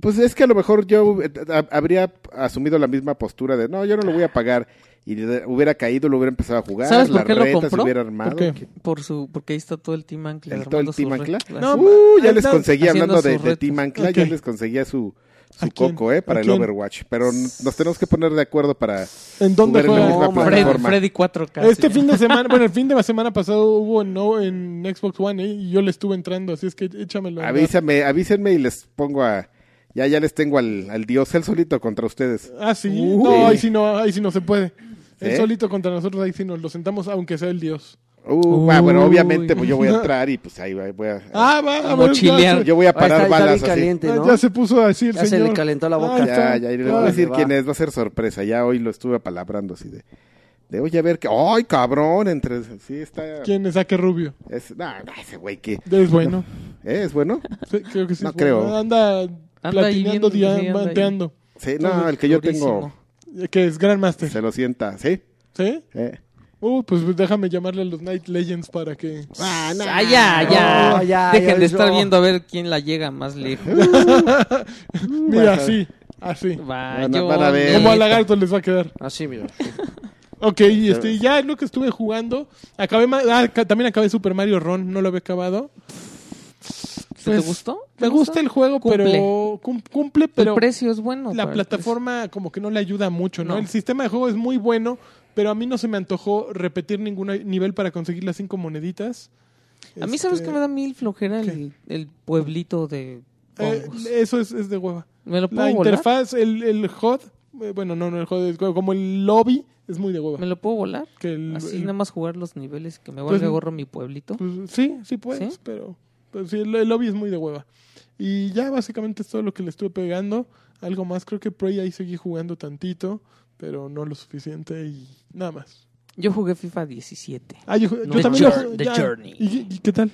S3: Pues es que a lo mejor yo eh, a- habría asumido la misma postura de no, yo no lo voy a pagar. Y le- hubiera caído, lo hubiera empezado a jugar.
S1: ¿Sabes por
S3: la
S1: qué lo
S3: reta se
S1: compró?
S3: hubiera armado.
S4: ¿Por qué?
S1: Por su, porque ahí está todo el Team Ancla.
S3: El, todo el
S1: armando
S3: Team
S1: su red-
S3: Ancla.
S1: la-
S4: No,
S3: Uh, ya
S4: ah,
S3: les
S4: no,
S3: conseguía,
S1: haciendo
S3: hablando de,
S1: sus
S3: de
S1: retos.
S3: Team Ancla,
S4: Ok.
S3: ya les conseguía su,
S4: ¿A
S3: su
S4: quién?
S3: coco, ¿eh? Para
S4: ¿A
S3: el
S4: quién?
S3: Overwatch. Pero nos tenemos que poner de acuerdo para.
S4: ¿En dónde
S3: jugar en
S4: juega?
S3: la misma
S2: No, man.
S1: Freddy,
S3: plataforma.
S1: Freddy 4K.
S4: Este
S1: se
S4: fin
S1: llama.
S4: de semana, bueno, el fin de la semana pasado hubo en, no, en Xbox One ¿eh? y yo le estuve entrando, así es que échamelo. a andar.
S3: Avísame, avísenme y les pongo a. Ya, ya les tengo al, al dios, él solito contra ustedes.
S4: Ah, sí.
S3: Uy.
S4: No, ahí sí no, ahí sí no se puede. Él
S3: ¿Eh?
S4: solito contra nosotros, ahí sí nos lo sentamos, aunque sea el dios.
S3: Uh, ah, bueno,
S1: Uy.
S3: obviamente pues yo voy a entrar y pues ahí va- voy a.
S4: Ah, va, a
S1: A
S4: ver,
S1: mochilear.
S4: ya
S3: yo voy a
S2: Ahora
S3: parar
S2: está, está
S3: balas
S2: bien
S3: así.
S2: caliente,
S4: se-
S2: ¿no?
S4: Ya se puso así el
S2: Ya se
S4: señor.
S2: le calentó la boca.
S4: Ah,
S3: Ya, ya, y les voy a
S2: Ahí
S3: decir
S2: va.
S3: quién es, va a ser sorpresa, ya hoy lo estuve apalabrando así de, de oye, a ver, que, ¡ay, cabrón! Entre, sí, está,
S4: ¿Quién es Aque Rubio?
S3: es, nah, nah, ese güey que,
S4: Es bueno.
S3: ¿eh? ¿es bueno?
S4: Sí, creo que sí.
S3: No
S4: es bueno.
S3: creo.
S4: Anda, platineando,
S1: ahí bien,
S4: dia-
S1: sí, anda ahí.
S4: bateando.
S3: Sí,
S4: Ah,
S3: no, el que yo tengo,
S1: Durísimo.
S4: Que es Grandmaster.
S3: se lo sienta, ¿sí?
S4: ¿Sí?
S3: Eh.
S4: Uh, pues déjame llamarle a los Night Legends para que.
S1: Ah, ya, ya.
S2: No,
S4: Oh,
S2: ya,
S1: Dejen
S2: ya,
S1: de estar
S2: yo.
S1: viendo a ver quién la llega más lejos.
S4: Eh, Mira, así. Así.
S1: Va,
S3: Van a-
S1: yo,
S3: van a ver.
S1: neta.
S4: Como a lagarto les va a quedar.
S2: Así, mira.
S4: Ok, y este, ya es lo que estuve jugando. Acabé ma- ah, ca- también acabé Super Mario Ron, no lo había acabado.
S5: ¿Te-
S4: Pues,
S5: ¿Te gustó?
S4: Me gusta el juego,
S5: Cumple.
S4: pero cum- cumple, pero
S5: el precio es
S4: la
S5: bueno. para el precio.
S4: plataforma como que no le ayuda mucho, ¿no?
S5: No.
S4: El sistema de juego es muy bueno, pero a mí no se me antojó repetir ningún nivel para conseguir las cinco moneditas.
S5: A mí, ¿sabes
S4: Este,
S5: que me da mil flojera el, el pueblito de
S4: eh,
S5: hongos?
S4: eso es, es de hueva.
S5: ¿Me lo puedo
S4: La
S5: volar?
S4: interfaz, el, el HUD, eh, bueno, no, no el HUD, es como el lobby, es muy de hueva.
S5: ¿Me lo puedo volar?
S4: Que el-
S5: Así
S4: el-
S5: nada más jugar los niveles que me
S4: Mm, Pues,
S5: valga gorro mi pueblito.
S4: Pues, sí, sí puedes,
S5: ¿Sí?
S4: pero, pero sí, el, el lobby es muy de hueva. Y ya básicamente es todo lo que le estuve pegando. Algo más, creo que Prey ahí seguí jugando tantito, pero no lo suficiente y nada más.
S5: Yo jugué FIFA 17.
S4: Ah, yo, yo
S5: The
S4: también lo
S5: Jour-
S4: ju-
S5: The
S4: ya.
S5: Journey. Ah.
S4: ¿Y, y qué tal?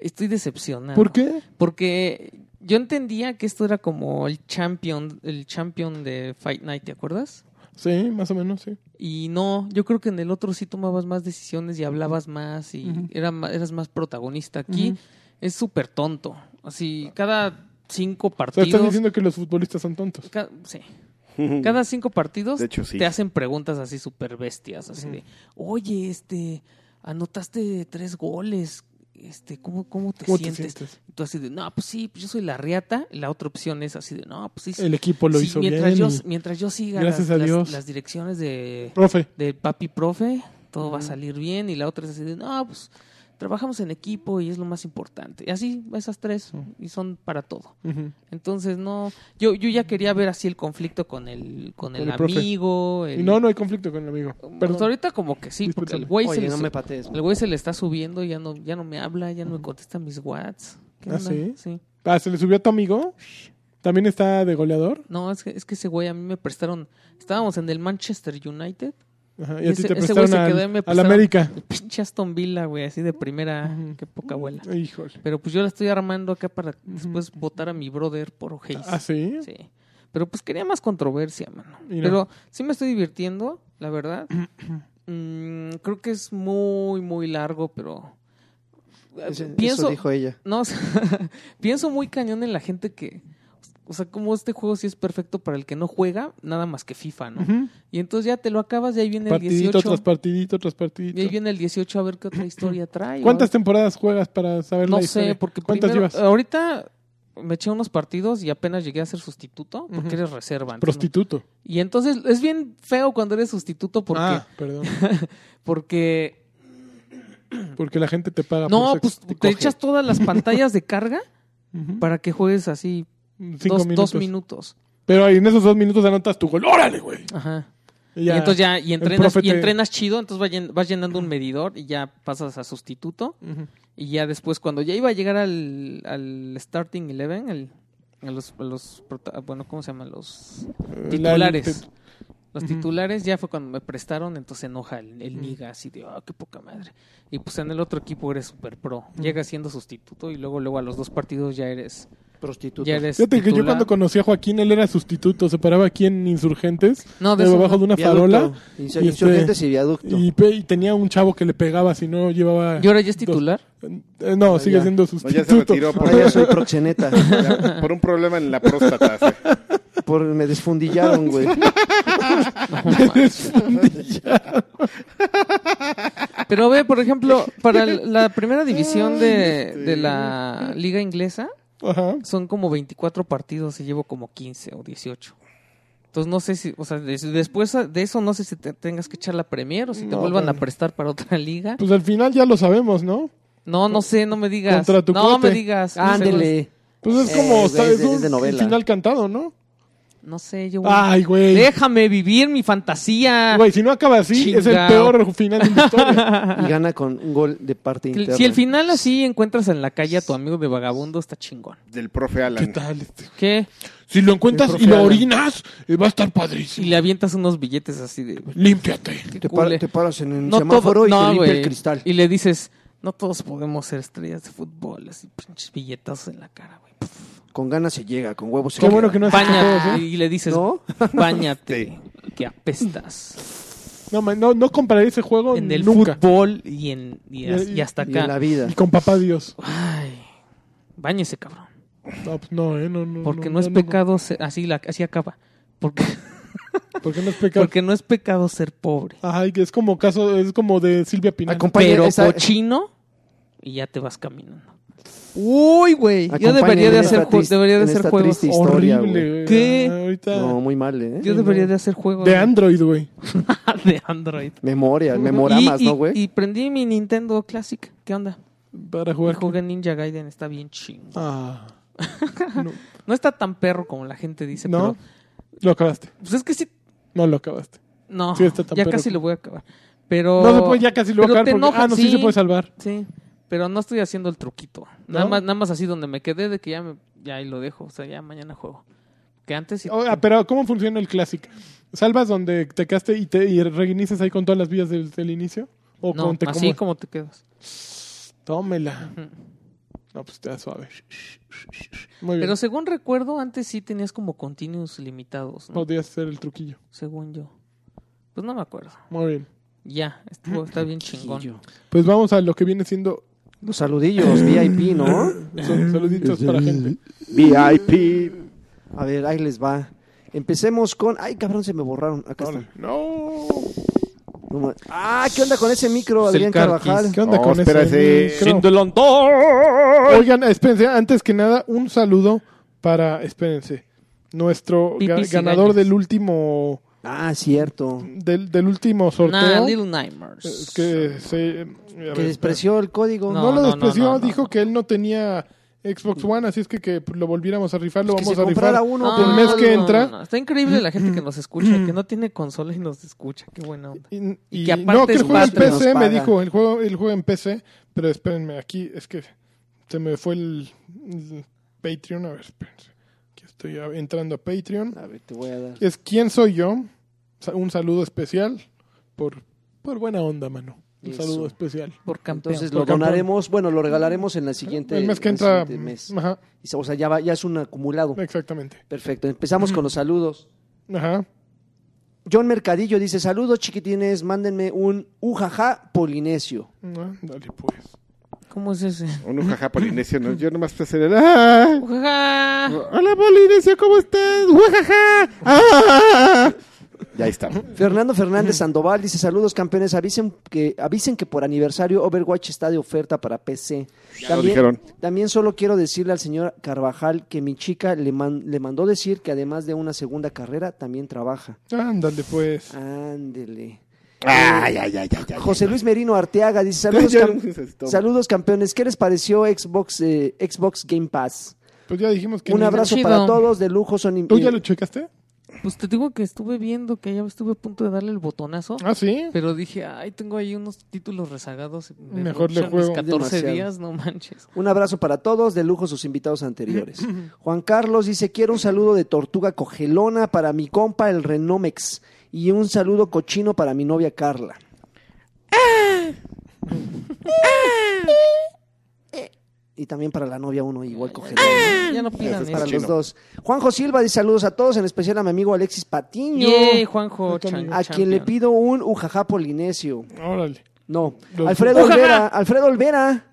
S5: Estoy decepcionado.
S4: ¿Por qué?
S5: Porque yo entendía que esto era como el champion, el champion de Fight Night, ¿te acuerdas?
S4: Sí, más o menos, sí.
S5: Y no, yo creo que en el otro sí tomabas más decisiones y hablabas más y
S4: Ujú.
S5: era ma- eras más protagonista. Aquí
S4: Ujú.
S5: es súper tonto. Así, cada cinco
S4: O sea, estás
S5: partidos...
S4: diciendo que los futbolistas son tontos.
S5: ca- sí.
S4: <laughs>
S5: Cada cinco partidos
S3: De hecho, sí.
S5: te hacen preguntas así súper bestias, así de, oye, este, anotaste tres goles, este, ¿cómo, cómo te
S4: ¿Cómo te
S5: sientes?
S4: sientes?
S5: Y Tú así de, no, pues sí, pues yo soy la riata. Y La otra opción es así de, no, pues sí. sí,
S4: El equipo lo
S5: sí,
S4: hizo
S5: mientras
S4: bien.
S5: Yo,
S4: y-
S5: mientras yo siga
S4: Gracias
S5: las,
S4: a
S5: las-
S4: Dios.
S5: las direcciones de,
S4: Profe,
S5: de papi profe, todo va a salir bien. Y la otra es así de, no, pues trabajamos en equipo y es lo más importante. Y así, esas tres, y son para todo.
S4: ujú,
S5: Entonces no, yo, yo ya quería ver así el conflicto con el, con el,
S4: el profe.
S5: amigo.
S4: y
S5: el-
S4: no, no hay conflicto con el amigo.
S5: Pues
S4: Perdón.
S5: ahorita como que sí, porque el
S4: Discúlpame.
S5: güey se
S2: Oye,
S5: le
S2: no
S5: su-
S2: me patees.
S5: el güey se le está subiendo, ya no, ya no me habla, ya no me contesta mis whats. ¿Qué
S4: ¿Ah,
S5: onda?
S4: sí? Ah, ¿se le subió a tu amigo? ¿También está de goleador?
S5: No, es que, es que ese güey a mí me prestaron, estábamos en el Manchester United,
S4: Ajá, y a
S5: Ese-
S4: ti te
S5: ese güey
S4: prestaron
S5: se quedó y
S4: al,
S5: me
S4: al
S5: prestaron-
S4: América.
S5: el pinche Aston Villa, güey, así de primera,
S4: Ujú.
S5: qué poca abuela.
S4: Híjole.
S5: Pero pues yo la estoy armando acá para después votar a mi brother por O'Hays.
S4: ¿Ah, sí?
S5: Sí. Pero pues quería más controversia, mano.
S4: Mira.
S5: Pero sí me estoy divirtiendo, la
S4: <clears throat>
S5: verdad. Mm, creo que es muy, muy largo, pero... eh,
S2: Eso- eso
S5: pienso,
S2: dijo ella.
S5: no, o sea, <laughs> pienso muy cañón en la gente que... O sea, como este juego sí es perfecto para el que no juega, nada más que FIFA, ¿no?
S4: Ujú.
S5: Y entonces ya te lo acabas y ahí viene
S4: Partidito
S5: el
S4: tras
S5: 18.
S4: partidito tras
S5: Y ahí
S4: partidito.
S5: viene el 18 a ver qué otra historia trae. o
S4: ¿Cuántas temporadas juegas para saber
S5: no
S4: la historia?
S5: sé, porque
S4: ¿Cuántas
S5: primero-
S4: llevas?
S5: ahorita me eché unos partidos y apenas llegué a ser sustituto porque
S4: Ujú.
S5: eres reserva. entonces no-
S4: Prostituto.
S5: Y entonces es bien feo cuando eres sustituto porque
S4: Ah, perdón.
S5: porque
S4: Porque la gente te paga
S5: no,
S4: Ah, por
S5: pues
S4: sexo.
S5: te,
S4: coge.
S5: echas todas las pantallas de carga
S4: Ujú.
S5: para que juegues así
S4: Cinco
S5: dos,
S4: minutos.
S5: dos minutos.
S4: Pero ahí en esos dos minutos anotas tu gol. ¡Órale, güey!
S5: Ajá.
S4: Y
S5: Y
S4: ya.
S5: entonces ya y entrenas
S4: profe
S5: y
S4: te-
S5: entrenas chido, entonces vas llen- vas llenando un medidor y ya pasas a sustituto
S4: Ujú.
S5: y ya después cuando ya iba a llegar al, al starting eleven, al- a los, a los prota- bueno, ¿cómo se llaman los
S4: Eh,
S5: titulares?
S4: la-
S5: Los
S4: Ujú.
S5: titulares ya fue cuando me prestaron, entonces se enoja el, el niga así de, ah, qué poca madre. Y pues en el otro equipo eres super pro. Llegas siendo sustituto y luego luego a los dos partidos ya eres
S2: Prostituto.
S5: ya eres
S4: Fíjate que yo
S5: titular.
S4: cuando conocí a Joaquín, él era sustituto. Se paraba aquí en Insurgentes,
S5: No, de
S4: de
S5: eso
S4: debajo
S5: no.
S4: de una
S2: Viaducto.
S4: farola.
S2: Inse-
S4: y este-
S2: Insurgentes y viaducto.
S4: Y, pe- y tenía un chavo que le pegaba si no llevaba...
S5: ¿Y ahora ya es
S4: dos-
S5: titular?
S4: Eh, No, sigue
S2: ya.
S4: siendo
S3: No, ya
S4: sustituto.
S3: se
S4: <laughs>
S3: retiró por,
S2: Ahora ya soy proxeneta. <laughs>
S3: ya, por un problema en la próstata. sí.
S2: Por, me desfundillaron, güey.
S5: Pero ve, por
S4: <laughs>
S5: ejemplo, para el- la primera división de, de
S4: este.
S5: la liga inglesa
S4: Ajá.
S5: son como 24 partidos y llevo como 15 o 18. Entonces no sé si, o sea, des- después de eso no sé si te tengas que echar la Premier o si te
S4: No,
S5: vuelvan
S4: bueno.
S5: a prestar para otra <laughs> liga.
S4: Pues al final ya lo sabemos, ¿no?
S5: No, no sé, no me digas.
S4: Contra tu
S5: no
S4: cuate.
S5: me digas. no sé,
S2: Ándele.
S4: Pues es
S2: Eh,
S4: como
S2: güey,
S4: está-
S2: es
S4: es
S2: de-
S4: un
S2: es de novela.
S4: final cantado, ¿no?
S5: No sé, yo.
S4: Ay, güey.
S5: Déjame vivir mi fantasía.
S4: Güey, si no acaba así, es el
S5: Chingao.
S4: peor final de la historia.
S5: <laughs>
S2: Y gana con un gol de parte
S5: Que-
S2: interna.
S5: si el final así encuentras en la calle a tu amigo de vagabundo, está chingón.
S3: Del profe
S4: ¿Qué
S3: Alan.
S4: tal? este?
S5: ¿Qué?
S4: Si lo encuentras
S2: El
S4: y
S2: profe
S4: lo
S2: Alan.
S4: orinas, eh, va a estar
S5: Y
S4: padrísimo.
S5: le avientas unos billetes así de.
S4: Límpiate.
S5: qué
S2: Te, par-
S5: cule.
S2: te paras en el
S5: No
S2: semáforo
S5: todo-
S2: y
S5: no,
S2: te limpia
S5: güey.
S2: el cristal.
S5: Y le dices, no todos podemos ser estrellas de fútbol. Así, pinches billetazos en la cara,
S4: <laughs>
S5: güey.
S2: Con ganas se llega, con huevos se
S4: Qué
S2: llega.
S4: bueno que no es
S5: Báñate.
S4: ¿eh?
S5: Y le dices,
S2: ¿No?
S5: báñate. Que apestas.
S4: No, man, no, no compraré ese juego
S5: En el
S4: nunca.
S5: fútbol y, en, y, as- y hasta
S2: Y en la
S5: acá.
S2: vida.
S4: Y con papá Dios.
S5: Ay, báñese, cabrón.
S4: No, pues no, eh, no, no.
S5: Porque no,
S4: no
S5: es
S4: no,
S5: pecado ser, así la, así acaba. <laughs> Porque,
S4: no. Porque no es pecado.
S5: porque no es pecado ser pobre.
S4: Ay, que es como caso, es como de Silvia Pinal.
S2: Acompaña
S5: pero
S2: esa-
S5: cochino y ya te vas caminando. Uy, güey. Yo
S2: Acompáñenme
S5: debería de
S2: en
S5: hacer,
S2: esta
S5: ju-
S2: tris-
S5: debería de
S2: en
S5: hacer
S2: esta
S5: juegos.
S2: triste historia,
S4: Horrible, güey.
S5: ¿Qué?
S4: Ah, ahorita-
S2: No, muy mal, ¿eh?
S5: Yo debería de hacer juegos <laughs>
S4: De Android, güey.
S5: de Android.
S2: Memoria,
S5: Y-
S2: memoramas,
S5: y,
S2: ¿no, güey?
S5: Y prendí mi Nintendo Classic. ¿Qué onda?
S4: Para
S5: Y
S4: jugar.
S5: jugué Ninja Gaiden, está bien chingo. <laughs>
S4: Ah. No,
S5: No está tan perro como la gente dice,
S4: No.
S5: pero.
S4: Lo acabaste.
S5: Pues es que sí.
S4: No lo acabaste.
S5: No,
S4: Sí está tan
S5: ya
S4: perro
S5: casi
S4: como-
S5: lo voy a acabar. Pero.
S4: No se puede, ya casi lo
S5: Oh, pero
S4: acabaste.
S5: te enojas,
S4: ah, no, sí. se puede salvar.
S5: Sí, pero no estoy haciendo el truquito. Nada,
S4: ¿No?
S5: más, nada más así donde me quedé de que ya, me, ya ahí lo dejo. O sea, ya mañana juego. Que antes. sí-
S4: Oh, ah, pero ¿cómo funciona el Classic? ¿Salvas donde te quedaste y, te, y reinicias ahí con todas las vías del, del inicio? ¿O
S5: no,
S4: con te
S5: así
S4: como-
S5: como te quedas.
S4: Tómela.
S5: Ujú.
S4: No, pues te da suave. Muy bien.
S5: Pero según recuerdo, antes sí tenías como continuos limitados, ¿no?
S4: Podías hacer el truquillo.
S5: Según yo. Pues no me acuerdo.
S4: Muy bien.
S5: Ya,
S4: Ah,
S5: estuvo, está bien chingón.
S4: Pues vamos a lo que viene siendo
S2: Los saludillos, VIP, ¿no?
S4: son saluditos para gente.
S3: VIP.
S2: A ver, ahí les va. Empecemos con. Ay, cabrón, se me borraron. Acá está.
S4: No.
S2: No ma- Ah, ¿qué onda con ese micro,
S5: Pues el
S2: Adrián
S5: Carquis.
S2: Carvajal?
S4: ¿Qué onda
S3: No,
S4: con
S3: espérate.
S4: ese micro? Oigan, espérense, antes que nada, un saludo para, espérense, nuestro ga-
S5: Pipis y
S4: ganador
S5: gallos.
S4: del último
S2: Ah, cierto.
S4: del, del último
S5: Nah,
S4: sorteo
S5: Little
S4: eh,
S5: Nightmares.
S4: que se a ver,
S2: Que despreció el código.
S4: No,
S5: No,
S4: lo
S5: no, no,
S4: despreció,
S5: no, no,
S4: dijo
S5: no.
S4: que él no tenía Xbox One, así es que que lo volviéramos a rifar, lo
S2: que se
S4: vamos a
S2: comprara
S4: rifar.
S5: Ah.
S2: uno.
S4: del
S2: pero-
S4: mes que entra.
S5: Está increíble la gente que nos escucha, que no tiene consola y nos escucha. Qué buena onda.
S4: Y,
S5: Y
S4: y-
S5: que aparte
S4: no, que
S5: es
S4: juega en
S2: patrio, nos
S4: PC, me
S2: paga.
S4: dijo, el juego, el juego en PC, pero espérenme, aquí es que se me fue el, el Patreon, a ver, espérense. Aquí estoy a- entrando a Patreon.
S2: A ver, te voy a dar.
S4: Es quién soy yo. Sa- Un saludo especial por, por buena onda, mano. Un
S2: Eso.
S4: saludo especial.
S5: Por campeón.
S2: Entonces
S4: por
S2: lo
S4: campeón.
S2: donaremos, bueno, lo regalaremos en la siguiente.
S4: el mes que
S2: en
S4: entra.
S2: siguiente mes.
S4: Ajá,
S2: Y se- O sea, ya, va- ya es un acumulado.
S4: exactamente.
S2: Perfecto. Empezamos con los saludos.
S4: Ajá.
S2: John Mercadillo dice: Saludos, chiquitines. Mándenme un ujaja polinesio.
S4: Ah, Dale, pues.
S5: ¿Cómo es ese?
S3: Un ujaja polinesio, ¿no? Yo nomás te hacer el... ¡Ah!
S5: Ujaja.
S3: Hola Polinesio, ¿cómo estás? ¡Ujaja! ¡Ah! Ya está.
S2: Fernando Fernández Sandoval dice: Saludos, campeones. Avisen que, avisen que por aniversario Overwatch está de oferta para PC.
S3: Ya lo dijeron.
S2: también solo quiero decirle al señor Carvajal que mi chica le, man- le mandó decir que además de una segunda carrera, también trabaja.
S4: Ándale, pues.
S2: Ah. Ándele.
S3: Ay, ay, ay, ay, ay.
S2: José Luis Merino Arteaga
S3: <laughs>
S2: dice: Saludos,
S3: Ya
S2: cam-
S3: no se toma.
S2: saludos, campeones. ¿Qué les pareció Xbox, eh, Xbox Game Pass?
S4: Pues ya dijimos que.
S2: Un
S4: ni-
S2: abrazo
S5: Chido.
S2: para todos, de lujo son im-
S4: ¿Tú ya lo checaste?
S5: Pues te digo que estuve viendo que ya estuve a punto de darle el botonazo.
S4: Ah, sí.
S5: Pero dije, ay, tengo ahí unos títulos rezagados. Me
S4: Mejor le
S5: ruchan
S4: juego.
S5: Mis 14
S2: Demasiado.
S5: días, no manches.
S2: Un abrazo para todos, de lujo sus invitados anteriores. Juan Carlos dice, quiero un saludo de tortuga cogelona para mi compa el Renomex y un saludo cochino para mi novia Carla. Y también para la novia uno igual cogelona.
S5: Ya no
S3: Eso
S5: pidan
S3: Este está
S2: Para
S5: eso.
S2: los
S3: Cochino.
S2: dos. Juanjo Silva dice saludos a todos, en especial a mi amigo Alexis Patiño,
S5: Yay,
S4: Yo
S5: Juanjo.
S4: también.
S5: Chan-
S2: a quien le
S5: champion.
S2: pido un ujajá polinesio.
S4: Órale.
S2: No,
S4: Los-
S2: Alfredo
S5: Ujajá.
S2: Olvera, Alfredo Olvera.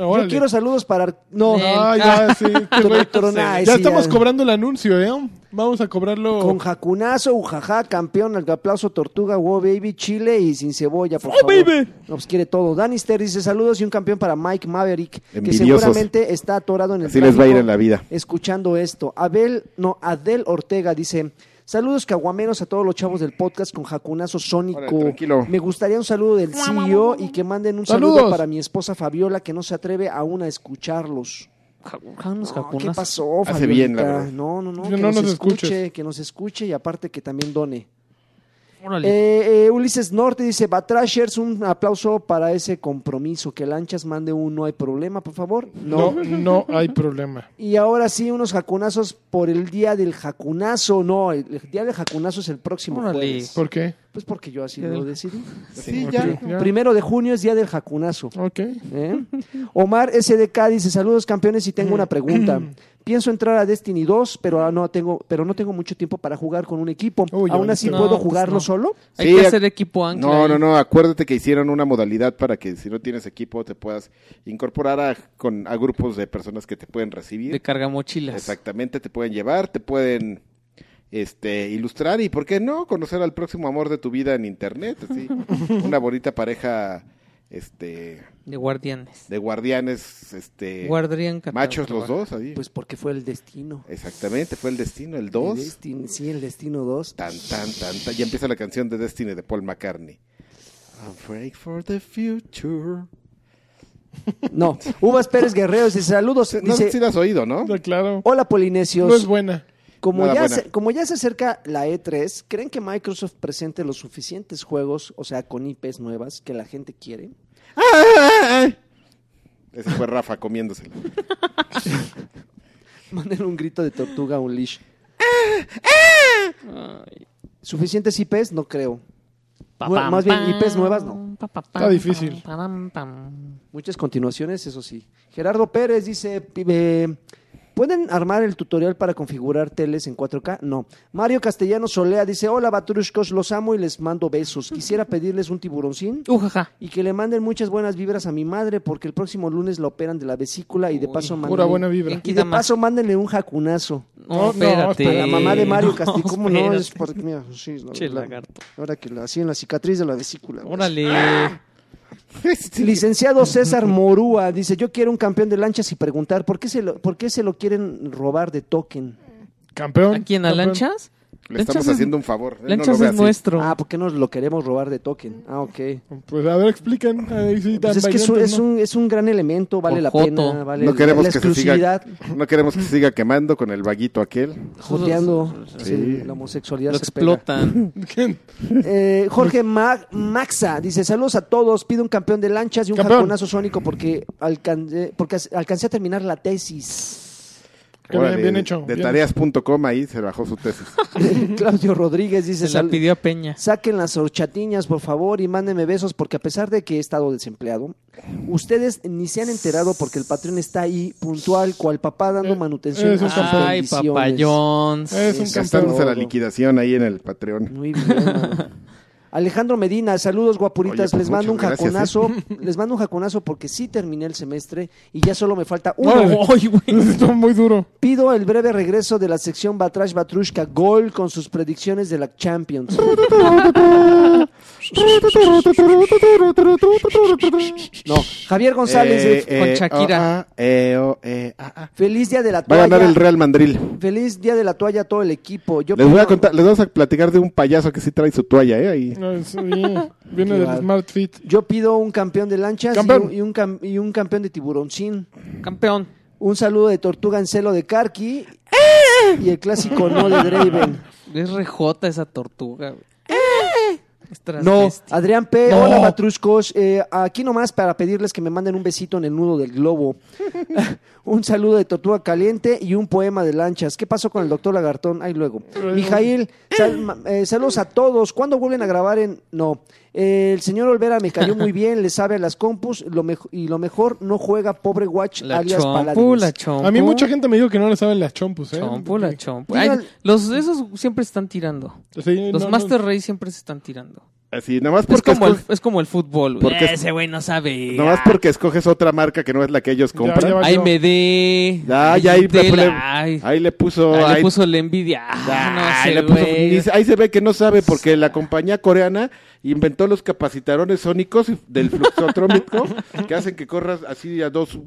S4: Órale.
S2: Yo quiero saludos para... Ar- No,
S5: Eh,
S4: Ah, ya,
S2: <laughs>
S4: sí. este güey.
S2: Doctor, no,
S4: ya
S2: ese
S4: estamos
S2: ya.
S4: cobrando el anuncio, ¿eh? Vamos a
S3: <laughs>
S4: cobrarlo.
S2: Con jacunazo, ujaja, campeón, al aplauso, tortuga, wow, baby, chile y sin cebolla, por
S4: Oh,
S2: favor.
S4: baby.
S2: Nos quiere todo. Danister dice saludos y un campeón para Mike Maverick, que
S3: Envidiosos.
S2: seguramente está atorado en el
S3: Así les va a ir
S2: tráfico
S3: en la vida.
S2: Escuchando esto. Abel, no, Adel Ortega dice... Saludos caguameros a todos los chavos del podcast con jacunazo sónico.
S3: Órale, tranquilo.
S2: Me gustaría un saludo del CEO y que manden un saludo
S4: Saludos.
S2: para mi esposa Fabiola que no se atreve aún a escucharlos.
S5: Ja- ja- unos
S2: No, ¿Qué
S5: jacunazos.
S2: pasó,
S3: Hace bien, la
S2: Fabiolita?
S3: verdad.
S2: No, no, no.
S4: Que
S2: Que
S4: no
S2: nos,
S4: nos
S2: escuche,
S4: escuches.
S2: que nos escuche y aparte que también done.
S5: Órale.
S2: Eh, eh, Ulises Norte dice, Batrashers, un aplauso para ese compromiso. Que Lanchas mande un no hay problema, por favor.
S4: No,
S2: No.
S4: no hay problema.
S2: Y ahora sí, unos jacunazos por el día del jacunazo. No, el, el día del jacunazo es el próximo
S5: Órale.
S2: jueves.
S4: ¿Por qué?
S2: Pues porque yo así
S5: Día
S2: lo
S5: del-
S2: decidí.
S4: Sí,
S2: Ya. Primero de junio es día del jacunazo.
S4: Ok.
S2: ¿Eh? Omar SDK dice, saludos campeones y tengo una <clears throat> pregunta. Pienso entrar a Destiny 2, pero ahora no tengo, pero no tengo mucho tiempo para jugar con un equipo.
S4: Uy,
S2: Aún
S4: ahorita
S2: así,
S5: no.
S2: ¿puedo
S5: No, pues
S2: jugarlo
S5: no.
S2: solo?
S5: Hay
S3: Sí,
S5: que
S3: ac-
S5: hacer equipo ancla.
S3: No,
S5: ahí.
S3: no, no. Acuérdate que hicieron una modalidad para que si no tienes equipo te puedas incorporar a, con, a grupos de personas que te pueden recibir.
S5: De cargamochilas.
S3: Exactamente, te pueden llevar, te pueden este, ilustrar y, ¿por qué no?
S2: <laughs>
S3: Conocer al próximo amor de tu vida en internet, así. Una bonita pareja, este,
S1: De guardianes.
S3: de guardianes, este,
S1: Guardián Catar-
S3: machos los
S1: Trabajo.
S3: dos ahí.
S2: Pues porque fue el destino.
S3: Exactamente, fue el destino, el
S2: El
S3: 2.
S2: destino- sí, el destino 2.
S3: Tan, tan, tan, tan. Ya empieza la canción de Destiny de Paul McCartney. I'm afraid for the future.
S2: No, Uvas Pérez Guerrero dice saludos.
S3: No sé
S2: Dice,
S3: si la has oído, ¿no?
S4: No, Claro.
S2: hola
S4: No es
S2: Polinesios.
S4: buena.
S2: Como
S3: Nada
S2: ya,
S3: buena.
S2: se, como ya se acerca la E3, ¿creen que Microsoft presente los suficientes juegos, o sea, con IPs nuevas que la gente quiere?
S3: Ese fue Rafa comiéndosela.
S2: <laughs> Manden un grito de tortuga un leash.
S1: Ay,
S2: ¿Suficientes IPs? No creo.
S1: pa,
S2: Bueno,
S1: pam,
S2: más bien,
S1: pam,
S2: IPs nuevas, no.
S1: pa, pa,
S4: Está
S1: pam,
S4: difícil.
S1: pam, pam, pam.
S2: Muchas continuaciones, eso sí. Gerardo Pérez dice, pibe, ¿pueden armar el tutorial para configurar teles en 4K? No. Mario Castellano Solea dice, hola Baturushkos, los amo y les mando besos. Quisiera pedirles un tiburoncín
S1: Ujaja.
S2: y que le manden muchas buenas vibras a mi madre porque el próximo lunes la operan de la vesícula y de
S1: Uy,
S2: paso
S1: pura
S4: Pura
S2: mándenle,
S4: buena vibra.
S2: y de paso mándenle un jacunazo.
S4: No, no,
S1: No, espérate.
S2: A la mamá de Mario Castillo, ¿cómo no?
S1: espérate.
S2: Es porque, mira, sí, la-
S1: Che,
S2: la-
S1: lagarto.
S2: ahora que la, así en la cicatriz de la vesícula. güey.
S1: Órale.
S2: Licenciado César Morúa dice, yo quiero un campeón de lanchas y preguntar, ¿por qué se lo, por qué se lo quieren robar de token?
S4: Campeón.
S1: ¿A quién? ¿A
S4: campeón.
S1: Lanchas?
S3: Le estamos
S1: Lanchas es-
S3: haciendo un favor. Él no
S1: Lanchas
S3: lo ve
S1: es
S3: así.
S1: nuestro.
S2: Ah, ¿por qué nos lo queremos robar de token? Ah, ok.
S4: Pues a ver, expliquen. Ahí sí,
S2: Pues
S4: tan
S2: es que es un,
S4: bailantes,
S2: es
S4: ¿no? <laughs>
S2: un, es un gran elemento, vale
S1: Por
S2: la
S1: joto.
S2: pena, vale
S3: No
S2: la-
S3: queremos
S2: la
S3: que se siga,
S2: exclusividad,
S3: no queremos que se siga quemando con el vaguito aquel.
S2: joteando,
S3: Sí.
S2: sí, la homosexualidad
S1: Lo
S2: se pega.
S4: <laughs>
S1: explotan.
S2: Eh, Jorge Ma- Maxa dice: Saludos a todos. Pido un campeón de lanchas y un
S4: Campeón.
S2: jaconazo sónico porque, alcancé, porque as- alcancé a terminar la tesis. <laughs>
S4: Qué bien, bien hecho,
S3: De
S4: bien
S3: tareas.com ahí se bajó su tesis.
S4: <laughs>
S2: Claudio Rodríguez dice:
S1: Se la
S2: "Sal-
S1: pidió a Peña.
S2: Saquen las horchatiñas, por favor, y mándenme besos porque a pesar de que he estado desempleado, ustedes ni se han enterado porque el patrón está ahí puntual, cual papá dando
S4: Eh,
S2: manutención.
S4: es
S2: a
S4: un
S2: sus
S4: campeón.
S1: Ay,
S2: bendiciones.
S1: papayón.
S4: Es un campeón.
S3: Gastándose la
S2: Todo.
S3: liquidación ahí en el Patreon.
S2: Muy bien. mano. Alejandro Medina, saludos guapuritas,
S3: Oye, pues,
S2: les mando un
S3: muchas gracias, ¿eh?
S2: jaconazo,
S3: <laughs>
S2: les mando un jaconazo porque sí terminé el semestre y ya solo me falta uno.
S4: Órale. <laughs> Estuvo
S2: <laughs>
S4: muy duro.
S2: Pido el breve regreso de la sección Batrash Batrushka Gol con sus predicciones de la Champions. No, Javier González,
S3: Eh,
S2: eh,
S1: Con
S3: eh,
S1: Shakira.
S3: oh, ah, eh, oh, eh, ah, ah.
S2: feliz día de la
S3: Va a
S2: toalla.
S3: ganar el Real Mandril.
S2: Feliz día de la toalla a todo el equipo. Yo
S3: Les voy a
S2: pido-
S3: contar, les vamos a platicar de un payaso que sí trae su toalla, ¿eh? Ahí.
S4: No, es- sí, Viene
S2: Qué
S4: del
S2: bárbaro.
S4: Smart Fit.
S2: Yo pido un campeón de lanchas y
S4: Campeón.
S2: un, y un cam- y un campeón de tiburoncín.
S1: Campeón.
S2: Un saludo de Tortuga en celo de Karki y el clásico no de Draven.
S1: Es rejota esa tortuga. güey. Es
S2: No,
S1: transvesti.
S2: Adrián P.
S4: No.
S2: Hola, Batruscos. Eh, aquí nomás para pedirles que me manden un besito en el nudo
S1: <laughs>
S2: del globo. un saludo de Tortuga Caliente y un poema de lanchas. ¿Qué pasó con el doctor Lagartón? Ahí luego. Mijail, sal- ma- eh, saludos a todos. ¿Cuándo vuelven a grabar en.? No. Eh, el señor Olvera me cayó
S1: <laughs>
S2: muy bien, le sabe a las compus lo mejo- y lo mejor no juega pobre Watch
S1: La
S2: alias
S1: chompu,
S2: Paladins.
S1: la chompu.
S4: A mí mucha gente me dijo que no le saben las chompus, ¿eh?
S1: Chompu, la chompu.
S2: Diga-
S1: Ay, los, esos siempre se están tirando.
S4: Sí,
S1: Los
S4: no, no.
S1: Master Race siempre se están tirando.
S3: Así, nada más
S1: Es
S3: porque,
S1: como, el,
S3: esco-
S1: es como el fútbol. güey.
S3: Porque es-
S1: Ese güey no sabe.
S3: nada más porque escoges otra marca que no es la que ellos
S4: ya
S3: compran.
S4: va-
S1: Ay, me dé.
S3: Ya,
S1: Ay,
S3: ya, ahí,
S1: Intel,
S3: le,
S1: ay.
S3: ahí le puso.
S1: Ahí le
S3: ahí-
S1: puso la envidia. Ah,
S3: Ay,
S1: no sé,
S3: le puso-
S1: güey.
S3: ni se- ahí se ve que no sabe porque la compañía coreana inventó los capacitarones sónicos
S1: <laughs>
S3: del fluxotrómico que hacen que corras así a dos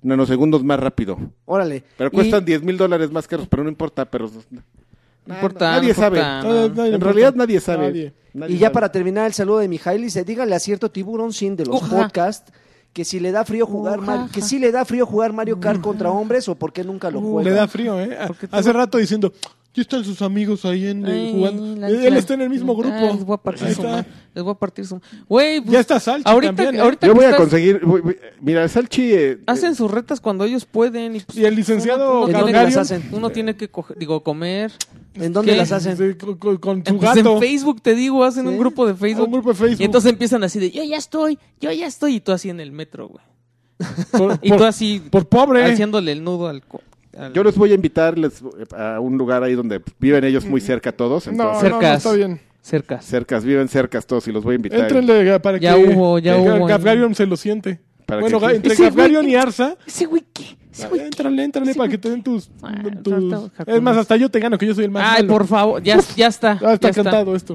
S3: nanosegundos más rápido.
S2: Órale.
S3: Pero
S2: Y-
S3: cuestan 10 mil dólares más caros, pero no importa. Pero
S1: No importa,
S3: nadie
S1: no
S3: sabe.
S1: importa,
S4: Todo-
S1: no.
S4: Ah, nadie le
S3: en
S4: importa.
S3: realidad nadie sabe.
S4: Nadie.
S3: Nadie
S2: Y ya
S3: sabe.
S2: para terminar el saludo de Mijail, dice, dígale a cierto tiburón sin de los
S1: Ujaja.
S2: podcasts que si le da frío jugar Mar- que si le da frío jugar Mario Kart contra hombres o por qué nunca lo juega.
S4: Le da frío, ¿eh? Hace rato diciendo, ya están sus amigos ahí en el-
S1: Ay,
S4: jugando.
S1: la-
S4: Él
S1: la-
S4: está en el mismo grupo.
S1: Ah, les voy a partir
S4: Ahí
S1: su
S4: está.
S1: madre. Les voy a partir su Güey, pues,
S4: Ya está Salchi
S1: ahorita,
S4: también, ¿eh?
S1: ahorita
S3: Yo
S1: que
S3: voy a
S1: estás-
S3: conseguir. voy- voy- mira, Salchi. eh,
S1: Hacen
S3: eh,
S1: sus retas cuando ellos pueden. Y, pues,
S4: Y el licenciado
S1: uno tiene-
S4: Calgarion-
S1: las hacen. uno tiene que coger- digo, comer.
S2: ¿En dónde
S1: ¿Qué?
S2: las hacen?
S4: Sí, Con, con- con
S1: Eh,
S4: su
S1: pues,
S4: gato.
S1: en Facebook, te digo, hacen
S2: Sí.
S1: un grupo de Facebook.
S4: Un grupo de Facebook.
S1: Y entonces empiezan así de, yo ya estoy, yo ya estoy. Y tú así en el metro, güey.
S4: Por,
S1: Y
S4: por-
S1: tú así,
S4: por pobre.
S1: haciéndole el nudo al... co- al-
S3: eh, Yo los voy a invitar les- a un lugar ahí donde viven ellos muy cerca todos.
S4: No,
S3: Entonces,
S4: no, no,
S1: Cercas.
S4: está bien.
S1: Cercas.
S3: cercas, viven cercas todos y los voy a invitar.
S4: Éntrenle eh, para
S1: Ya
S4: que...
S1: hubo, ya
S4: que
S1: hubo.
S4: Gafgarion se lo siente.
S3: Para
S4: bueno,
S3: que-
S4: Ga- entre
S1: Ese güey-
S4: Gafgarion y Arza...
S1: Ese güey, ¿qué? Ese güey, ¿qué?
S4: Éntrale, éntrale
S1: Sí,
S4: para
S1: güey.
S4: que te den tus...
S1: Ah,
S4: tus-
S1: todo está-
S4: Es más, hasta yo te gano, que yo soy el más
S1: Ay,
S4: malo.
S1: por favor, ya, ya está.
S4: Ah,
S1: ya
S4: está
S1: está.
S4: cantado esto.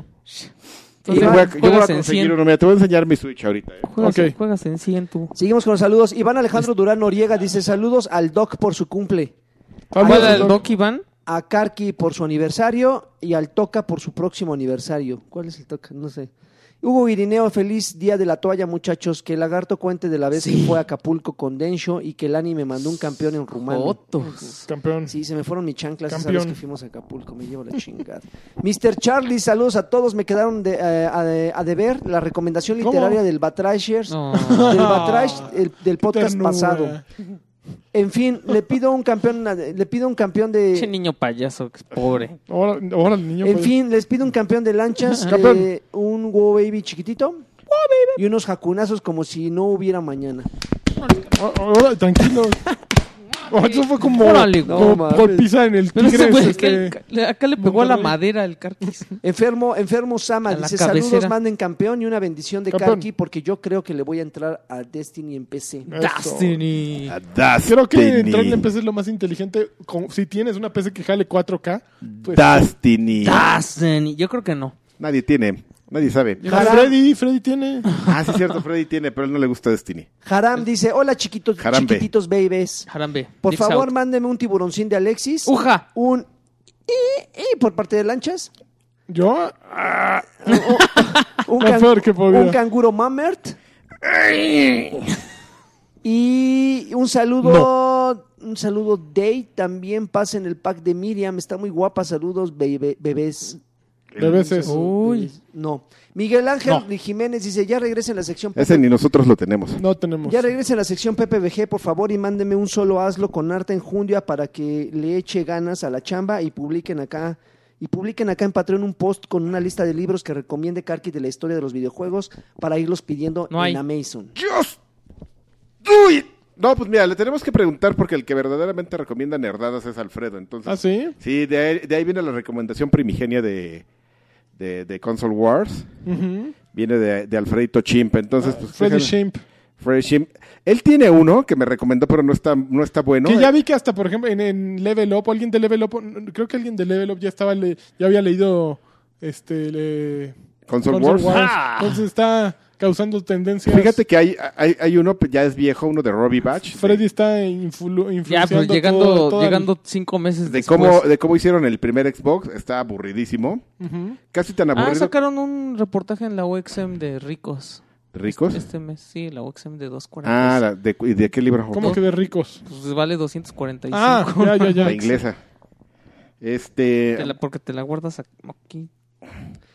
S3: Yo voy
S1: Entonces,
S3: a, yo voy a
S1: juegas en
S3: conseguir
S1: 100.
S3: uno. Mira, te voy a enseñar mi Switch ahorita. eh.
S1: Juegas,
S4: Ok.
S1: juegas en 100 tú.
S2: Seguimos con los saludos. Iván Alejandro Durán Noriega dice saludos al Doc por su cumple,
S4: Vamos
S1: ¿Juega
S4: al
S1: el
S4: doc.
S1: Doc Iván?
S2: a Karki por su aniversario y al Toca por su próximo aniversario. ¿Cuál es el Toca? No sé. Hugo Irineo, feliz día de la toalla, muchachos. Que el lagarto cuente de la vez que fue a Acapulco con Densho y que el anime mandó un campeón en Rumano.
S1: Jotos.
S4: Campeón.
S2: Sí, se me fueron mis chanclas esa vez
S4: Campeón.
S2: que fuimos a Acapulco, me llevo la chingada. <laughs> Mr. Charlie, saludos a todos, me quedaron de, eh, a, de- a deber la recomendación
S4: ¿Cómo?
S2: literaria del Batrashers,
S1: No.
S2: del Batrash, el- del podcast
S4: Ternura.
S2: pasado. En fin, le pido un campeón, le pido un campeón
S1: Pinche
S2: de...
S1: niño payaso, que es pobre.
S4: Ahora, ahora el niño.
S2: En
S4: puede-
S2: fin, les pido un campeón de lanchas,
S4: <laughs> Campeón.
S2: eh, un Wow Baby chiquitito y unos jacunazos como si no hubiera mañana.
S4: Ahora- Ah,
S1: <laughs>
S4: Ahora, tranquilo. Oh, eso fue como,
S1: Órale,
S4: como
S2: no mames.
S4: golpiza en el
S1: Pero
S4: tigre.
S1: este güey,
S4: este,
S1: acá- le- acá le pegó a la
S4: Monterrey.
S1: madera el
S4: <laughs>
S1: carquis.
S2: Enfermo, enfermo
S1: A
S2: Sama
S1: la
S2: dice
S1: cabecera.
S2: saludos, manden campeón y una bendición de
S4: Campeón.
S2: Karki porque yo creo que le voy a entrar a Destiny en PC.
S4: Eso.
S1: Destiny.
S3: A Dustin.
S4: Creo que entrar en PC es lo más inteligente. Como- si tienes una PC que jale 4K, pues.
S3: Destiny.
S1: Destiny. Yo creo que no.
S3: Nadie tiene. Nadie sabe.
S4: Yo-
S2: Jara-
S4: Freddy, Freddy tiene.
S3: Ah, sí es cierto, Freddy tiene, pero a él no le gusta Destiny.
S2: Haram dice, hola chiquitos,
S3: Harambe.
S2: chiquititos babies.
S1: Jarambe.
S2: Por
S1: Dips
S2: favor,
S1: out.
S2: mándenme un tiburoncín de Alexis.
S1: Uja.
S2: Un... Y, y por parte de lanchas.
S4: Yo. Ah, oh,
S2: <laughs> Un,
S4: <laughs> Lo peor que podía.
S2: un canguro
S4: <laughs>
S2: mamert. Y un saludo, un saludo Day, también pasen el pack de Miriam, está muy guapa, saludos bebe- bebés.
S4: De veces.
S1: Uy.
S2: No. Miguel Ángel
S4: No.
S2: Jiménez dice, ya regresen la sección
S3: Ese ni nosotros lo tenemos.
S4: No tenemos.
S2: Ya regresen a la sección PPBG, por favor, y mándenme un solo hazlo con arte en Jundia para que le eche ganas a la chamba y publiquen acá. Y publiquen acá en Patreon un post con una lista de libros que recomiende Karki de la historia de los videojuegos para irlos pidiendo
S1: No hay.
S2: en Amazon.
S3: Dios. Do it. No, pues mira, le tenemos que preguntar porque el que verdaderamente recomienda nerdadas es Alfredo. Entonces,
S4: ¿Ah, sí?
S3: Sí, de ahí, de ahí viene la recomendación primigenia de, de, de Console Wars.
S4: Ujú.
S3: Viene de, de Alfredito Chimp. Entonces, pues,
S4: Freddy
S3: déjalo.
S4: Shimp.
S3: Freddy Chimp. Él tiene uno que me recomendó, pero no está, no eh. está bueno.
S4: que ya vi que hasta, por ejemplo, en, en Level Up, alguien de Level Up, n- creo que alguien de Level Up ya estaba, le- ya había leído este le-
S3: Console Wars. ¡Ah!
S4: Entonces está causando tendencias.
S3: Fíjate que hay, hay, hay uno, pues, ya es viejo, uno de Robbie Batch.
S4: Freddy está influ- influenciando.
S1: Ya, pero llegando,
S4: todo- toda
S1: llegando cinco meses
S3: De, de
S1: después.
S3: cómo, de cómo hicieron el primer Xbox. Está aburridísimo.
S4: la- Ujú.
S3: Casi tan
S1: Ah,
S3: aburrido.
S1: sacaron un reportaje en la OXM de ricos.
S3: ¿Ricos?
S1: Este mes, sí, la OXM de 240.
S3: Ah, la- de, ¿y de qué libro?
S4: ¿Cómo que de ricos?
S1: Pues vale 245.
S4: Ah, ya, ya, ya.
S3: La inglesa. Este.
S1: Te la- porque te la guardas aquí.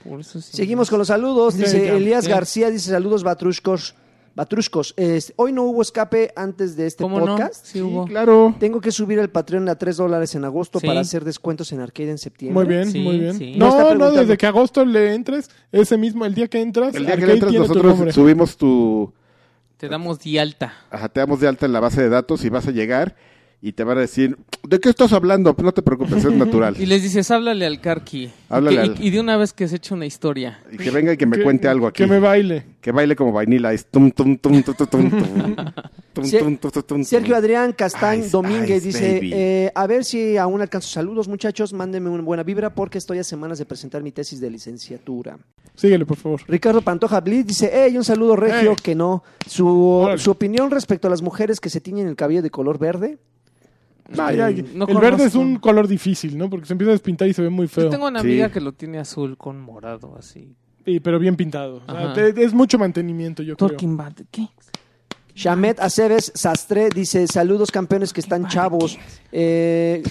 S1: Por eso sí.
S2: Seguimos con los saludos.
S4: Sí,
S2: Dice
S4: ya,
S2: Elías
S1: ya.
S2: García, dice saludos Batrushkos. Batrushkos, es- hoy no hubo escape antes de este
S1: ¿Cómo no?
S2: podcast.
S1: Sí, hubo.
S3: Claro.
S2: Tengo que subir el Patreon a 3 dólares en agosto
S1: Sí.
S2: para hacer descuentos en Arcade en septiembre.
S4: Muy bien,
S1: Sí,
S4: muy bien.
S1: sí.
S2: Me está
S4: No, no,
S2: preguntando.
S4: desde que agosto le entres, ese mismo, el día que entras,
S3: El día que
S4: Arcade
S3: le entras,
S4: tiene tu nombre.
S3: nosotros subimos tu.
S1: Te damos di alta.
S3: Ajá, te damos de alta en la base de datos y vas a llegar y te van a decir, ¿de qué estás hablando? No te preocupes, es natural.
S1: Y les dices, háblale al Karki.
S3: Háblale
S1: Y que-
S3: al-
S1: y, y de una vez que se eche una historia.
S3: Y que venga y que me cuente algo aquí.
S4: Que me baile.
S3: Que baile como vainilla. Es tum, tum, tum, tum, tum, tum, tum, tum,
S2: Se-
S3: tum, tum, tum, tum.
S2: Sergio Adrián Castán
S3: Ice,
S2: Domínguez
S3: Ah, ice,
S2: dice,
S3: baby.
S2: eh, a ver si aún alcanzo saludos muchachos, mándenme una buena vibra porque estoy a semanas de presentar mi tesis de licenciatura.
S4: Síguele, por favor.
S2: Ricardo Pantoja Blitz dice, hey, un saludo regio
S4: Ey.
S2: que no. Su,
S4: Órale.
S2: su opinión respecto a las mujeres que se tiñen el cabello de color verde.
S4: No, ya,
S1: no
S4: el verde es
S1: conozco.
S4: un color difícil, ¿no? Porque se empieza a despintar y se ve muy feo.
S1: Yo tengo una
S3: Sí.
S1: amiga que lo tiene azul con morado, así.
S4: Sí, pero bien pintado. O sea,
S1: Ajá.
S4: te- es mucho mantenimiento, yo creo.
S1: Talking about the Kings.
S2: Shamet Aceves Sastre dice, saludos campeones que están chavos. Eh,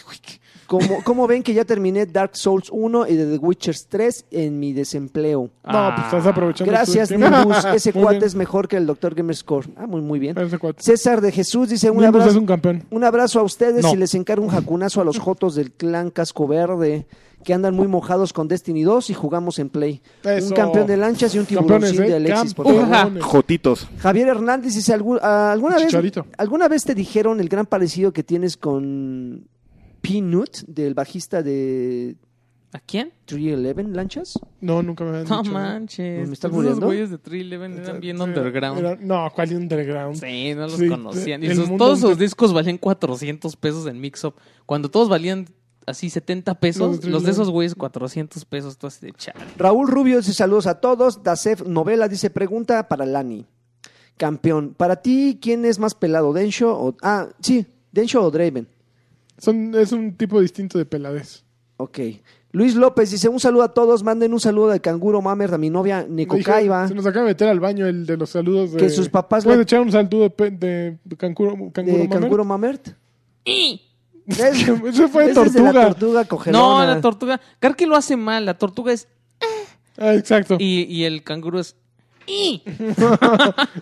S2: ¿cómo, cómo ven que ya terminé Dark Souls 1 y The Witcher 3 en mi desempleo?
S4: No, pues estás aprovechando.
S2: Ah, Gracias,
S4: tu tiempo. <laughs>
S2: Nimbus. Ese
S4: Muy
S2: cuate
S4: bien.
S2: es mejor que el Dr. Gamerscore. Ah, muy, muy bien.
S4: Ese cuate.
S2: César de Jesús dice un
S4: Nimbus es
S2: abrazo,
S4: un campeón.
S2: un abrazo a ustedes
S4: No.
S2: y les encargo un jacunazo a los jotos del clan Casco Verde que andan muy mojados con Destiny 2 y jugamos en Play. Un
S4: Eso.
S2: campeón de lanchas y un
S4: Campeones,
S2: tiburoncín
S4: ¿eh?
S2: de Alexis, por favor.
S4: <laughs> Campeones.
S3: Jotitos.
S2: Javier Hernández dice, "Algu- ah, ¿alguna vez,
S4: Chicharito.
S2: ¿alguna vez te dijeron el gran parecido que tienes con Peanut, del bajista de
S1: ¿A quién?
S2: 311 Lanchas?
S4: No, nunca me han dicho. ¿eh?
S1: No manches.
S2: ¿Me estás
S1: Esos
S2: muriendo?
S1: güeyes de 311 eran bien
S4: Sí,
S1: underground.
S4: era- no, ¿cuál underground?
S1: Sí, no los
S4: Sí,
S1: conocían. Y
S4: el
S1: sus-
S4: mundo
S1: todos sus
S4: entero.
S1: discos valían 400 pesos en Mixup. Cuando todos valían así 70 pesos,
S4: Los
S1: los,
S4: de
S1: de
S4: Thriller.
S1: esos güeyes 400 pesos, tú así de chale.
S2: Raúl Rubio dice saludos a todos. Dasef Novela dice pregunta para Lani. Campeón, para ti, ¿quién es más pelado? ¿Densho o.? Ah, sí, ¿Densho o Draven?
S4: Son, es un tipo distinto de peladez.
S2: Ok. Luis López dice un saludo a todos. Manden un saludo de canguro mamer a mi novia
S4: Dije,
S2: Necocaiba.
S4: Se nos acaba de meter al baño el de los saludos de...
S2: Que sus papás
S4: ¿Puedes
S2: le-
S4: echar un saludo de, pe- de canguro, canguro
S2: ¿De
S4: mamert?
S2: canguro mamert? Es-
S4: Ese
S2: <laughs>
S4: fue
S2: ese es de
S4: tortuga.
S2: la tortuga
S1: No,
S2: cogelona.
S1: la tortuga. Karki lo hace mal. La tortuga es.
S4: Ah, exacto.
S1: Y, y el canguro es. "Y".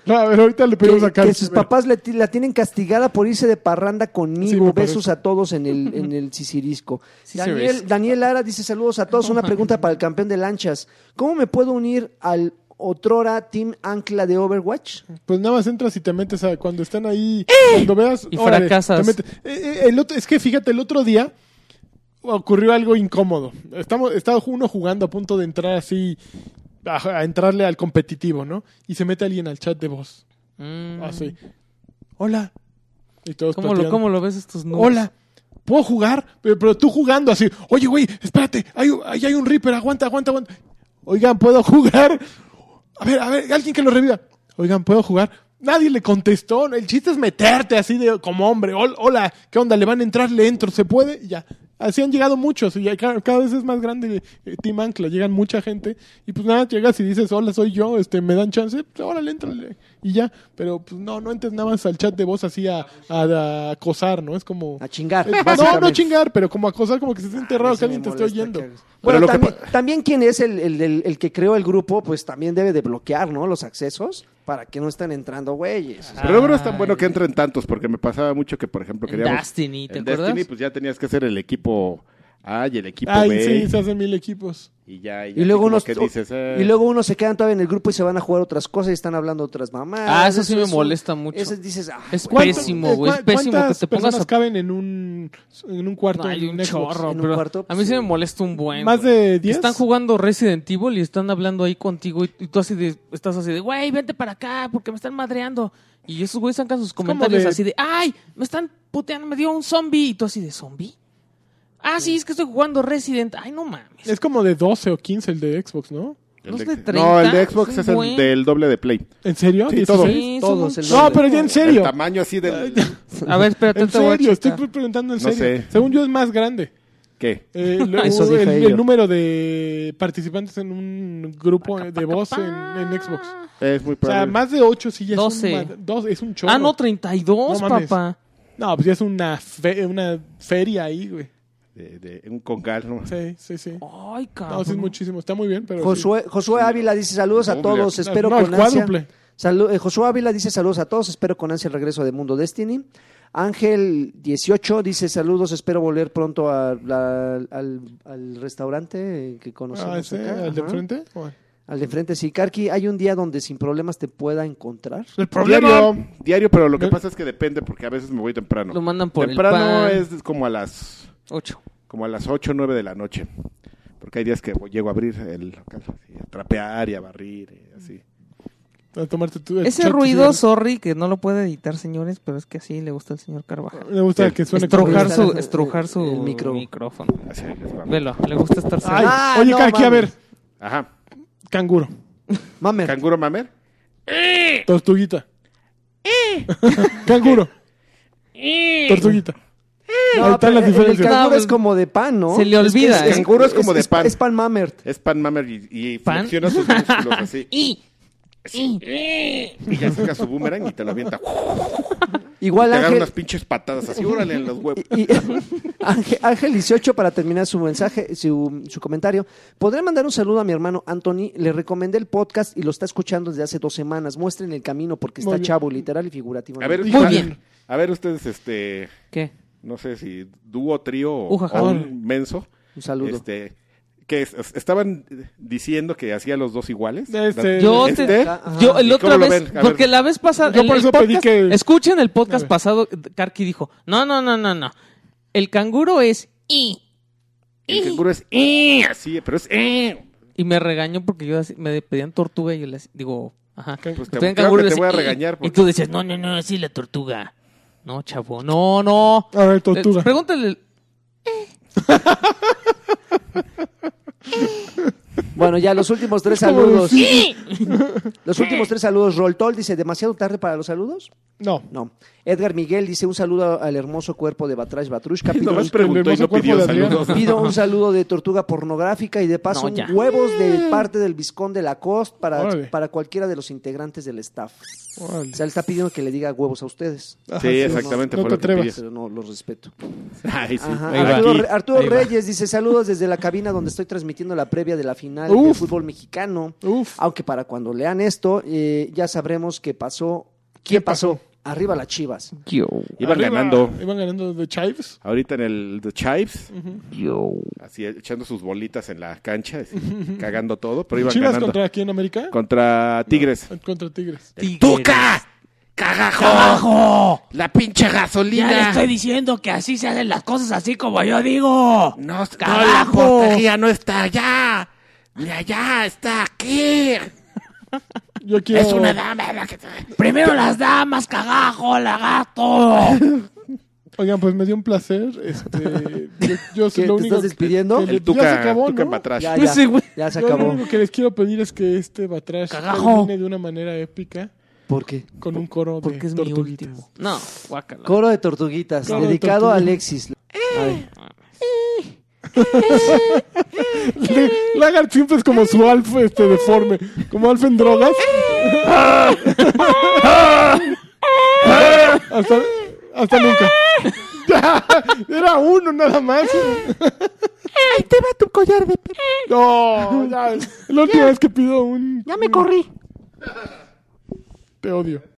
S4: No, a ver, ahorita le pedimos
S2: que,
S4: a Carlos.
S2: que sus papás le ti- la tienen castigada por irse de parranda
S4: Sí,
S2: conmigo.
S4: me parece.
S2: Besos a todos en el, en el
S4: <laughs>
S2: sisirisco.
S1: Sisirisco.
S2: Daniel, Daniel Lara dice saludos a todos. Una pregunta para el campeón de lanchas. ¿Cómo me puedo unir al otrora Team Ancla de Overwatch?
S4: Pues nada más entras y te metes a cuando están ahí, cuando veas...
S1: ¡Eh! Y
S4: órale,
S1: fracasas.
S4: te metes. Eh, eh, el otro- es que fíjate, el otro día ocurrió algo incómodo. Estamos, estaba uno jugando a punto de entrar así, a, a entrarle al competitivo, ¿no? Y se mete alguien al chat de voz.
S1: Mm.
S4: Así. Hola. Y todos
S1: ¿Cómo lo,
S4: platicando.
S1: ¿Cómo lo ves estos noobs?
S4: Hola. ¿Puedo jugar? Pero, pero tú jugando así. Oye, güey, espérate. Ahí hay, un Reaper. Aguanta, aguanta, aguanta. Oigan, ¿puedo jugar? A ver, a ver, alguien que lo reviva. Oigan, ¿puedo jugar? Nadie le contestó. El chiste es meterte así de como hombre. Hol- Hola, ¿qué onda? ¿Le van a entrar? ¿Le entro? ¿Se puede? Y ya. Así han llegado muchos. Y ya ca- cada vez es más grande eh, Team Ancla. Llegan mucha gente. Y pues nada, llegas y dices, hola, soy yo. este ¿Me dan chance? Pues, órale, entrale. Y ya. Pero pues no, no entres nada más al chat de voz así a, a- a acosar, ¿no? Es como...
S2: A chingar.
S4: Eh, No, no
S2: básicamente. Ah,
S4: chingar, pero como acosar, como que se siente raro
S2: Eso
S4: que alguien
S2: me
S4: te esté
S2: molesta
S4: oyendo.
S2: que hagas. Bueno,
S3: lo que
S2: también,
S3: pa-
S2: también quien es el, el- el- el que creó el grupo, pues también debe de bloquear, ¿no? Los accesos para que no estén entrando güeyes.
S3: Pero luego no es tan bueno que entren tantos, porque me pasaba mucho que, por ejemplo,
S1: En
S3: queríamos...
S1: Destiny, ¿te
S3: en
S1: acuerdas?
S3: Destiny, pues ya tenías que hacer el equipo A y el equipo
S2: pues,
S4: Ay,
S3: B.
S4: sí, se hacen mil equipos.
S3: Y ya, y, ya
S2: Y luego,
S3: como
S2: unos,
S3: que dices, eh,
S2: y luego unos se quedan todavía en el grupo y se van a jugar otras cosas y están hablando otras mamás.
S1: Ah, eso sí me
S2: es un-
S1: molesta mucho.
S2: Eso dices, ah,
S1: Es
S2: güey,
S1: pésimo. güey, es pésimo que
S4: eh, ¿cuántas
S1: te pongas
S4: personas
S1: a-
S4: caben en un, en un cuarto?
S1: No, hay
S4: en
S1: un
S4: Xbox?
S1: chorro,
S2: en un
S1: pero
S2: cuarto,
S1: a
S2: pues,
S1: mí
S2: sí.
S1: se me molesta un buen.
S4: ¿Más
S1: güey.
S4: de 10?
S1: Están jugando Resident Evil y están hablando ahí contigo y, y tú así de, estás así de, güey, vente para acá porque me están madreando. Y esos güeyes sacan sus comentarios
S4: de-
S1: así de, ay, me están puteando, me dio un zombie. Y tú así de, ¿zombie? Ah, sí, es que estoy jugando Resident. Ay, no mames.
S4: Es como de 12 o 15 el de Xbox, ¿no?
S3: el
S1: ¿no es
S3: de-
S1: de
S3: No,
S1: 30?
S3: el de Xbox es,
S1: Es un
S3: el
S1: buen.
S3: del doble de Play.
S4: ¿En serio?
S3: Sí,
S4: ¿16?
S3: todo.
S1: Sí, son
S2: Todos
S1: un
S2: el
S1: chorro.
S4: No, pero ya en
S3: El
S4: serio.
S3: tamaño así del...
S1: A ver, espérate,
S4: En
S1: te voy a
S4: serio, estoy
S1: checar.
S4: pre- preguntando en
S3: No
S4: serio.
S3: sé.
S4: Según yo es más grande.
S3: ¿Qué?
S1: <laughs>
S4: Eh, lo-
S2: Eso
S4: el,
S2: dije
S4: el
S2: yo.
S4: número de participantes en un grupo de voz en, en Xbox.
S3: Es muy
S4: O sea,
S3: probable.
S4: más de 8 sí ya es
S1: 12.
S4: un, mad- dos- es un chorro.
S1: Ah, no, 32,
S4: No mames.
S1: papá.
S4: No, pues ya es una, fe- una feria ahí, güey.
S3: De, de un congal, ¿no?
S4: Sí, sí, sí.
S1: Ay, Oh, cabrón.
S4: No, sí es muchísimo. Está muy bien, pero... sí.
S2: Josué, Josué Ávila dice saludos a
S3: Doble.
S2: todos, espero
S4: No, el
S2: con ansia.
S4: cuádruple.
S2: Salu- eh, Josué Ávila dice saludos a todos, espero con ansia el regreso de Mundo Destiny. Ángel 18 dice saludos, espero volver pronto a la- al, al restaurante que conocemos.
S4: Ah, ese,
S2: acá".
S4: al
S2: Ajá.
S4: de enfrente. Bueno.
S2: Al de enfrente, sí. Karki, ¿hay un día donde sin problemas te pueda encontrar?
S4: El
S3: Diario, diario, pero lo que
S4: Me-
S3: pasa es que depende porque a veces me voy temprano.
S1: Lo mandan por el
S3: temprano
S1: pan.
S3: es como a las
S1: 8.
S3: como a las 8 o 9 de la noche. Porque hay días que voy- llego a abrir el local, así, a trapear y a barrir y así.
S4: A tomarte tu- el
S1: Ese
S4: shot,
S1: ruido,
S4: sí,
S1: sorry, que no lo puede editar, señores, pero es que así le gusta al señor Carvajal.
S4: Le gusta
S3: Sí.
S4: que suene como-
S1: Estrojar
S2: ruido.
S1: su, estrojar su
S2: El micro.
S1: micrófono.
S3: Así les va.
S1: Velo, le gusta estar cerca.
S4: Ay,
S2: Ah,
S4: oye,
S2: no,
S4: aquí a
S2: mames.
S4: ver.
S3: Ajá.
S4: Canguro.
S2: Mamer.
S3: ¿Canguro mamer?
S4: Tortuguita. Canguro. Tortuguita.
S2: <laughs>
S4: Ahí están
S2: pero
S4: las
S2: el- el
S4: diferencias.
S2: canguro
S1: No, pues,
S2: es como de pan, ¿no?
S1: se le olvida,
S2: que
S1: ¿eh?
S3: Canguro es como de pan.
S2: Es pan mamer.
S3: Es pan mamer y, y
S1: ¿Pan?
S3: flexiona sus músculos
S1: <laughs>
S3: así.
S1: Y-
S3: Y ya saca su boomerang y te
S1: <laughs>
S3: lo avienta.
S2: Igual
S3: Te agarra
S2: Ángel,
S3: unas pinches patadas así, órale en los huevos.
S2: y- <laughs> Ángel, Ángel 18 para terminar su mensaje, su, su comentario. Podré mandar un saludo a mi hermano Anthony. Le recomendé el podcast y lo está escuchando desde hace dos semanas. Muestren el camino porque
S4: Muy
S2: está
S4: bien.
S2: chavo, literal y figurativo.
S3: A ver,
S4: Muy
S3: ustedes-
S1: bien.
S3: A ver ustedes, este,
S1: ¿Qué?
S3: no sé si dúo, trío o,
S1: Ujaja.
S3: o un menso.
S2: Un saludo.
S3: Este, que es- es- estaban diciendo que hacía los dos iguales.
S4: Este-
S1: Yo
S3: Este-
S1: te- ah,
S2: Ajá.
S1: Yo el
S3: ¿Y
S1: otra
S3: cómo lo
S1: vez,
S3: ven? A
S1: porque
S3: ver.
S1: la vez pasada,
S4: Yo
S1: el-
S4: por
S1: el
S4: eso pedí
S1: podcast-
S4: que-
S1: escuchen el
S4: A
S1: podcast
S4: ver.
S1: pasado, Karki dijo, no, no, no, no, no, el canguro es y
S3: El canguro es "Eh", así, pero es "Eh".
S1: y me regañó porque yo así- me pedían tortuga y yo les digo, ajá,
S3: Pues te,
S1: Me pedían
S3: claro
S1: canguro
S3: que
S1: y
S3: te
S1: yo
S3: voy a
S1: decía, "Y".
S3: regañar
S1: y
S3: porque
S1: tú <laughs>
S3: <laughs>
S1: decías, no, no, no, sí la tortuga, no, chavo, no, no,
S4: A ver,
S1: Eh,
S4: tortuga.
S1: Pregúntale.
S2: Bueno, ya los últimos
S4: <laughs>
S2: tres
S4: Es como
S2: saludos. <laughs> Los últimos tres saludos. Roltol dice, ¿demasiado tarde para los saludos?
S4: No.
S2: No. Edgar Miguel dice, un saludo al hermoso cuerpo de Batrash
S3: <laughs>
S2: Batrushka. Pido,
S3: Nomás
S2: un,
S3: preguntó y
S4: hermoso
S3: no
S4: cuerpo
S3: pidió
S4: de Adrián.
S3: saludos.
S2: pido
S4: <laughs>
S2: un saludo de tortuga pornográfica y de paso
S1: No, ya.
S2: huevos de parte del Visconde Lacoste para,
S4: Órale.
S2: para cualquiera de los integrantes del staff.
S4: Órale.
S2: O sea, le está pidiendo que le diga huevos a ustedes.
S3: Sí, exactamente.
S4: no
S3: fue
S4: te
S3: lo que pidió.
S4: atrevas.
S2: Pero no, los respeto.
S3: <laughs> Ay, sí.
S2: Ajá.
S1: ahí va.
S2: Arturo,
S1: Aquí,
S2: Re- Arturo
S1: ahí va.
S2: Reyes dice saludos desde la cabina donde estoy transmitiendo la previa de la final del
S4: Uf.
S2: fútbol mexicano.
S4: Uf.
S2: Aunque para cuando lean esto eh, ya sabremos qué pasó. ¿Qué
S4: ¿Qué
S2: pasó?
S4: pasó? Pues
S2: Arriba las Chivas.
S1: Yo,
S3: Iban
S4: Arriba.
S3: ganando.
S4: Iban ganando de Chives.
S3: Ahorita en el The Chives,
S1: yo.
S3: así echando sus bolitas en la cancha, así, cagando todo, pero iban
S4: ¿Chivas
S3: ganando. Contra,
S4: contra quién, América?
S3: Tigres.
S4: Contra Tigres.
S1: Tigres.
S3: ¡Cagajo! ¡La pinche gasolina!
S1: diciendo que así se hacen las cosas así como yo digo.
S3: No,
S1: ¡Carajo!
S3: no está allá. Ni allá, está aquí.
S4: Yo quiero...
S3: dama la que-
S1: Primero las damas, cagajo, lagato.
S4: Oigan, pues me dio un placer. Este, yo, yo
S2: ¿Qué,
S4: lo
S2: te
S4: único
S2: estás despidiendo?
S4: que- que-
S3: El
S4: ya se
S3: Tuca,
S4: acabó,
S3: Tuca
S4: ¿no?
S3: Patrash.
S2: Ya,
S1: Pues
S2: ya,
S1: sí, güey.
S2: ya se
S4: Yo Lo
S2: acabó.
S4: único que les quiero pedir es que este Batrash
S1: Cagajo.
S4: termine de una manera épica
S2: ¿Por qué?
S4: con un coro de
S1: Porque es mi
S4: tortuguitas. <laughs>
S1: último. No, guácala.
S2: Coro de tortuguitas,
S4: Coro de
S2: dedicado a
S4: tortugas.
S2: Alexis. A ver.
S4: Lagarde siempre es como su alf este, deforme. Como alf en drogas. <laughs> hasta, hasta nunca. <laughs> Era uno nada más.
S6: Ahí te va tu collar de pe...
S4: No, ya. La última vez que pido un...
S6: Ya me corrí.
S4: Te odio.